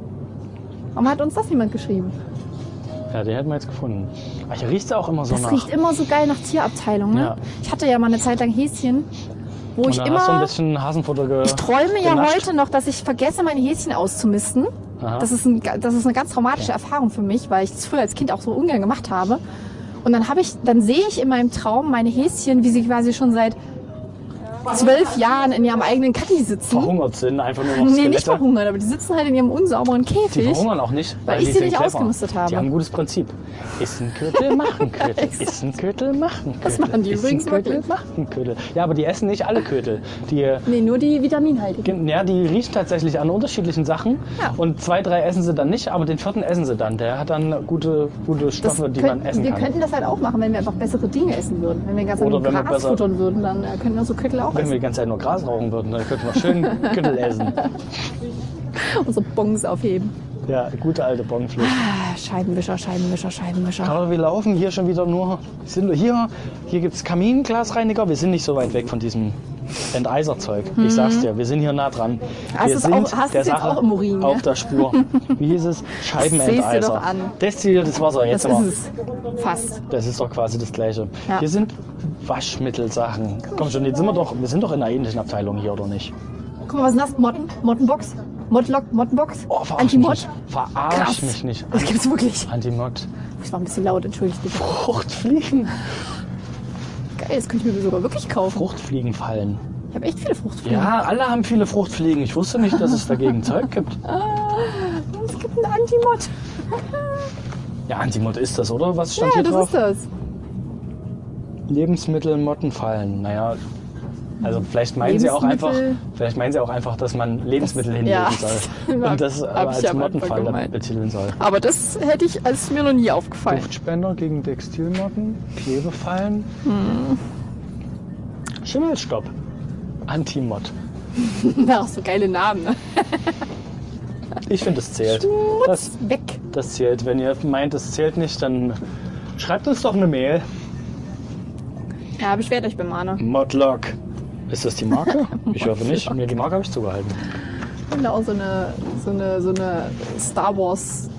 [SPEAKER 1] Warum hat uns das jemand geschrieben?
[SPEAKER 2] Ja, den hätten wir jetzt gefunden. Ah, Ach, hier riecht's auch immer so
[SPEAKER 1] Das
[SPEAKER 2] nach.
[SPEAKER 1] riecht immer so geil nach Tierabteilung, ne?
[SPEAKER 2] Ja.
[SPEAKER 1] Ich hatte ja mal eine Zeit lang Häschen, wo
[SPEAKER 2] Und
[SPEAKER 1] ich
[SPEAKER 2] dann hast du ein
[SPEAKER 1] immer.
[SPEAKER 2] bisschen Hasenfutter ge
[SPEAKER 1] Ich träume ja
[SPEAKER 2] genascht.
[SPEAKER 1] heute noch, dass ich vergesse, meine Häschen auszumisten.
[SPEAKER 2] Aha.
[SPEAKER 1] Das ist, ein, das ist eine ganz traumatische Erfahrung für mich, weil ich das früher als Kind auch so ungern gemacht habe. Und dann habe ich, dann sehe ich in meinem Traum meine Häschen, wie sie quasi schon seit zwölf Jahren in ihrem eigenen Katti sitzen.
[SPEAKER 2] Verhungert sind, einfach nur noch
[SPEAKER 1] Nee,
[SPEAKER 2] Skelette.
[SPEAKER 1] nicht verhungert, aber die sitzen halt in ihrem unsauberen
[SPEAKER 2] Die
[SPEAKER 1] Käfig.
[SPEAKER 2] verhungern auch nicht,
[SPEAKER 1] Weil ich sie
[SPEAKER 2] die sind
[SPEAKER 1] nicht
[SPEAKER 2] clever.
[SPEAKER 1] ausgemistet habe.
[SPEAKER 2] Die haben ein gutes Prinzip. Ist ein Köttel, mach ein Köttel. Ist ein Köttel, mach ein Köttel.
[SPEAKER 1] Das machen die
[SPEAKER 2] ist
[SPEAKER 1] übrigens
[SPEAKER 2] ein Köttel,
[SPEAKER 1] wirklich.
[SPEAKER 2] mach ein Köttel. Ja, aber die essen nicht alle Köttel. Die, äh,
[SPEAKER 1] Nee, nur die vitaminhaltigen.
[SPEAKER 2] ja, die riechen tatsächlich an unterschiedlichen Sachen.
[SPEAKER 1] Ja.
[SPEAKER 2] Und zwei, drei essen sie dann nicht, aber den vierten essen sie dann. Der hat dann gute, gute
[SPEAKER 1] Das
[SPEAKER 2] Stoffe, die
[SPEAKER 1] könnten-
[SPEAKER 2] man essen
[SPEAKER 1] wir
[SPEAKER 2] kann.
[SPEAKER 1] könnten das halt auch machen, wenn wir einfach bessere Dinge essen würden. Wenn wir ganz
[SPEAKER 2] Oder
[SPEAKER 1] einfach
[SPEAKER 2] wenn wir
[SPEAKER 1] Gras
[SPEAKER 2] besser-
[SPEAKER 1] futtern würden, dann äh, könnten wir so Köttel auch
[SPEAKER 2] Wenn wir
[SPEAKER 1] essen.
[SPEAKER 2] die ganze Zeit nur Gras rauchen würden, dann könnten wir schön Köttel essen.
[SPEAKER 1] Unsere Bongs aufheben.
[SPEAKER 2] Ja, gute alte Bonflucht.
[SPEAKER 1] Ah, Scheibenwischer, Scheibenwischer, Scheibenwischer.
[SPEAKER 2] Aber wir laufen hier schon wieder nur. Sind wir hier? Hier gibt es Kaminglasreiniger. Wir sind nicht so weit weg von diesem Enteiserzeug. Ich sag's dir, wir sind hier nah dran.
[SPEAKER 1] Mhm. Hast
[SPEAKER 2] wir
[SPEAKER 1] du's
[SPEAKER 2] sind
[SPEAKER 1] auch- hast
[SPEAKER 2] der
[SPEAKER 1] du's jetzt
[SPEAKER 2] Sache
[SPEAKER 1] auch im Urin,
[SPEAKER 2] auf
[SPEAKER 1] ja?
[SPEAKER 2] der Spur. Wie hieß es? Scheibenenteiser.
[SPEAKER 1] siehst du doch an.
[SPEAKER 2] Destilliertes Wasser. Jetzt
[SPEAKER 1] Das
[SPEAKER 2] aber.
[SPEAKER 1] ist es. Fast.
[SPEAKER 2] Das ist doch quasi das Gleiche.
[SPEAKER 1] Ja.
[SPEAKER 2] Hier sind Waschmittelsachen. Komm schon, jetzt sind wir doch, wir sind doch in einer ähnlichen Abteilung hier, oder nicht?
[SPEAKER 1] Guck mal, was ist das? Motten? Mottenbox? Modlock? Mottenbox?
[SPEAKER 2] Oh, verarsch
[SPEAKER 1] Antimod?
[SPEAKER 2] mich nicht. Verarsch
[SPEAKER 1] Krass.
[SPEAKER 2] mich nicht.
[SPEAKER 1] Das gibt's wirklich.
[SPEAKER 2] Antimod.
[SPEAKER 1] Ich war ein bisschen laut, entschuldigt bitte.
[SPEAKER 2] Fruchtfliegen.
[SPEAKER 1] Geil, das könnte ich mir sogar wirklich kaufen.
[SPEAKER 2] Fruchtfliegen fallen.
[SPEAKER 1] Ich habe echt viele Fruchtfliegen.
[SPEAKER 2] Ja, alle haben viele Fruchtfliegen. Ich wusste nicht, dass es dagegen Zeug gibt.
[SPEAKER 1] Es gibt einen Antimod.
[SPEAKER 2] Ja, Antimod ist das, oder? Was stand
[SPEAKER 1] Ja,
[SPEAKER 2] hier
[SPEAKER 1] das
[SPEAKER 2] drauf?
[SPEAKER 1] ist das.
[SPEAKER 2] Lebensmittel Motten fallen. Naja, also vielleicht meinen sie auch einfach,
[SPEAKER 1] Lebensmittel-
[SPEAKER 2] vielleicht meinen sie auch einfach, dass man Lebensmittel hinlegen
[SPEAKER 1] ja.
[SPEAKER 2] soll
[SPEAKER 1] Hab
[SPEAKER 2] und das
[SPEAKER 1] ich
[SPEAKER 2] aber
[SPEAKER 1] am
[SPEAKER 2] als
[SPEAKER 1] Anfang
[SPEAKER 2] Mottenfall
[SPEAKER 1] gemeint.
[SPEAKER 2] betiteln soll.
[SPEAKER 1] Aber das hätte ich, als mir noch nie aufgefallen.
[SPEAKER 2] Duftspender gegen Textilmotten, Klebefallen, Hm. Schimmelstopp, Antimod.
[SPEAKER 1] Da hast du geile Namen. ne?
[SPEAKER 2] Ich finde, es zählt. Das,
[SPEAKER 1] Weg.
[SPEAKER 2] das zählt. Wenn ihr meint, es zählt nicht, dann schreibt uns doch eine Mail.
[SPEAKER 1] Ja, beschwert euch bei Mana.
[SPEAKER 2] Modlock. Ist das die Marke? Ich hoffe nicht. Mir die Marke habe ich zugehalten.
[SPEAKER 1] Und da auch so eine, so eine, so eine Star Wars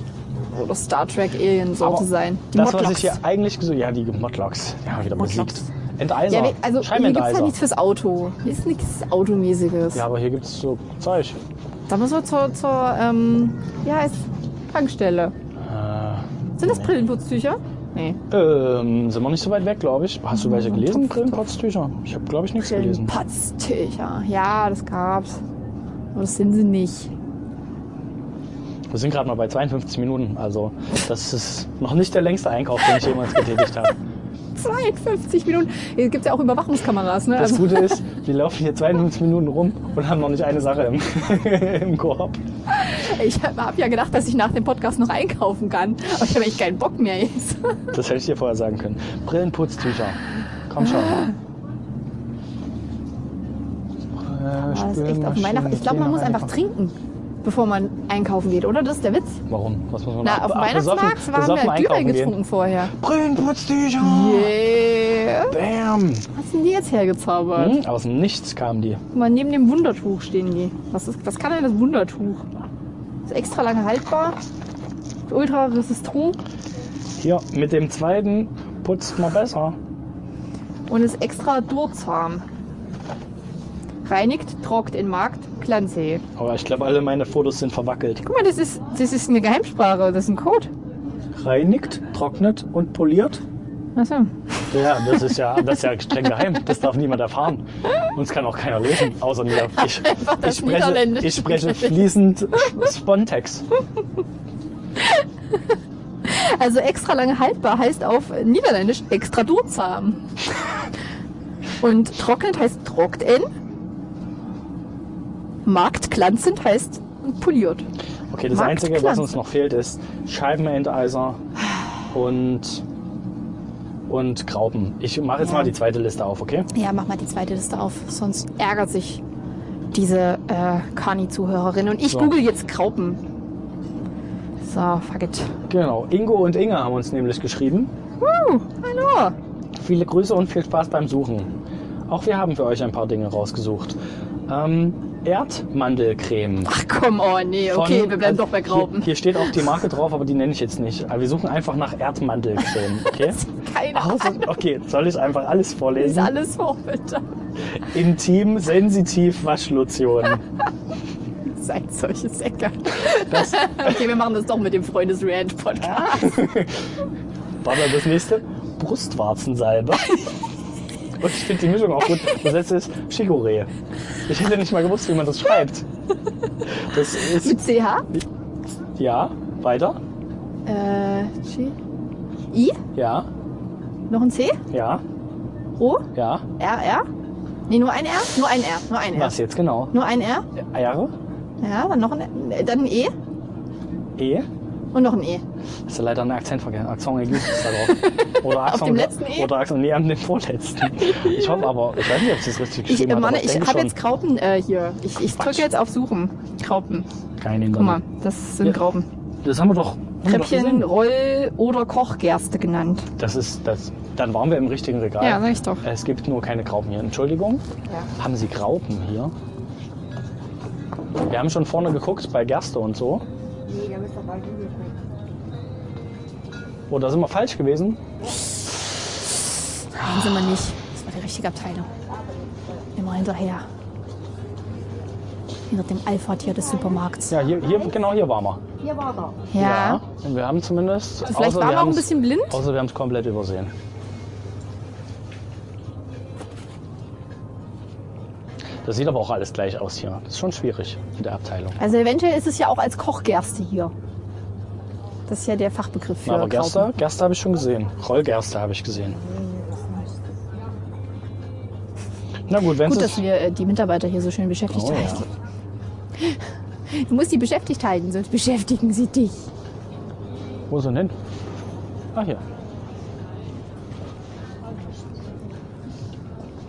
[SPEAKER 1] oder Star Trek
[SPEAKER 2] Aber
[SPEAKER 1] Alien-Sorte sein. Die
[SPEAKER 2] das, was
[SPEAKER 1] Modlocks.
[SPEAKER 2] ich hier eigentlich gesucht Ja, die Modlocks. Ja, wieder besiegt.
[SPEAKER 1] Modlocks.
[SPEAKER 2] Enteiser.
[SPEAKER 1] Ja, we- also hier gibt's
[SPEAKER 2] Scheibenenteiser.
[SPEAKER 1] halt nichts fürs Auto. Hier ist nichts Automäßiges.
[SPEAKER 2] ja, aber hier gibt es so Zeug.
[SPEAKER 1] Da müssen wir zur, zur ähm, ja, ist Tankstelle. Sind das Brillenputztücher? Nee.
[SPEAKER 2] Äh, Ähm, sind wir nicht so weit weg, glaube ich. Hast du welche gelesen? Brillenpotztücher? Ich habe, glaube ich, nichts gelesen.
[SPEAKER 1] Brillenputztücher. Ja, das gab's. Aber das sind sie nicht.
[SPEAKER 2] Wir sind gerade mal bei 52 Minuten. Also, das ist noch nicht der längste Einkauf, den ich jemals getätigt habe.
[SPEAKER 1] 52 Minuten. Hier gibt's ja auch Überwachungskameras, ne?
[SPEAKER 2] Das
[SPEAKER 1] Also,
[SPEAKER 2] Gute ist, wir laufen hier 52 Minuten rum und haben noch nicht eine Sache im, im Korb.
[SPEAKER 1] ich habe hab ja gedacht, dass ich nach dem Podcast noch einkaufen kann. Aber ich habe echt keinen Bock mehr jetzt.
[SPEAKER 2] Das hätte ich dir vorher sagen können. Brillenputztücher. Komm schon.
[SPEAKER 1] Ah.
[SPEAKER 2] Äh,
[SPEAKER 1] Aber das Ah, ist echt auf Weihnachten. Ich glaube, man muss einfach trinken, bevor man einkaufen geht, oder? Das ist der Witz.
[SPEAKER 2] Warum? Was muss man
[SPEAKER 1] Na,
[SPEAKER 2] ab-
[SPEAKER 1] auf dem
[SPEAKER 2] ab- besoffen-
[SPEAKER 1] Weihnachtsmarkt waren
[SPEAKER 2] besoffen
[SPEAKER 1] wir Glühwein
[SPEAKER 2] einkaufen gehen?
[SPEAKER 1] getrunken vorher.
[SPEAKER 2] Brillenputztücher!
[SPEAKER 1] Yeah.
[SPEAKER 2] Bam!
[SPEAKER 1] Was sind die jetzt hergezaubert?
[SPEAKER 2] Hm? Aus dem Nichts kamen die.
[SPEAKER 1] Guck mal, neben dem Wundertuch stehen die. Was, ist, was kann denn das Wundertuch? Ist extra lange haltbar. ist Ultra resistant
[SPEAKER 2] Hier, mit dem zweiten putzt man besser.
[SPEAKER 1] und ist extra durzarm. Reinigt, trockt in Markt, Glanzsee.
[SPEAKER 2] Aber ich glaube, alle meine Fotos sind verwackelt.
[SPEAKER 1] Guck mal, das ist, das ist eine Geheimsprache, das ist ein Code.
[SPEAKER 2] Reinigt, trocknet und poliert.
[SPEAKER 1] Achso.
[SPEAKER 2] Ja, das ist ja, das ist ja streng geheim. Das darf niemand erfahren. Uns kann auch keiner lesen, außer mir. Ich,
[SPEAKER 1] das
[SPEAKER 2] ich, spreche,
[SPEAKER 1] Niederländische.
[SPEAKER 2] ich spreche fließend Spontex.
[SPEAKER 1] Also extra lange haltbar heißt auf Niederländisch extra durzarm. und trocknet heißt trockt in. Markt, glanzend heißt poliert.
[SPEAKER 2] Okay, das
[SPEAKER 1] Markt
[SPEAKER 2] Einzige, was
[SPEAKER 1] Glanz.
[SPEAKER 2] uns noch fehlt, ist Scheibenenteiser und, und Graupen. Ich mache jetzt
[SPEAKER 1] Ja.
[SPEAKER 2] mal die zweite Liste auf, okay?
[SPEAKER 1] Ja, mach mal die zweite Liste auf, sonst ärgert sich diese äh, Kani-Zuhörerin. Und ich
[SPEAKER 2] So.
[SPEAKER 1] google jetzt Graupen. So, fuck it.
[SPEAKER 2] Genau. Ingo und Inge haben uns nämlich geschrieben.
[SPEAKER 1] Woo, hallo.
[SPEAKER 2] Viele Grüße und viel Spaß beim Suchen. Auch wir haben für euch ein paar Dinge rausgesucht. Ähm, Erdmandelcreme.
[SPEAKER 1] Ach komm, oh nee, okay,
[SPEAKER 2] von-
[SPEAKER 1] wir bleiben
[SPEAKER 2] also
[SPEAKER 1] doch bei Graupen.
[SPEAKER 2] Hier, hier steht auch die Marke drauf, aber die nenne ich jetzt nicht. Aber wir suchen einfach nach Erdmandelcreme, okay?
[SPEAKER 1] Keine Ahnung.
[SPEAKER 2] Also, okay, soll ich einfach alles
[SPEAKER 1] Ist
[SPEAKER 2] vorlesen?
[SPEAKER 1] alles vor, bitte.
[SPEAKER 2] Intim, sensitiv, Waschlotion.
[SPEAKER 1] Seid solche Säcke. okay, wir machen das doch mit dem Freundes-Rant-Podcast.
[SPEAKER 2] War dann das nächste? Brustwarzensalbe. Und ich finde die Mischung auch gut. Das letzte ist Chicorée. Ich hätte nicht mal gewusst, wie man das schreibt. Das ist.
[SPEAKER 1] Mit CH?
[SPEAKER 2] Ja, weiter.
[SPEAKER 1] Äh, G. I?
[SPEAKER 2] Ja,
[SPEAKER 1] Noch ein C?
[SPEAKER 2] ja,
[SPEAKER 1] O?
[SPEAKER 2] ja.
[SPEAKER 1] R, R? Nee, nur ein R? Nur ein R, nur ein R.
[SPEAKER 2] Was jetzt genau?
[SPEAKER 1] Nur ein R?
[SPEAKER 2] Eier,
[SPEAKER 1] Ja, dann noch ein R. Dann ein E
[SPEAKER 2] E.
[SPEAKER 1] und noch ein E.
[SPEAKER 2] Hast du leider einen Akzentverkehr. Akzent ergibt es da drauf. Oder Akzent,
[SPEAKER 1] dem letzten E?
[SPEAKER 2] Oder Akzent, nee, an dem vorletzten. Ich hoffe aber, ich weiß nicht, ob sie es richtig
[SPEAKER 1] Ich,
[SPEAKER 2] geschrieben
[SPEAKER 1] äh,
[SPEAKER 2] hat.
[SPEAKER 1] Mann,
[SPEAKER 2] aber
[SPEAKER 1] ich
[SPEAKER 2] denke
[SPEAKER 1] habe
[SPEAKER 2] schon.
[SPEAKER 1] jetzt Graupen äh, hier. Ich, ich
[SPEAKER 2] Quatsch.
[SPEAKER 1] drücke jetzt auf Suchen. Graupen.
[SPEAKER 2] Keine
[SPEAKER 1] Guck mal, das sind
[SPEAKER 2] Ja.
[SPEAKER 1] Graupen.
[SPEAKER 2] Das haben wir doch. haben wir doch
[SPEAKER 1] Treppchen,
[SPEAKER 2] gesehen.
[SPEAKER 1] Roll oder Kochgerste genannt.
[SPEAKER 2] Das ist das. Dann waren wir im richtigen Regal.
[SPEAKER 1] Ja, sag ich doch.
[SPEAKER 2] Es gibt nur keine Graupen hier. Entschuldigung.
[SPEAKER 1] Ja.
[SPEAKER 2] Haben Sie Graupen hier? Wir haben schon vorne geguckt bei Gerste und so. Oh, da sind wir falsch gewesen.
[SPEAKER 1] Nein, sind wir nicht. Das war die richtige Abteilung. Immer hinterher. Hinter dem Alpha-Tier des Supermarkts.
[SPEAKER 2] Ja, hier, hier genau hier waren wir.
[SPEAKER 3] Hier war er.
[SPEAKER 1] Ja.
[SPEAKER 2] Und wir haben zumindest.
[SPEAKER 1] Vielleicht waren wir auch ein
[SPEAKER 2] haben's-
[SPEAKER 1] bisschen blind.
[SPEAKER 2] Außer wir haben es komplett übersehen. Das sieht aber auch alles gleich aus hier. Das ist schon schwierig mit der Abteilung.
[SPEAKER 1] Also eventuell ist es ja auch als Kochgerste hier. Das ist ja der Fachbegriff für
[SPEAKER 2] Aber
[SPEAKER 1] Graupen.
[SPEAKER 2] Gerste, Gerste habe ich schon gesehen. Rollgerste habe ich gesehen. Na gut, wenn
[SPEAKER 1] Gut,
[SPEAKER 2] es
[SPEAKER 1] dass wir äh, die Mitarbeiter hier so schön beschäftigt
[SPEAKER 2] Oh, ja.
[SPEAKER 1] halten. Du musst die beschäftigt halten, sonst beschäftigen sie dich.
[SPEAKER 2] Wo ist er denn hin? Ah, hier.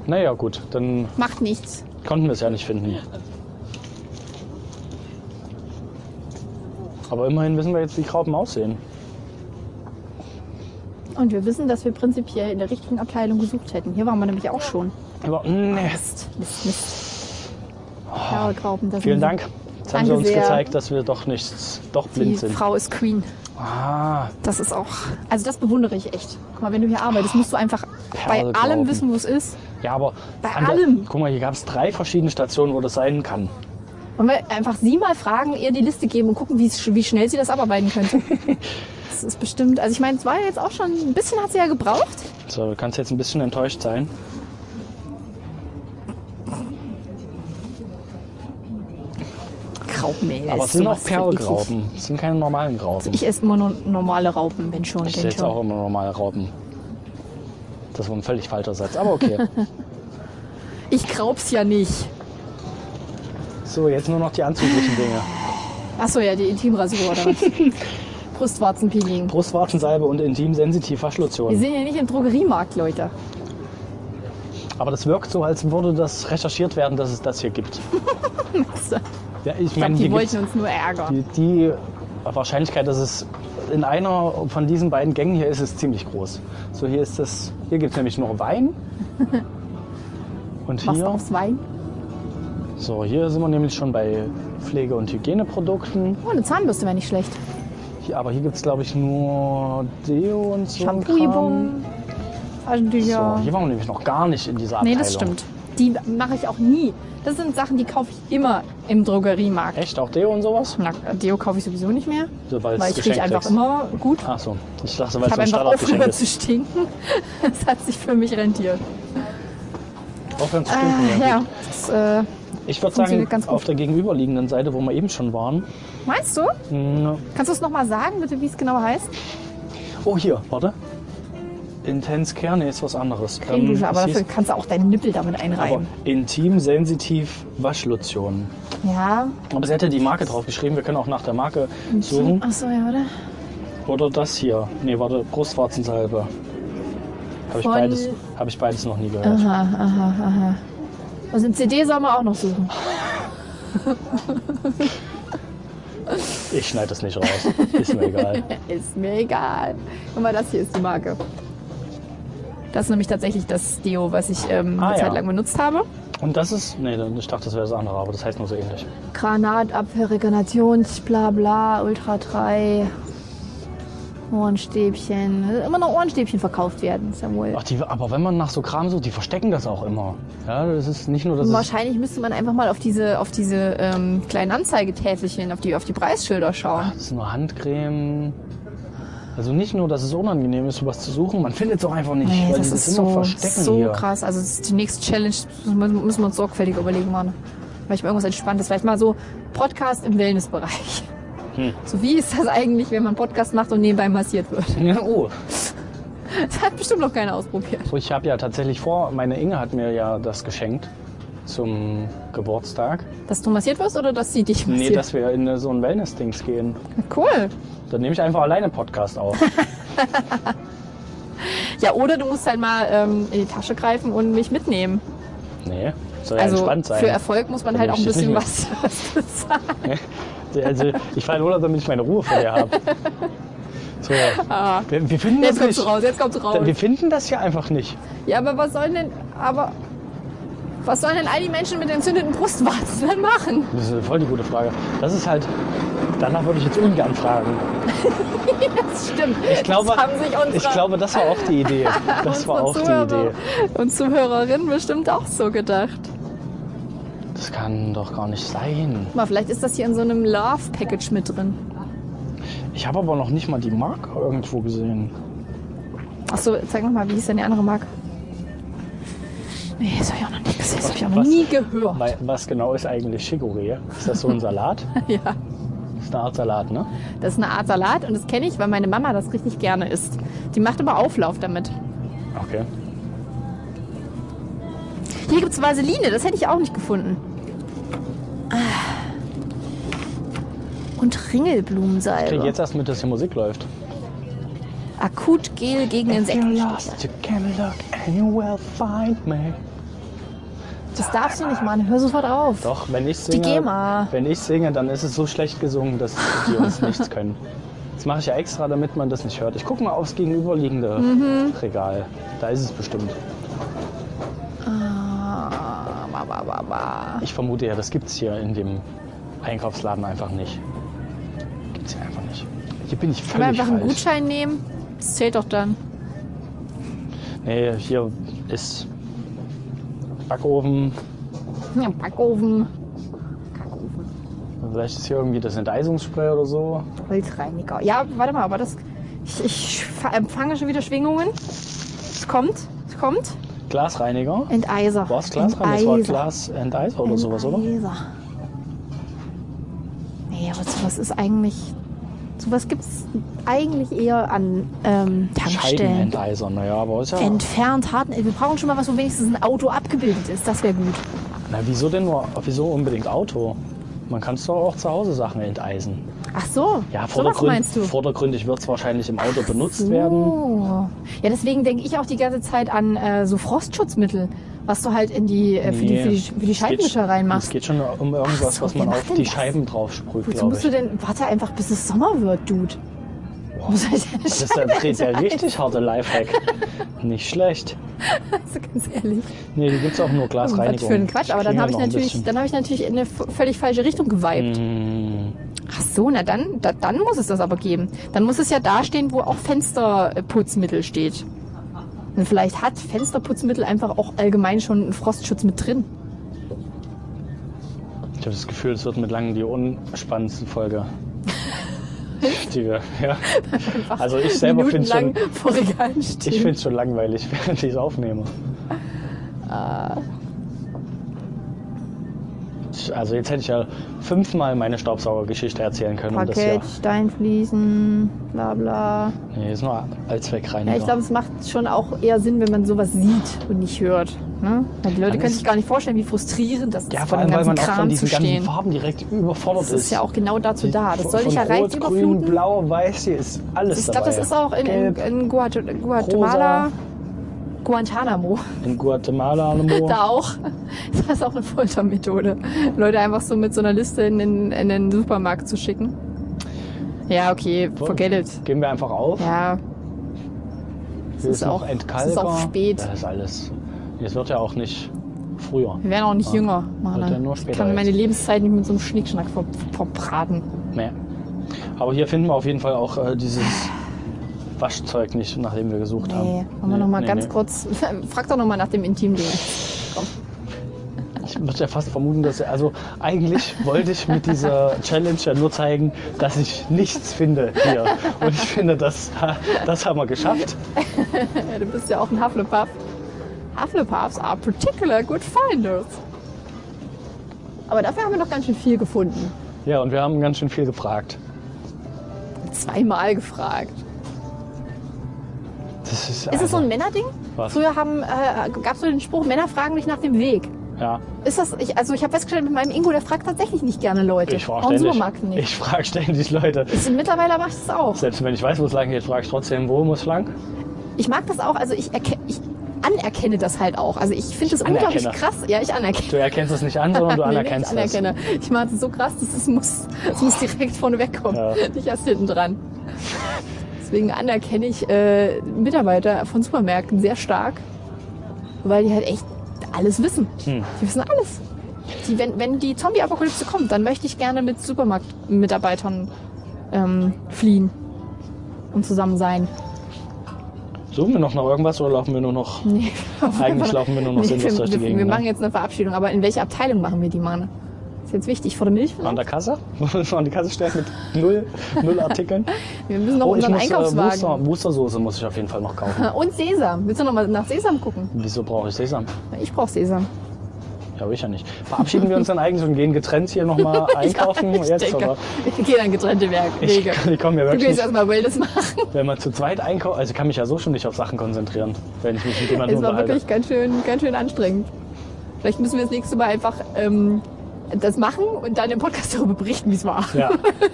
[SPEAKER 2] Naja, gut, dann
[SPEAKER 1] Macht nichts.
[SPEAKER 2] konnten wir es ja nicht finden. Aber immerhin wissen wir jetzt, wie Graupen aussehen.
[SPEAKER 1] Und wir wissen, dass wir prinzipiell in der richtigen Abteilung gesucht hätten. Hier waren wir nämlich auch schon.
[SPEAKER 2] Aber, nee.
[SPEAKER 1] Mist, Mist, Mist. Ja, Graupen, das
[SPEAKER 2] Oh. Vielen
[SPEAKER 1] sind-
[SPEAKER 2] Dank. Jetzt haben
[SPEAKER 1] Danke
[SPEAKER 2] Sie uns
[SPEAKER 1] sehr.
[SPEAKER 2] gezeigt, dass wir doch nichts, doch blind
[SPEAKER 1] Die
[SPEAKER 2] sind.
[SPEAKER 1] Frau ist Queen.
[SPEAKER 2] Ah,
[SPEAKER 1] Das ist auch, also das bewundere ich echt. Guck mal, wenn du hier arbeitest, musst du einfach
[SPEAKER 2] Perle
[SPEAKER 1] bei allem
[SPEAKER 2] Graupen.
[SPEAKER 1] wissen, wo es ist.
[SPEAKER 2] ja, aber
[SPEAKER 1] Bei
[SPEAKER 2] an der-
[SPEAKER 1] allem.
[SPEAKER 2] Guck mal, hier gab es drei verschiedene Stationen, wo das sein kann.
[SPEAKER 1] Wollen wir einfach sie mal fragen, ihr die Liste geben und gucken, wie, es- wie schnell sie das abarbeiten könnte. das ist bestimmt, also ich meine, es war ja jetzt auch schon, ein bisschen hat sie ja gebraucht.
[SPEAKER 2] So, du kannst jetzt ein bisschen enttäuscht sein.
[SPEAKER 1] Graupenmehl.
[SPEAKER 2] Aber es sind auch Perlgrauben. Es sind keine normalen Grauben.
[SPEAKER 1] Also Ich esse immer nur normale Raupen, wenn schon.
[SPEAKER 2] Ich
[SPEAKER 1] wenn
[SPEAKER 2] jetzt
[SPEAKER 1] schon.
[SPEAKER 2] auch immer normal Rauben. Das war ein völlig falscher Satz, aber okay.
[SPEAKER 1] ich graub's ja nicht.
[SPEAKER 2] so, jetzt nur noch die anzüglichen Dinge.
[SPEAKER 1] Achso, ja, die Intimrasur oder was? Brustwarzenpeeling.
[SPEAKER 2] Brustwarzensalbe und intim-sensitiv
[SPEAKER 1] Wir
[SPEAKER 2] Verschlutzionen.
[SPEAKER 1] sind ja nicht im Drogeriemarkt, Leute.
[SPEAKER 2] Aber das wirkt so, als würde das recherchiert werden, dass es das hier gibt. Ja, ich
[SPEAKER 1] Ich glaube,
[SPEAKER 2] meine,
[SPEAKER 1] die
[SPEAKER 2] hier gibt's-
[SPEAKER 1] wollten uns nur ärgern.
[SPEAKER 2] die, die Wahrscheinlichkeit, dass es in einer von diesen beiden Gängen hier ist, ist ziemlich groß. So, hier ist das, hier gibt es nämlich noch Wein. Und
[SPEAKER 1] Machst du
[SPEAKER 2] hier,
[SPEAKER 1] aufs Wein?
[SPEAKER 2] so, hier sind wir nämlich schon bei Pflege- und Hygieneprodukten.
[SPEAKER 1] Oh, eine Zahnbürste wäre nicht schlecht.
[SPEAKER 2] Hier, aber hier gibt es, glaube ich, nur Deo und so. ein Kram.
[SPEAKER 1] Shampoo-Übung, Taschentücher.
[SPEAKER 2] So, hier waren wir nämlich noch gar nicht in dieser
[SPEAKER 1] nee,
[SPEAKER 2] Abteilung.
[SPEAKER 1] das stimmt. Die mache ich auch nie. Das sind Sachen, die kaufe ich immer im Drogeriemarkt.
[SPEAKER 2] Echt? Auch Deo und sowas?
[SPEAKER 1] Na, Deo kaufe ich sowieso nicht mehr,
[SPEAKER 2] So, weil's
[SPEAKER 1] weil ich
[SPEAKER 2] geschenkt
[SPEAKER 1] rieche einfach
[SPEAKER 2] kriegst.
[SPEAKER 1] immer gut.
[SPEAKER 2] Ach so, ich dachte,
[SPEAKER 1] Ich
[SPEAKER 2] weil es so
[SPEAKER 1] habe
[SPEAKER 2] ein
[SPEAKER 1] einfach
[SPEAKER 2] Standardgeschenk
[SPEAKER 1] aufgehört zu
[SPEAKER 2] ist.
[SPEAKER 1] stinken. Das hat sich für mich rentiert.
[SPEAKER 2] Aufhören zu
[SPEAKER 1] Äh,
[SPEAKER 2] stinken. ja.
[SPEAKER 1] ja, das, äh,
[SPEAKER 2] Ich würde sagen,
[SPEAKER 1] funktioniert ganz gut.
[SPEAKER 2] auf der gegenüberliegenden Seite, wo wir eben schon waren, mm,
[SPEAKER 1] meinst du?
[SPEAKER 2] mh,
[SPEAKER 1] Kannst du es nochmal sagen, bitte, wie es genau heißt?
[SPEAKER 2] Oh, hier, warte. Intense Care, nee, ist was anderes. Ähm,
[SPEAKER 1] Cremedusche, aber
[SPEAKER 2] es
[SPEAKER 1] dafür
[SPEAKER 2] hieß-
[SPEAKER 1] kannst du auch deinen Nippel damit
[SPEAKER 2] aber
[SPEAKER 1] einreiben.
[SPEAKER 2] intim sensitiv Waschlotion.
[SPEAKER 1] Ja.
[SPEAKER 2] Aber sie hätte die Marke draufgeschrieben. Wir können auch nach der Marke suchen.
[SPEAKER 1] Achso, ja, oder?
[SPEAKER 2] Oder das hier. Nee, warte, Brustwarzensalbe. Habe ich,
[SPEAKER 1] Von-
[SPEAKER 2] beides, hab ich beides noch nie gehört.
[SPEAKER 1] Aha, aha, aha. Und im CD soll man auch noch suchen.
[SPEAKER 2] Ich schneide das nicht raus. Ist mir egal.
[SPEAKER 1] Ist mir egal. Guck mal, das hier ist die Marke. Das ist nämlich tatsächlich das Deo, was ich ähm,
[SPEAKER 2] Ah,
[SPEAKER 1] eine
[SPEAKER 2] ja.
[SPEAKER 1] Zeit lang benutzt habe.
[SPEAKER 2] Und das ist. Nee, dann- ich dachte, das wäre das andere, aber das heißt nur so ähnlich.
[SPEAKER 1] Granatapfelregenerations, bla bla, Ultra 3, Ohrenstäbchen. Immer noch Ohrenstäbchen verkauft werden, ist ja wohl.
[SPEAKER 2] Ach, die, aber wenn man nach so Kram sucht, die verstecken das auch immer. Ja, das ist nicht nur, dass es
[SPEAKER 1] Wahrscheinlich müsste man einfach mal auf diese, auf diese ähm, kleinen Anzeigetäfelchen, auf die, auf die Preisschilder schauen.
[SPEAKER 2] Das ist nur Handcreme, Also nicht nur, dass es unangenehm ist, sowas zu suchen, man findet es auch einfach nicht.
[SPEAKER 1] Nee,
[SPEAKER 2] weil
[SPEAKER 1] das
[SPEAKER 2] die
[SPEAKER 1] ist
[SPEAKER 2] das immer
[SPEAKER 1] so,
[SPEAKER 2] verstecken
[SPEAKER 1] so
[SPEAKER 2] hier.
[SPEAKER 1] krass. Also das ist die nächste Challenge das müssen müssen wir uns sorgfältig überlegen, Mann. Vielleicht mal irgendwas Entspanntes. Vielleicht mal so Podcast im Wellnessbereich.
[SPEAKER 2] Hm.
[SPEAKER 1] So wie ist das eigentlich, wenn man Podcast macht und nebenbei massiert wird?
[SPEAKER 2] Ja, oh.
[SPEAKER 1] Das hat bestimmt noch keiner ausprobiert.
[SPEAKER 2] So, Ich habe ja tatsächlich vor, meine Inge hat mir ja das geschenkt zum Geburtstag.
[SPEAKER 1] Dass du massiert wirst oder dass sie dich
[SPEAKER 2] Nee,
[SPEAKER 1] massiert?
[SPEAKER 2] dass wir in äh, so ein Wellness-Dings gehen.
[SPEAKER 1] cool.
[SPEAKER 2] Dann nehme ich einfach alleine Podcast auf.
[SPEAKER 1] Ja, oder du musst halt mal ähm, in die Tasche greifen und mich mitnehmen.
[SPEAKER 2] Nee, soll ja
[SPEAKER 1] also
[SPEAKER 2] entspannt sein.
[SPEAKER 1] für Erfolg muss man
[SPEAKER 2] Dann
[SPEAKER 1] halt auch ein
[SPEAKER 2] möchte ich
[SPEAKER 1] bisschen
[SPEAKER 2] nicht
[SPEAKER 1] was bezahlen.
[SPEAKER 2] Also, ich fahre in Urlaub, damit ich meine Ruhe vorher habe. So. Wir, wir finden
[SPEAKER 1] Ah. Jetzt
[SPEAKER 2] das
[SPEAKER 1] kommst du
[SPEAKER 2] nicht.
[SPEAKER 1] raus, jetzt kommst du raus.
[SPEAKER 2] Wir finden das hier einfach nicht.
[SPEAKER 1] Ja, aber was sollen denn, aber was sollen denn all die Menschen mit entzündeten Brustwarzen dann machen?
[SPEAKER 2] Das ist eine voll die gute Frage. Das ist halt. Danach würde ich jetzt ungern fragen.
[SPEAKER 1] Das stimmt.
[SPEAKER 2] Ich glaube,
[SPEAKER 1] das haben sich unsere,
[SPEAKER 2] ich glaube, das war auch die Idee. Das
[SPEAKER 1] unsere
[SPEAKER 2] war auch die
[SPEAKER 1] Zuhörer
[SPEAKER 2] Idee.
[SPEAKER 1] und Zuhörerinnen bestimmt auch so gedacht.
[SPEAKER 2] Das kann doch gar nicht sein.
[SPEAKER 1] Guck mal, vielleicht ist das hier in so einem Love Package mit drin.
[SPEAKER 2] Ich habe aber noch nicht mal die Marke irgendwo gesehen.
[SPEAKER 1] Achso, zeig nochmal, wie hieß denn die andere Marke? Nee, das habe ich auch noch nicht gesehen, das habe ich auch noch
[SPEAKER 2] Was-
[SPEAKER 1] nie gehört.
[SPEAKER 2] Weil, was genau ist eigentlich Chicorée? Ist das so ein Salat?
[SPEAKER 1] Ja.
[SPEAKER 2] Das ist eine Art Salat, ne?
[SPEAKER 1] Das ist eine Art Salat und das kenne ich, weil meine Mama das richtig gerne isst. Die macht aber Auflauf damit.
[SPEAKER 2] Okay.
[SPEAKER 1] Hier gibt es Vaseline, das hätte ich auch nicht gefunden. Ah. Und
[SPEAKER 2] Ich krieg
[SPEAKER 1] Ringelblumensalbe.
[SPEAKER 2] jetzt erst mit, dass hier Musik läuft.
[SPEAKER 1] Akutgel gegen Insekten.
[SPEAKER 2] you can look and you will find me.
[SPEAKER 1] Das darfst du nicht machen, hör sofort auf.
[SPEAKER 2] Doch, wenn ich singe,
[SPEAKER 1] GEMA.
[SPEAKER 2] wenn ich singe, dann ist es so schlecht gesungen, dass die uns nichts können. Das mache ich ja extra, damit man das nicht hört. Ich gucke mal aufs gegenüberliegende
[SPEAKER 1] Mhm.
[SPEAKER 2] Regal. Da ist es bestimmt.
[SPEAKER 1] Ah, ba, ba, ba, ba.
[SPEAKER 2] Ich vermute ja, das gibt's hier in dem Einkaufsladen einfach nicht. Gibt's hier einfach nicht. Hier bin ich
[SPEAKER 1] Kann man
[SPEAKER 2] völlig
[SPEAKER 1] einfach einen
[SPEAKER 2] falsch.
[SPEAKER 1] Gutschein nehmen? Das zählt doch dann.
[SPEAKER 2] Nee, hier ist Backofen.
[SPEAKER 1] Ja, Backofen. Backofen.
[SPEAKER 2] Vielleicht ist hier irgendwie das Enteisungsspray oder so.
[SPEAKER 1] Holzreiniger. Ja, warte mal, aber das. Ich, ich ver- empfange schon wieder Schwingungen. Es kommt, es kommt.
[SPEAKER 2] Glasreiniger.
[SPEAKER 1] Enteiser.
[SPEAKER 2] War es Glasreiniger? Das war
[SPEAKER 1] Enteiser.
[SPEAKER 2] Glas Enteiser oder sowas, oder?
[SPEAKER 1] Enteiser. Nee, aber sowas ist eigentlich. Sowas gibt es eigentlich eher an ähm, Tankstellen.
[SPEAKER 2] Scheibenenteiser, naja, aber ist ja.
[SPEAKER 1] Entfernt, harten. äh, Wir brauchen schon mal was, wo wenigstens ein Auto abgebildet ist. Das wäre gut.
[SPEAKER 2] Na, wieso denn nur? Wieso unbedingt Auto? Man kann es doch auch zu Hause Sachen enteisen.
[SPEAKER 1] Ach so.
[SPEAKER 2] Ja,
[SPEAKER 1] sowas
[SPEAKER 2] vordergründ,
[SPEAKER 1] meinst du? Oh,
[SPEAKER 2] vordergründig wird es wahrscheinlich im Auto benutzt
[SPEAKER 1] so.
[SPEAKER 2] werden.
[SPEAKER 1] Ja, deswegen denke ich auch die ganze Zeit an äh, so Frostschutzmittel, was du halt in die, äh, für, die, für die, für die
[SPEAKER 2] Es geht-
[SPEAKER 1] Scheibenwischer
[SPEAKER 2] Es
[SPEAKER 1] reinmachst.
[SPEAKER 2] geht schon um irgendwas,
[SPEAKER 1] Ach so,
[SPEAKER 2] was
[SPEAKER 1] wer
[SPEAKER 2] man
[SPEAKER 1] macht
[SPEAKER 2] auf
[SPEAKER 1] denn
[SPEAKER 2] die
[SPEAKER 1] das?
[SPEAKER 2] Scheiben drauf sprüht,
[SPEAKER 1] Wozu
[SPEAKER 2] glaube
[SPEAKER 1] musst du
[SPEAKER 2] ich.
[SPEAKER 1] denn, warte einfach, bis es Sommer wird, Dude.
[SPEAKER 2] Boah,
[SPEAKER 1] Muss halt deine
[SPEAKER 2] das ist der, der richtig harte Lifehack. Nicht schlecht.
[SPEAKER 1] Also ganz ehrlich.
[SPEAKER 2] Nee, die gibt es auch nur
[SPEAKER 1] Oh, Was
[SPEAKER 2] Glasreinigung.
[SPEAKER 1] für ein Quatsch. Aber dann
[SPEAKER 2] Klingel
[SPEAKER 1] habe ich,
[SPEAKER 2] noch ein
[SPEAKER 1] natürlich,
[SPEAKER 2] bisschen.
[SPEAKER 1] dann habe ich natürlich in eine v- völlig falsche Richtung geweibt.
[SPEAKER 2] Mm,
[SPEAKER 1] Ach so, na dann, da, dann muss es das aber geben. Dann muss es ja da stehen, wo auch Fensterputzmittel steht. Und vielleicht hat Fensterputzmittel einfach auch allgemein schon einen Frostschutz mit drin.
[SPEAKER 2] Ich habe das Gefühl, es wird mit langen die unspannendste Folge. die wir, ja.
[SPEAKER 1] Einfach
[SPEAKER 2] Also ich selber find's schon-
[SPEAKER 1] minutenlang vor Regalen
[SPEAKER 2] Ich
[SPEAKER 1] stehen.
[SPEAKER 2] finde es schon langweilig, während ich es aufnehme.
[SPEAKER 1] Ah.
[SPEAKER 2] Also jetzt hätte ich ja fünfmal meine Staubsaugergeschichte erzählen können. Und das hier.
[SPEAKER 1] Parkett, Steinfliesen, bla bla.
[SPEAKER 2] Nee, ist nur Allzweckreiniger.
[SPEAKER 1] Ja, ich glaube, es macht schon auch eher Sinn, wenn man sowas sieht und nicht hört. Ne? Weil Die Leute
[SPEAKER 2] Dann
[SPEAKER 1] können
[SPEAKER 2] ist-
[SPEAKER 1] sich gar nicht vorstellen, wie frustrierend das
[SPEAKER 2] Ja,
[SPEAKER 1] ist, vor
[SPEAKER 2] vor
[SPEAKER 1] dem
[SPEAKER 2] allem, weil
[SPEAKER 1] ganzen
[SPEAKER 2] man auch von
[SPEAKER 1] Kram zu
[SPEAKER 2] diesen ganzen
[SPEAKER 1] stehen.
[SPEAKER 2] Farben direkt überfordert
[SPEAKER 1] Das ist ja auch genau dazu
[SPEAKER 2] Die-
[SPEAKER 1] da. Das
[SPEAKER 2] von-
[SPEAKER 1] soll dich ja
[SPEAKER 2] von
[SPEAKER 1] reich
[SPEAKER 2] Rot, Grün,
[SPEAKER 1] überfluten.
[SPEAKER 2] Blau, Weiß, hier ist alles
[SPEAKER 1] Ich
[SPEAKER 2] dabei.
[SPEAKER 1] glaube, das ist auch in, in,
[SPEAKER 2] Gelb,
[SPEAKER 1] in Guat Guatemala, Guantanamo,
[SPEAKER 2] in Guatemala, Alamo.
[SPEAKER 1] da auch. Das ist auch eine Foltermethode. Leute einfach so mit so einer Liste in den, in den Supermarkt zu schicken. Ja, okay, forget it.
[SPEAKER 2] Gehen wir einfach auf.
[SPEAKER 1] Ja,
[SPEAKER 2] Hier
[SPEAKER 1] ist
[SPEAKER 2] ist noch
[SPEAKER 1] auch-
[SPEAKER 2] Entkalker.
[SPEAKER 1] es ist auch spät.
[SPEAKER 2] Das ist alles. Jetzt wird ja auch nicht früher.
[SPEAKER 1] wir werden auch nicht
[SPEAKER 2] Ja.
[SPEAKER 1] jünger.
[SPEAKER 2] Ah, Wird ja
[SPEAKER 1] Mann.
[SPEAKER 2] nur
[SPEAKER 1] Ich
[SPEAKER 2] später
[SPEAKER 1] kann meine
[SPEAKER 2] jetzt.
[SPEAKER 1] Lebenszeit nicht mit so einem Schnickschnack ver- verbraten.
[SPEAKER 2] Nee. Aber hier finden wir auf jeden Fall auch äh, dieses Waschzeug nicht, nachdem wir gesucht haben.
[SPEAKER 1] Nee, wollen wir nochmal ganz kurz. Frag doch nochmal nach dem Intim-Ding.
[SPEAKER 2] Ich wird ja fast vermuten, dass er. Also eigentlich wollte ich mit dieser Challenge ja nur zeigen, dass ich nichts finde hier. Und ich finde, das, das haben wir geschafft.
[SPEAKER 1] Ja, du bist ja auch ein Hufflepuff. Hufflepuffs are particular good finders. Aber dafür haben wir noch ganz schön viel gefunden.
[SPEAKER 2] Ja, und wir haben ganz schön viel gefragt.
[SPEAKER 1] Zweimal gefragt.
[SPEAKER 2] Das ist,
[SPEAKER 1] Ist es so
[SPEAKER 2] also-
[SPEAKER 1] ein Männerding?
[SPEAKER 2] Was?
[SPEAKER 1] Früher haben, äh, gab es so den Spruch, Männer fragen nicht nach dem Weg.
[SPEAKER 2] Ja,
[SPEAKER 1] Ist das, ich, also ich habe festgestellt, mit meinem Ingo, der fragt tatsächlich nicht gerne Leute.
[SPEAKER 2] ich
[SPEAKER 1] Auch im
[SPEAKER 2] frage
[SPEAKER 1] Supermarkt
[SPEAKER 2] ständig.
[SPEAKER 1] nicht.
[SPEAKER 2] Ich frage ständig Leute.
[SPEAKER 1] Ich, mittlerweile mache ich das auch.
[SPEAKER 2] Selbst wenn ich weiß, wo es lang geht, frage ich trotzdem, wo muss lang?
[SPEAKER 1] Ich mag das auch, also ich, erke, ich anerkenne das halt auch. Also ich finde das unglaublich
[SPEAKER 2] anerkenne.
[SPEAKER 1] krass. Ja, ich anerkenne.
[SPEAKER 2] Du erkennst es nicht an, sondern du
[SPEAKER 1] Nee, nee,
[SPEAKER 2] anerkennst
[SPEAKER 1] ich
[SPEAKER 2] es.
[SPEAKER 1] anerkenne. Ich mache das so krass, dass es muss, es muss direkt vorne wegkommen.
[SPEAKER 2] Ja.
[SPEAKER 1] Nicht erst hinten dran. Deswegen anerkenne ich äh, Mitarbeiter von Supermärkten sehr stark, weil die halt echt alles wissen.
[SPEAKER 2] Hm.
[SPEAKER 1] Die wissen alles. Die, wenn, wenn die Zombie-Apokalypse kommt, dann möchte ich gerne mit Supermarktmitarbeitern ähm, fliehen und zusammen sein.
[SPEAKER 2] Suchen wir noch nach irgendwas oder laufen wir nur noch? Eigentlich laufen wir nur noch sinnlos
[SPEAKER 1] wir,
[SPEAKER 2] durch die
[SPEAKER 1] wir,
[SPEAKER 2] Gegend,
[SPEAKER 1] wir
[SPEAKER 2] ne?
[SPEAKER 1] machen jetzt eine Verabschiedung, aber in welche Abteilung machen wir die, Mane? Ist jetzt wichtig, vor der Milch
[SPEAKER 2] An
[SPEAKER 1] vielleicht?
[SPEAKER 2] der Kasse? Wollen wir an die Kasse stellen mit null, null Artikeln?
[SPEAKER 1] Wir müssen noch
[SPEAKER 2] ich
[SPEAKER 1] unseren
[SPEAKER 2] muss äh, Booster,
[SPEAKER 1] Einkaufswagen.
[SPEAKER 2] Boostersoße muss ich auf jeden Fall noch kaufen.
[SPEAKER 1] Und Sesam. Willst du noch mal nach Sesam gucken?
[SPEAKER 2] Wieso brauche ich Sesam?
[SPEAKER 1] Ich brauche Sesam.
[SPEAKER 2] Ja, will ich ja nicht. Verabschieden wir uns dann eigentlich und gehen getrennt hier nochmal einkaufen
[SPEAKER 1] ich
[SPEAKER 2] jetzt,
[SPEAKER 1] denke,
[SPEAKER 2] oder?
[SPEAKER 1] wir gehen an getrennte Werk-
[SPEAKER 2] Ich,
[SPEAKER 1] Wege.
[SPEAKER 2] ich komme mir
[SPEAKER 1] Du
[SPEAKER 2] wirklich
[SPEAKER 1] gehst also-
[SPEAKER 2] nicht,
[SPEAKER 1] erstmal Wellness machen.
[SPEAKER 2] wenn man zu zweit einkauft, also ich kann mich ja so schon nicht auf Sachen konzentrieren, wenn ich mich mit jemandem
[SPEAKER 1] Es war
[SPEAKER 2] unterhalte.
[SPEAKER 1] wirklich ganz schön, ganz schön anstrengend. Vielleicht müssen wir das nächste Mal einfach ähm, das machen und dann im Podcast darüber berichten, wie es war.
[SPEAKER 2] Ja,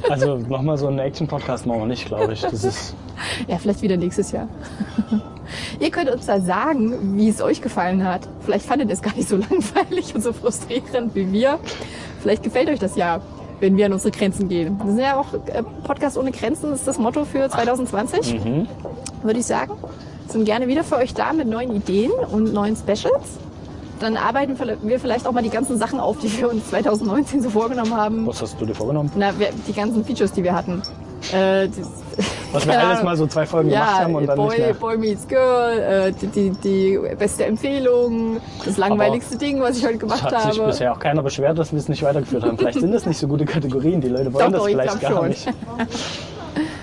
[SPEAKER 2] also nochmal so einen Action-Podcast machen wir nicht, glaube ich. Das ist,
[SPEAKER 1] Ja, vielleicht wieder nächstes Jahr. Ihr könnt uns da sagen, wie es euch gefallen hat. Vielleicht fandet ihr es gar nicht so langweilig und so frustrierend wie wir. Vielleicht gefällt euch das ja, wenn wir an unsere Grenzen gehen. Das sind ja auch äh, Podcast ohne Grenzen, ist das Motto für 2020,
[SPEAKER 2] mhm.
[SPEAKER 1] würde ich sagen. Sind gerne wieder für euch da mit neuen Ideen und neuen Specials. Dann arbeiten wir vielleicht auch mal die ganzen Sachen auf, die wir uns 2019 so vorgenommen haben.
[SPEAKER 2] was hast du dir vorgenommen?
[SPEAKER 1] Na, wir- die ganzen Features, die wir hatten. Äh, das,
[SPEAKER 2] Was wir
[SPEAKER 1] Keine
[SPEAKER 2] alles
[SPEAKER 1] Ahnung.
[SPEAKER 2] mal so zwei Folgen gemacht
[SPEAKER 1] Ja,
[SPEAKER 2] haben und dann nicht
[SPEAKER 1] Boy,
[SPEAKER 2] mehr.
[SPEAKER 1] Boy Meets Girl, äh, die, die, die beste Empfehlung, das langweiligste Ding, was ich heute
[SPEAKER 2] Es
[SPEAKER 1] gemacht
[SPEAKER 2] hat sich
[SPEAKER 1] habe.
[SPEAKER 2] bisher auch keiner beschwert, dass wir es nicht weitergeführt haben. Vielleicht sind das nicht so gute Kategorien. Die Leute wollen
[SPEAKER 1] Doch,
[SPEAKER 2] das
[SPEAKER 1] doch, ich
[SPEAKER 2] vielleicht
[SPEAKER 1] glaub
[SPEAKER 2] gar
[SPEAKER 1] schon.
[SPEAKER 2] nicht.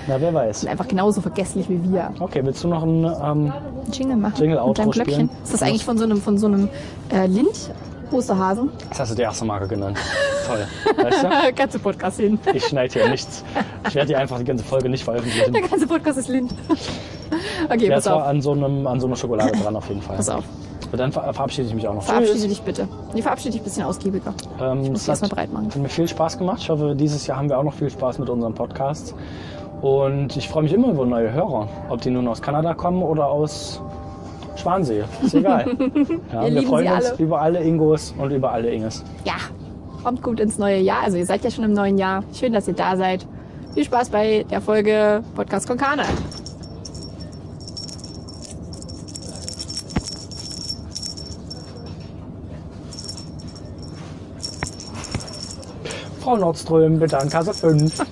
[SPEAKER 2] Na, wer weiß.
[SPEAKER 1] Einfach genauso vergesslich wie wir.
[SPEAKER 2] Okay, willst du noch ein... Ähm,
[SPEAKER 1] Jingle machen.
[SPEAKER 2] Jingle,
[SPEAKER 1] Mit
[SPEAKER 2] Outro
[SPEAKER 1] deinem Glöckchen.
[SPEAKER 2] spielen.
[SPEAKER 1] Ist das eigentlich von so einem, von so einem äh, Lind? Osterhasen?
[SPEAKER 2] das hast du die erste Marke genannt. Toll. Weißt du?
[SPEAKER 1] Äh, ganze Podcast hin.
[SPEAKER 2] Ich schneide hier nichts. Ich werde hier einfach die ganze Folge nicht veröffentlichen.
[SPEAKER 1] Der ganze Podcast ist Lind. Okay,
[SPEAKER 2] Ja,
[SPEAKER 1] pass
[SPEAKER 2] es war
[SPEAKER 1] auf.
[SPEAKER 2] an so, einem, an so einer Schokolade dran auf jeden Fall.
[SPEAKER 1] Pass auf.
[SPEAKER 2] Und dann ver verabschiede ich mich auch noch.
[SPEAKER 1] Verabschiede
[SPEAKER 2] Tschüss.
[SPEAKER 1] dich bitte. Nee, verabschiede dich ein bisschen ausgiebiger.
[SPEAKER 2] Ähm,
[SPEAKER 1] muss
[SPEAKER 2] es
[SPEAKER 1] die erstmal
[SPEAKER 2] hat,
[SPEAKER 1] breit machen.
[SPEAKER 2] hat mir viel Spaß gemacht. Ich hoffe, dieses Jahr haben wir auch noch viel Spaß mit unserem Podcast. Und ich freue mich immer über neue Hörer. Ob die nun aus Kanada kommen oder aus Schwansee. Ist egal. Ja,
[SPEAKER 1] Wir
[SPEAKER 2] wir
[SPEAKER 1] lieben
[SPEAKER 2] freuen
[SPEAKER 1] sie
[SPEAKER 2] uns
[SPEAKER 1] alle.
[SPEAKER 2] über alle Ingos und über alle Inges.
[SPEAKER 1] Ja, kommt gut ins neue Jahr. Also ihr seid ja schon im neuen Jahr. Schön, dass ihr da seid. Viel Spaß bei der Folge Podcast Konkana.
[SPEAKER 2] also Frau Nordström, bitte an Kasse 5.